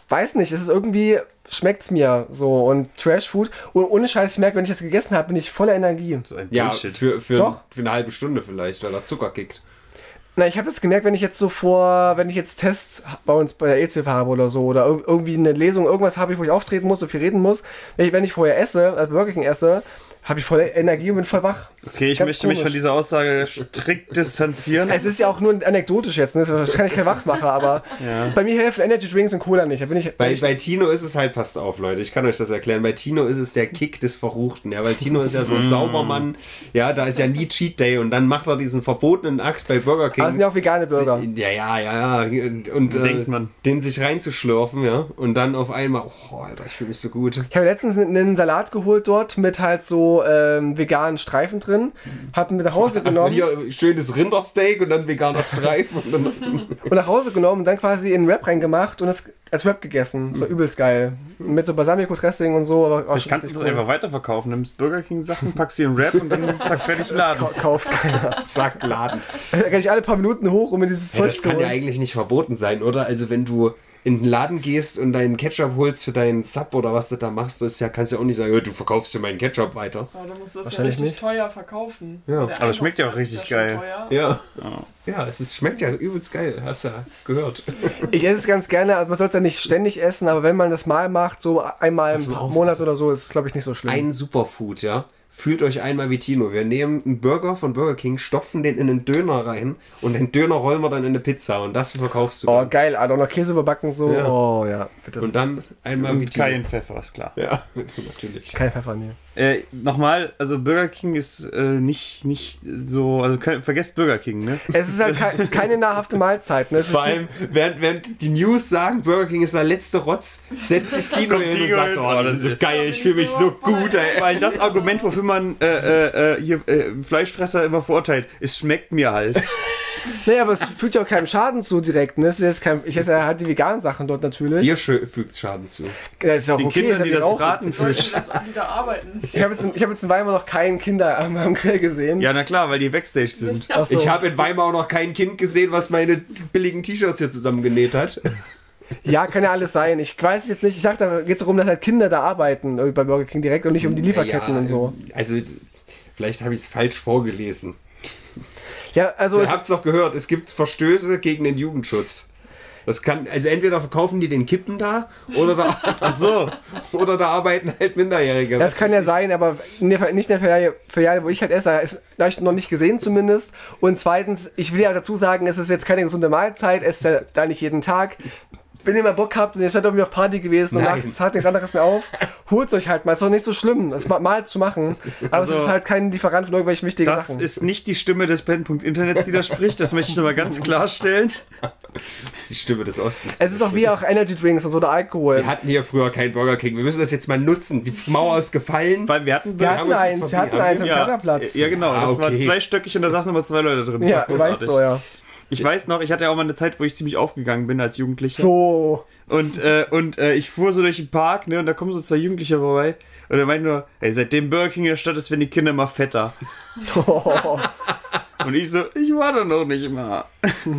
Speaker 1: Weiß nicht, es ist irgendwie, schmeckt's mir so. Und Trash-Food. Und ohne Scheiß, ich merke, wenn ich das gegessen habe, bin ich voller Energie.
Speaker 3: So ein
Speaker 2: Ja,
Speaker 3: Bullshit.
Speaker 2: für, für,
Speaker 1: Doch.
Speaker 2: für eine halbe Stunde vielleicht, weil er Zucker kickt.
Speaker 1: Na, ich habe jetzt gemerkt, wenn ich jetzt so vor, wenn ich jetzt Tests bei uns bei der EZ habe oder so, oder ir- irgendwie eine Lesung, irgendwas habe ich, wo ich auftreten muss, so viel reden muss, wenn ich, wenn ich vorher esse, also Burger King esse, habe ich voll Energie und bin voll wach.
Speaker 3: Okay, ich
Speaker 1: Ganz
Speaker 3: möchte mich
Speaker 1: komisch.
Speaker 3: von dieser Aussage strikt distanzieren.
Speaker 1: Es ist ja auch nur anekdotisch jetzt, ne? das ist wahrscheinlich kein Wachmacher, aber bei mir helfen Energy Drinks und Cola nicht. Da bin ich, also,
Speaker 2: Bei,
Speaker 1: ich
Speaker 2: bei Tino ist es halt, passt auf, Leute, ich kann euch das erklären. Bei Tino ist es der Kick des Verruchten, ja, weil Tino ist ja
Speaker 3: Mm.
Speaker 2: so ein Saubermann, ja, da ist ja nie Cheat Day und dann macht er diesen verbotenen Akt bei Burger King.
Speaker 1: aber es sind Ah, ja auch vegane Burger.
Speaker 2: Ja, ja, ja, ja. Und, und äh,
Speaker 3: Denkt man.
Speaker 2: den sich reinzuschlürfen, ja. Und dann auf einmal, oh, Alter, ich fühle mich so gut.
Speaker 1: Ich habe letztens einen Salat geholt dort mit halt so ähm, veganen Streifen drin, hab ihn mit nach Hause
Speaker 2: Also
Speaker 1: genommen.
Speaker 2: hier schönes Rindersteak und dann veganer Streifen. Und dann,
Speaker 1: und nach Hause genommen und dann quasi in einen Wrap reingemacht und das als Wrap gegessen.
Speaker 2: Hm.
Speaker 1: Das war übelst geil. Mit so Balsamico-Dressing und so. Aber auch
Speaker 3: Ich kann es
Speaker 1: richtig
Speaker 3: das
Speaker 1: cool.
Speaker 3: einfach weiterverkaufen. Nimmst Burger King Sachen, packst sie in Rap und dann sagst fertig laden.
Speaker 1: Ka kauft keiner.
Speaker 2: zack, Laden.
Speaker 1: da kann ich alle paar Minuten hoch, um mir dieses
Speaker 2: Hey,
Speaker 1: Zeug
Speaker 2: das
Speaker 1: zu
Speaker 2: kann ja
Speaker 1: holen.
Speaker 2: eigentlich nicht verboten sein, oder? Also wenn du in den Laden gehst und deinen Ketchup holst für deinen Sub oder was du da machst, das ist ja, kannst ja auch nicht sagen, "Ja, du verkaufst hier meinen Ketchup weiter.
Speaker 4: Aber dann musst du das ja
Speaker 1: Wahrscheinlich
Speaker 4: richtig
Speaker 1: nicht.
Speaker 4: teuer verkaufen.
Speaker 2: Ja,
Speaker 4: Der
Speaker 3: aber es schmeckt ja auch
Speaker 4: Einkaufspreis ist
Speaker 3: richtig
Speaker 4: ja schon
Speaker 3: geil.
Speaker 4: Teuer.
Speaker 2: Ja. Ja, es ist, schmeckt ja übelst geil, hast ja gehört.
Speaker 1: Ich esse es ganz gerne, aber man sollte es ja nicht ständig essen, aber wenn man das mal macht, so einmal im
Speaker 2: Muss man auch-
Speaker 1: Monat oder so, ist es glaube ich nicht so schlimm.
Speaker 2: ein Superfood, ja. Fühlt euch einmal wie Tino. Wir nehmen einen Burger von Burger King, stopfen den in einen Döner rein und den Döner rollen wir dann in eine Pizza und das verkaufst du.
Speaker 1: oh,
Speaker 2: dann.
Speaker 1: geil, Alter. Und noch Käse überbacken so.
Speaker 2: Ja.
Speaker 1: Oh ja, bitte.
Speaker 2: Und dann einmal wie
Speaker 3: Und
Speaker 2: Tino.
Speaker 3: kein Pfeffer, ist klar.
Speaker 2: Ja, natürlich.
Speaker 1: Kein Pfeffer, nee.
Speaker 3: Äh, Nochmal, also Burger King ist äh, nicht, nicht so, also ke- vergesst Burger King, ne?
Speaker 1: Es ist halt ke keine nahrhafte Mahlzeit. Ne? Es ist
Speaker 2: Vor allem, während, während die News sagen, Burger King ist der letzte Rotz, setzt sich Tino
Speaker 3: Kommt
Speaker 2: hin und
Speaker 3: Tino
Speaker 2: sagt,
Speaker 3: hin.
Speaker 2: oh, das ist so geil, ich fühle mich so gut, ey.
Speaker 3: Weil das Argument, wofür man äh, äh, äh, hier äh, Fleischfresser immer verurteilt, es schmeckt mir halt.
Speaker 1: Nee, ne, aber es fügt ja auch keinem Schaden zu direkt. Ne? Es ist jetzt kein, ich esse ja halt die veganen Sachen dort natürlich.
Speaker 2: Dir schö- fügt's Schaden zu.
Speaker 1: das ist auch
Speaker 3: Den
Speaker 1: okay,
Speaker 3: Kindern,
Speaker 1: soll
Speaker 3: die das
Speaker 1: rauchen.
Speaker 4: Leute,
Speaker 3: Bratenfisch.
Speaker 4: die das wieder arbeiten.
Speaker 1: Ich habe jetzt, ich hab jetzt in Weimar noch keinen Kinder am, am Grill gesehen.
Speaker 3: Ja, na klar, weil die Backstage sind.
Speaker 1: Ach so.
Speaker 2: Ich habe in Weimar auch noch kein Kind gesehen, was meine billigen T-Shirts hier zusammengenäht hat.
Speaker 1: Ja, kann ja alles sein. Ich weiß es jetzt nicht. Ich sag, da geht es darum, dass halt Kinder da arbeiten äh, bei Burger King direkt und nicht um die Lieferketten
Speaker 2: Ja,
Speaker 1: und so.
Speaker 2: Also, vielleicht habe ich es falsch vorgelesen.
Speaker 1: Ja, also
Speaker 2: Ihr
Speaker 1: es,
Speaker 2: habt es doch gehört, es gibt Verstöße gegen den Jugendschutz. Das kann, also entweder verkaufen die den Kippen da oder da, ach so, oder da arbeiten halt Minderjährige.
Speaker 1: das kann ja sein, aber in der, nicht in der Filiale, Filiale, wo ich halt esse, ist vielleicht noch nicht gesehen zumindest. Und zweitens, ich will ja dazu sagen, es ist jetzt keine gesunde Mahlzeit, es ist ja da nicht jeden Tag. Wenn ihr mal Bock habt und ihr seid irgendwie auf Party gewesen
Speaker 2: Nein.
Speaker 1: und nachts hat nichts anderes mehr auf, holt euch halt mal. Ist doch nicht so schlimm, das mal, mal zu machen. Aber es ist halt kein Lieferant von irgendwelchen wichtigen
Speaker 3: Das
Speaker 1: Sachen.
Speaker 3: ist nicht die Stimme des Ben.Internets, die da spricht. Das möchte ich nochmal ganz klarstellen.
Speaker 2: Das ist die Stimme des Ostens.
Speaker 1: es ist auch wie auch Energy Drinks und so oder Alkohol.
Speaker 2: wir hatten hier früher keinen Burger King. Wir müssen das jetzt mal nutzen. Die Mauer ist gefallen.
Speaker 3: Weil wir hatten,
Speaker 1: Wir
Speaker 2: haben
Speaker 1: hatten
Speaker 2: uns das
Speaker 1: eins, wir
Speaker 2: verdient,
Speaker 1: hatten
Speaker 2: haben
Speaker 1: eins am
Speaker 3: ja,
Speaker 1: Theaterplatz.
Speaker 3: ja, genau.
Speaker 2: Ah,
Speaker 3: Das war
Speaker 2: okay.
Speaker 3: zweistöckig und da saßen immer zwei Leute drin. Das
Speaker 1: Ja,
Speaker 3: war
Speaker 1: reicht
Speaker 3: großartig.
Speaker 1: so, ja.
Speaker 3: Ich weiß noch, ich hatte ja auch mal eine Zeit, wo ich ziemlich aufgegangen bin als Jugendlicher.
Speaker 1: So.
Speaker 3: Und, äh, und äh, ich fuhr so durch den Park, ne, und da kommen so zwei Jugendliche vorbei. Und er meinte nur, ey, seitdem Burger King in der Stadt ist, werden die Kinder immer fetter. Und ich so, ich war doch noch nicht mal.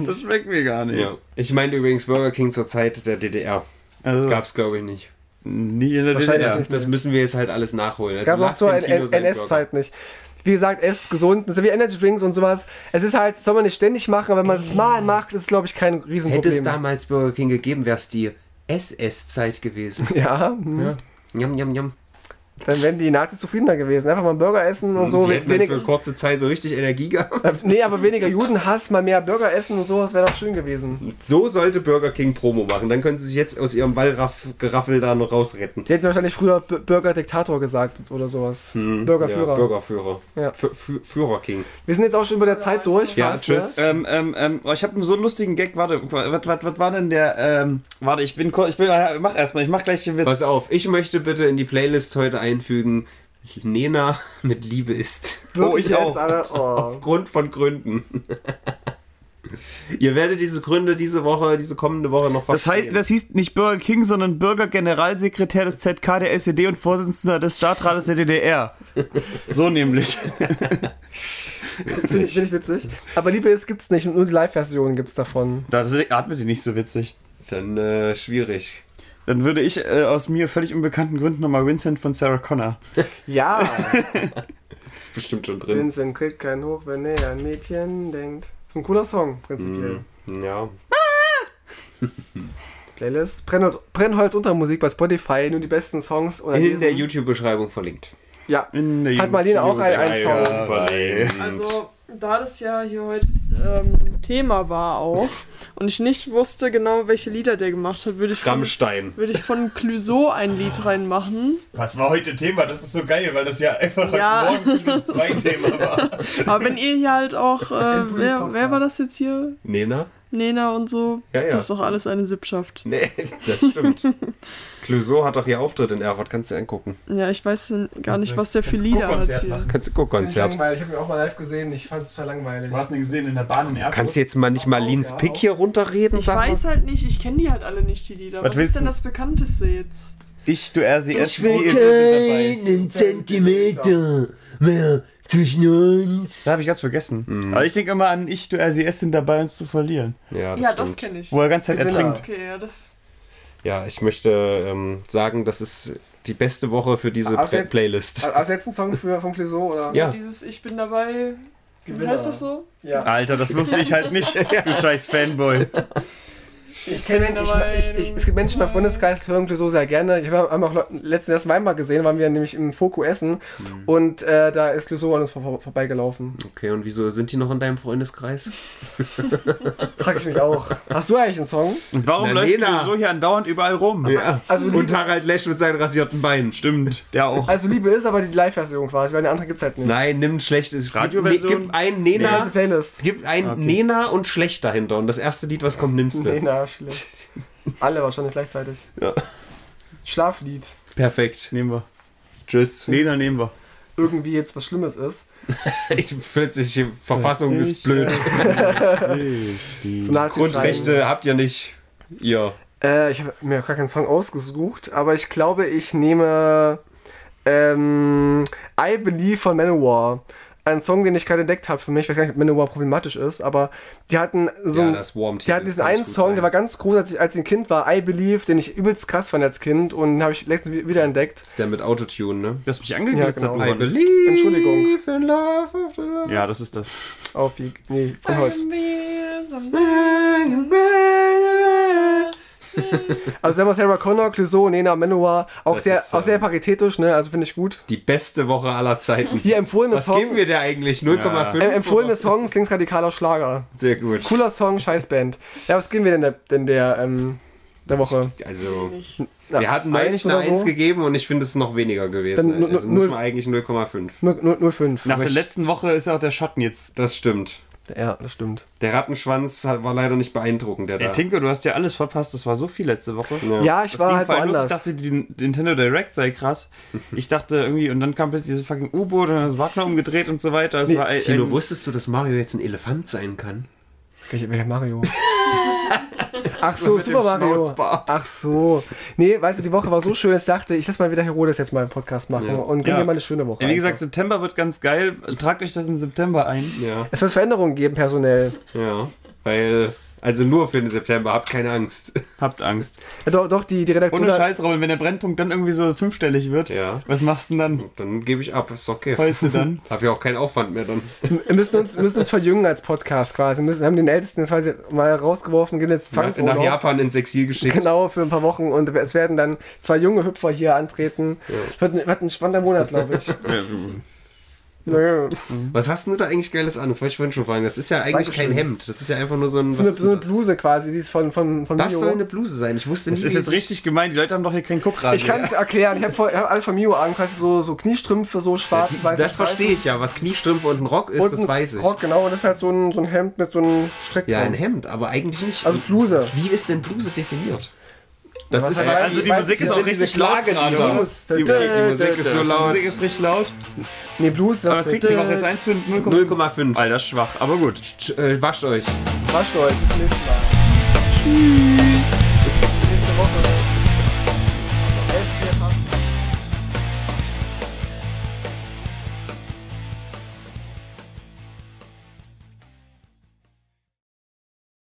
Speaker 3: Das schmeckt mir gar nicht.
Speaker 2: ja. Ich meinte übrigens Burger King zur Zeit der DDR.
Speaker 3: Also,
Speaker 2: Gab es, glaube ich, nicht.
Speaker 3: nie in der
Speaker 1: Wahrscheinlich
Speaker 3: DDR.
Speaker 1: nicht.
Speaker 2: Das müssen wir jetzt halt alles nachholen. Also
Speaker 1: Gab auch
Speaker 2: lasst
Speaker 1: zur
Speaker 2: den Tino seinen
Speaker 1: NS-Zeit nicht. Wie gesagt, esst gesund, so wie Energy Drinks und sowas. Es ist halt, soll man nicht ständig machen, aber wenn man es mal macht, ist es, glaube ich, kein
Speaker 2: Burger. Hätte es
Speaker 1: Riesenproblem.
Speaker 2: damals Burger King gegeben, wäre es die SS-Zeit gewesen.
Speaker 1: Ja, hm.
Speaker 2: Jam, jam, jam.
Speaker 1: dann wären die Nazis zufriedener gewesen. Einfach mal einen Burger essen und so.
Speaker 2: die hätten halt
Speaker 1: Wenig,
Speaker 2: für kurze Zeit so richtig Energie gehabt.
Speaker 1: nee, aber weniger Judenhass, mal mehr Burger essen und sowas wäre doch schön gewesen.
Speaker 2: So sollte Burger King Promo machen. Dann können sie sich jetzt aus ihrem Wallraff-Geraffel da noch rausretten.
Speaker 1: Die hätten wahrscheinlich früher B- Burger-Diktator gesagt oder sowas.
Speaker 2: Ja,
Speaker 1: Burgerführer.
Speaker 2: Burgerführer.
Speaker 1: Ja.
Speaker 2: Fü- Fü- Führer King.
Speaker 1: Wir sind jetzt auch schon über der Zeit durch.
Speaker 2: Ja,
Speaker 1: fast, ne?
Speaker 2: tschüss.
Speaker 3: Ähm, ähm, ähm, oh, ich habe so einen lustigen Gag. Warte, was, was, was war denn der? Ähm, warte, ich bin kurz, ich bin, mach erstmal, ich mach gleich den Witz.
Speaker 2: Pass auf, ich möchte bitte in die Playlist heute einfügen, Nena mit Liebe ist.
Speaker 1: Ne?
Speaker 3: Oh, ich
Speaker 1: Wirklich
Speaker 3: auch.
Speaker 1: jetzt Alle, oh.
Speaker 2: Aufgrund von Gründen. Ihr werdet diese Gründe diese Woche, diese kommende Woche noch
Speaker 3: Das, heißt, das hieß nicht Burger King, sondern Bürger Generalsekretär des ZK der SED und Vorsitzender des Staatrates der DDR. So nämlich.
Speaker 1: Ziemlich, ziemlich witzig. Aber Liebe ist gibt's nicht, nur die Live-Version gibt's davon.
Speaker 3: Das atmet die nicht so witzig.
Speaker 2: dann äh, schwierig.
Speaker 3: Dann würde ich äh, aus mir völlig unbekannten Gründen nochmal Vincent von Sarah Connor.
Speaker 1: Ja,
Speaker 2: Ist bestimmt schon drin.
Speaker 1: Vincent kriegt keinen Hoch, wenn er an Mädchen denkt. Ist ein cooler Song, prinzipiell.
Speaker 2: Mhm. Ja.
Speaker 1: Playlist. Brennholz, Brennholz Untermusik bei Spotify, nur die besten Songs. Oder
Speaker 2: In
Speaker 1: lesen.
Speaker 2: der YouTube-Beschreibung verlinkt.
Speaker 1: Ja.
Speaker 3: In der
Speaker 1: Hat Marlene auch einen, einen Song.
Speaker 2: verlinkt.
Speaker 4: Also, da das ja hier heute ähm, Thema war auch und ich nicht wusste genau, welche Lieder der gemacht hat, würde ich von,
Speaker 2: Rammstein.
Speaker 4: würde ich von Clouseau ein Lied reinmachen.
Speaker 3: Was war heute Thema? Das ist so geil, weil das ja einfach
Speaker 4: Ja. heute
Speaker 3: zwischen
Speaker 4: Morgen
Speaker 3: zwei Thema war.
Speaker 4: Aber wenn ihr hier halt auch, äh, wer, wer war das jetzt hier?
Speaker 2: Nena?
Speaker 4: Nena und so.
Speaker 2: Ja, ja.
Speaker 4: Das ist doch alles eine Sippschaft.
Speaker 2: Nee, das stimmt. Clouseau hat doch hier Auftritt in Erfurt, kannst du dir angucken.
Speaker 4: Ja, ich weiß denn gar nicht, was der für Lieder hat
Speaker 3: Konzert
Speaker 4: hier.
Speaker 3: machen.
Speaker 2: Kannst du
Speaker 1: Ich
Speaker 2: Guckkonzert.
Speaker 1: habe ihn auch mal live gesehen, ich fand es total langweilig.
Speaker 3: Du hast ihn gesehen in der Bahn in Erfurt.
Speaker 2: Kannst du jetzt mal nicht Marlins
Speaker 1: ja,
Speaker 2: Pick
Speaker 1: auch.
Speaker 2: hier runterreden?
Speaker 4: Ich
Speaker 2: sag mal?
Speaker 4: weiß halt nicht, ich kenne die halt alle nicht, die Lieder.
Speaker 3: Was
Speaker 4: Was,
Speaker 3: willst
Speaker 4: ist denn
Speaker 3: du?
Speaker 4: das bekannteste jetzt?
Speaker 3: Dich, du RCS, die ist dabei.
Speaker 5: Zentimeter mehr zwischen uns.
Speaker 3: Da habe ich ganz vergessen. Aber ich denke immer an ich, du RCS sind dabei, uns zu verlieren.
Speaker 2: Ja, das,
Speaker 4: ja, das
Speaker 2: stimmt.
Speaker 4: kenne ich.
Speaker 3: Wo er ganz Zeit
Speaker 1: Gewinner.
Speaker 3: ertrinkt.
Speaker 4: Okay, ja, das.
Speaker 2: Ja, ich möchte ähm, sagen, das ist die beste Woche für diese
Speaker 1: Also
Speaker 2: Play-
Speaker 1: jetzt-
Speaker 2: Playlist.
Speaker 1: Hast du jetzt einen Song für, von Clouseau oder?
Speaker 2: Ja.
Speaker 4: Dieses Ich bin dabei. Wie
Speaker 1: Gewinner.
Speaker 4: heißt das so?
Speaker 1: ja.
Speaker 3: Alter, das wusste ich halt nicht, du scheiß Fanboy.
Speaker 1: Ich kenne ich, ich, ich, Es gibt Menschen im Freundeskreis, die hören Clouseau sehr gerne. Ich habe haben auch Leute- letztens erst Weinbar gesehen, waren wir nämlich im Foku essen und äh, da ist Clouseau an uns vor, vor, vorbeigelaufen.
Speaker 2: Mhm. Okay, und wieso sind die noch in deinem Freundeskreis?
Speaker 1: Frag ich mich auch. Hast du eigentlich einen Song?
Speaker 3: Und warum
Speaker 2: Na,
Speaker 3: läuft
Speaker 2: Lena.
Speaker 3: der so hier andauernd überall rum?
Speaker 2: Ja.
Speaker 1: Also
Speaker 2: und
Speaker 1: liebe,
Speaker 2: Harald Lesch mit seinen rasierten Beinen.
Speaker 3: Stimmt, der auch.
Speaker 1: also liebe ist aber die Live-Version quasi, weil eine andere gibt's halt nicht.
Speaker 2: Nein, nimm ein schlechtes.
Speaker 3: Radioversion?
Speaker 2: Gib, gib ein
Speaker 1: Das ist halt
Speaker 2: Nena.
Speaker 1: die Playlist.
Speaker 2: Gib ein Nena und schlecht dahinter. Und das erste Lied, was kommt, nimmst du.
Speaker 1: Ah, Nee, na, schlecht. Alle wahrscheinlich gleichzeitig.
Speaker 2: Ja.
Speaker 1: Schlaflied.
Speaker 2: Perfekt.
Speaker 3: Nehmen wir.
Speaker 2: Tschüss.
Speaker 3: Lena nehmen wir.
Speaker 1: Irgendwie jetzt was Schlimmes ist.
Speaker 2: Ich, plötzlich, die Verfassung ist blöd.
Speaker 1: äh, So Nazis
Speaker 2: Grundrechte habt ihr nicht. Ja.
Speaker 1: Rein. Äh, ich habe mir gar keinen Song ausgesucht, aber ich glaube, ich nehme ähm, I Believe von Manowar. einen Song, den ich gerade entdeckt habe für mich, ich weiß gar nicht, ob Manowar problematisch ist, aber die hatten so
Speaker 2: Ja,
Speaker 1: ein-
Speaker 2: das warmt
Speaker 1: die hatten diesen einen Song, der war ganz groß, als ich, als ich ein Kind war, I Believe, den ich übelst krass fand als Kind und den habe ich letztens wi- wieder entdeckt.
Speaker 2: Ist der mit Autotune, ne?
Speaker 3: Du hast mich angeglitzert,
Speaker 1: Ja, genau.
Speaker 3: du
Speaker 2: I
Speaker 3: Hund.
Speaker 2: believe
Speaker 1: Entschuldigung.
Speaker 2: in love of the love.
Speaker 3: Ja, das ist das.
Speaker 1: Auf die, nee, von Holz. Also sagen wir Sarah Connor, Clouseau, Nena, Manowar, auch
Speaker 2: Das
Speaker 1: sehr,
Speaker 2: ist,
Speaker 1: auch sehr
Speaker 2: ähm,
Speaker 1: paritätisch, ne? Also finde ich gut.
Speaker 2: Die beste Woche aller Zeiten.
Speaker 1: Hier empfohlene
Speaker 2: Was geben
Speaker 1: Song,
Speaker 2: wir dir eigentlich? 0,5?
Speaker 1: äh, empfohlene Songs, linksradikaler Schlager.
Speaker 2: Sehr gut.
Speaker 1: Cooler Song, scheiß Band. Ja, was geben wir denn der, denn der, ähm, der Woche?
Speaker 2: Also,
Speaker 1: Na,
Speaker 2: wir hatten neulich eine
Speaker 1: oder
Speaker 2: 1 gegeben und ich finde es ist noch weniger
Speaker 1: Dann nu-
Speaker 2: gewesen.
Speaker 1: nu-
Speaker 2: also müssen
Speaker 1: null-
Speaker 2: wir eigentlich 0,5.
Speaker 1: Null- null- 0,5.
Speaker 3: Nach der
Speaker 2: ich-
Speaker 3: letzten Woche ist auch der Schatten jetzt.
Speaker 2: Das stimmt.
Speaker 1: Ja, das stimmt.
Speaker 2: Der Rattenschwanz war leider nicht beeindruckend, der
Speaker 3: Ey,
Speaker 2: da.
Speaker 3: Tinko, du hast ja alles verpasst. Das war so viel letzte Woche.
Speaker 1: Ja, ich
Speaker 3: Das
Speaker 1: war
Speaker 3: ging
Speaker 1: halt
Speaker 3: vor allem los.
Speaker 1: woanders.
Speaker 3: Ich dachte, die Nintendo Direct sei krass. Ich dachte irgendwie, und dann kam plötzlich dieses fucking U-Boot und dann ist Wagner umgedreht und so weiter. Es war ein,
Speaker 2: Tino, wusstest du, dass Mario jetzt ein Elefant sein kann?
Speaker 1: Welcher, welcher Mario? Ach so,
Speaker 2: mit dem
Speaker 1: Super Mario.
Speaker 2: Schnauzbart.
Speaker 1: Ach so. Nee, weißt du, die Woche war so schön, dass ich dachte, ich lass mal wieder Herodes jetzt mal einen Podcast machen und gib
Speaker 3: Ja.
Speaker 1: dir mal eine schöne Woche.
Speaker 3: Ey, wie gesagt,
Speaker 1: einfach.
Speaker 3: September wird ganz geil. Tragt euch das in September ein.
Speaker 2: Ja.
Speaker 1: es wird Veränderungen geben, personell.
Speaker 2: Ja. Weil, also nur für den September, habt keine Angst.
Speaker 3: Habt Angst.
Speaker 1: Ja, doch, doch, die, die Redaktion.
Speaker 3: Ohne
Speaker 1: hat-
Speaker 3: Scheiß, Robin, wenn der Brennpunkt dann irgendwie so fünfstellig wird,
Speaker 2: Ja.
Speaker 3: was machst du denn dann?
Speaker 2: Dann gebe ich ab, ist okay.
Speaker 3: Heulst du dann?
Speaker 2: Hab ja auch keinen Aufwand mehr dann.
Speaker 1: Wir müssen uns, müssen uns verjüngen als Podcast quasi. Wir müssen, haben den Ältesten jetzt quasi mal rausgeworfen, gehen jetzt
Speaker 2: Nach
Speaker 1: Zwangsurlaub.
Speaker 2: Japan ins Exil geschickt.
Speaker 1: Genau, für ein paar Wochen. Und es werden dann zwei junge Hüpfer hier antreten. Wird, ein- wird ein spannender Monat, glaube ich. Naja.
Speaker 2: Was hast denn du da eigentlich Geiles an? Das wollte ich vorhin schon fragen. Das ist ja eigentlich
Speaker 1: Dankeschön.
Speaker 2: kein Hemd. Das ist ja einfach nur so ein.
Speaker 1: So eine,
Speaker 2: was
Speaker 1: so eine
Speaker 2: ist
Speaker 1: Bluse quasi, die ist von, von, von
Speaker 2: das? das
Speaker 1: Mio.
Speaker 2: soll eine Bluse sein. Ich wusste
Speaker 3: Das
Speaker 2: nicht.
Speaker 3: ist jetzt richtig gemein. Die Leute haben doch hier keinen Guckradio.
Speaker 1: Ich kann es erklären. Ich habe hab alles von Mio an, quasi so, so Kniestrümpfe, so schwarz, weiß.
Speaker 2: Das verstehe ich ja. Was Kniestrümpfe und ein Rock ist,
Speaker 1: Und
Speaker 2: das
Speaker 1: ein
Speaker 2: weiß ich.
Speaker 1: Rock, genau. Und das ist halt so ein, so ein Hemd mit so einem Strick
Speaker 2: Ja,
Speaker 1: drin.
Speaker 2: ein Hemd, aber eigentlich nicht.
Speaker 1: Also Bluse.
Speaker 2: Wie ist denn Bluse definiert? Das
Speaker 1: Was
Speaker 2: ist
Speaker 1: heißt-
Speaker 2: was.
Speaker 3: also die
Speaker 1: weiß
Speaker 3: Musik
Speaker 1: ich
Speaker 3: ist
Speaker 1: nicht.
Speaker 3: auch richtig laut gerade,
Speaker 1: Die
Speaker 3: oder?
Speaker 1: Blues.
Speaker 2: Die Musik ist so
Speaker 3: Die
Speaker 2: laut.
Speaker 3: Musik ist richtig laut.
Speaker 1: Nee, Blues.
Speaker 3: Aber es kriegt die Woche jetzt 1 für 0,5.
Speaker 2: 0,5.
Speaker 3: Alter, schwach, aber gut.
Speaker 2: Sch- äh, Wascht euch.
Speaker 1: Wascht euch. Bis zum nächsten Mal. Tschüss. Bis nächste Woche.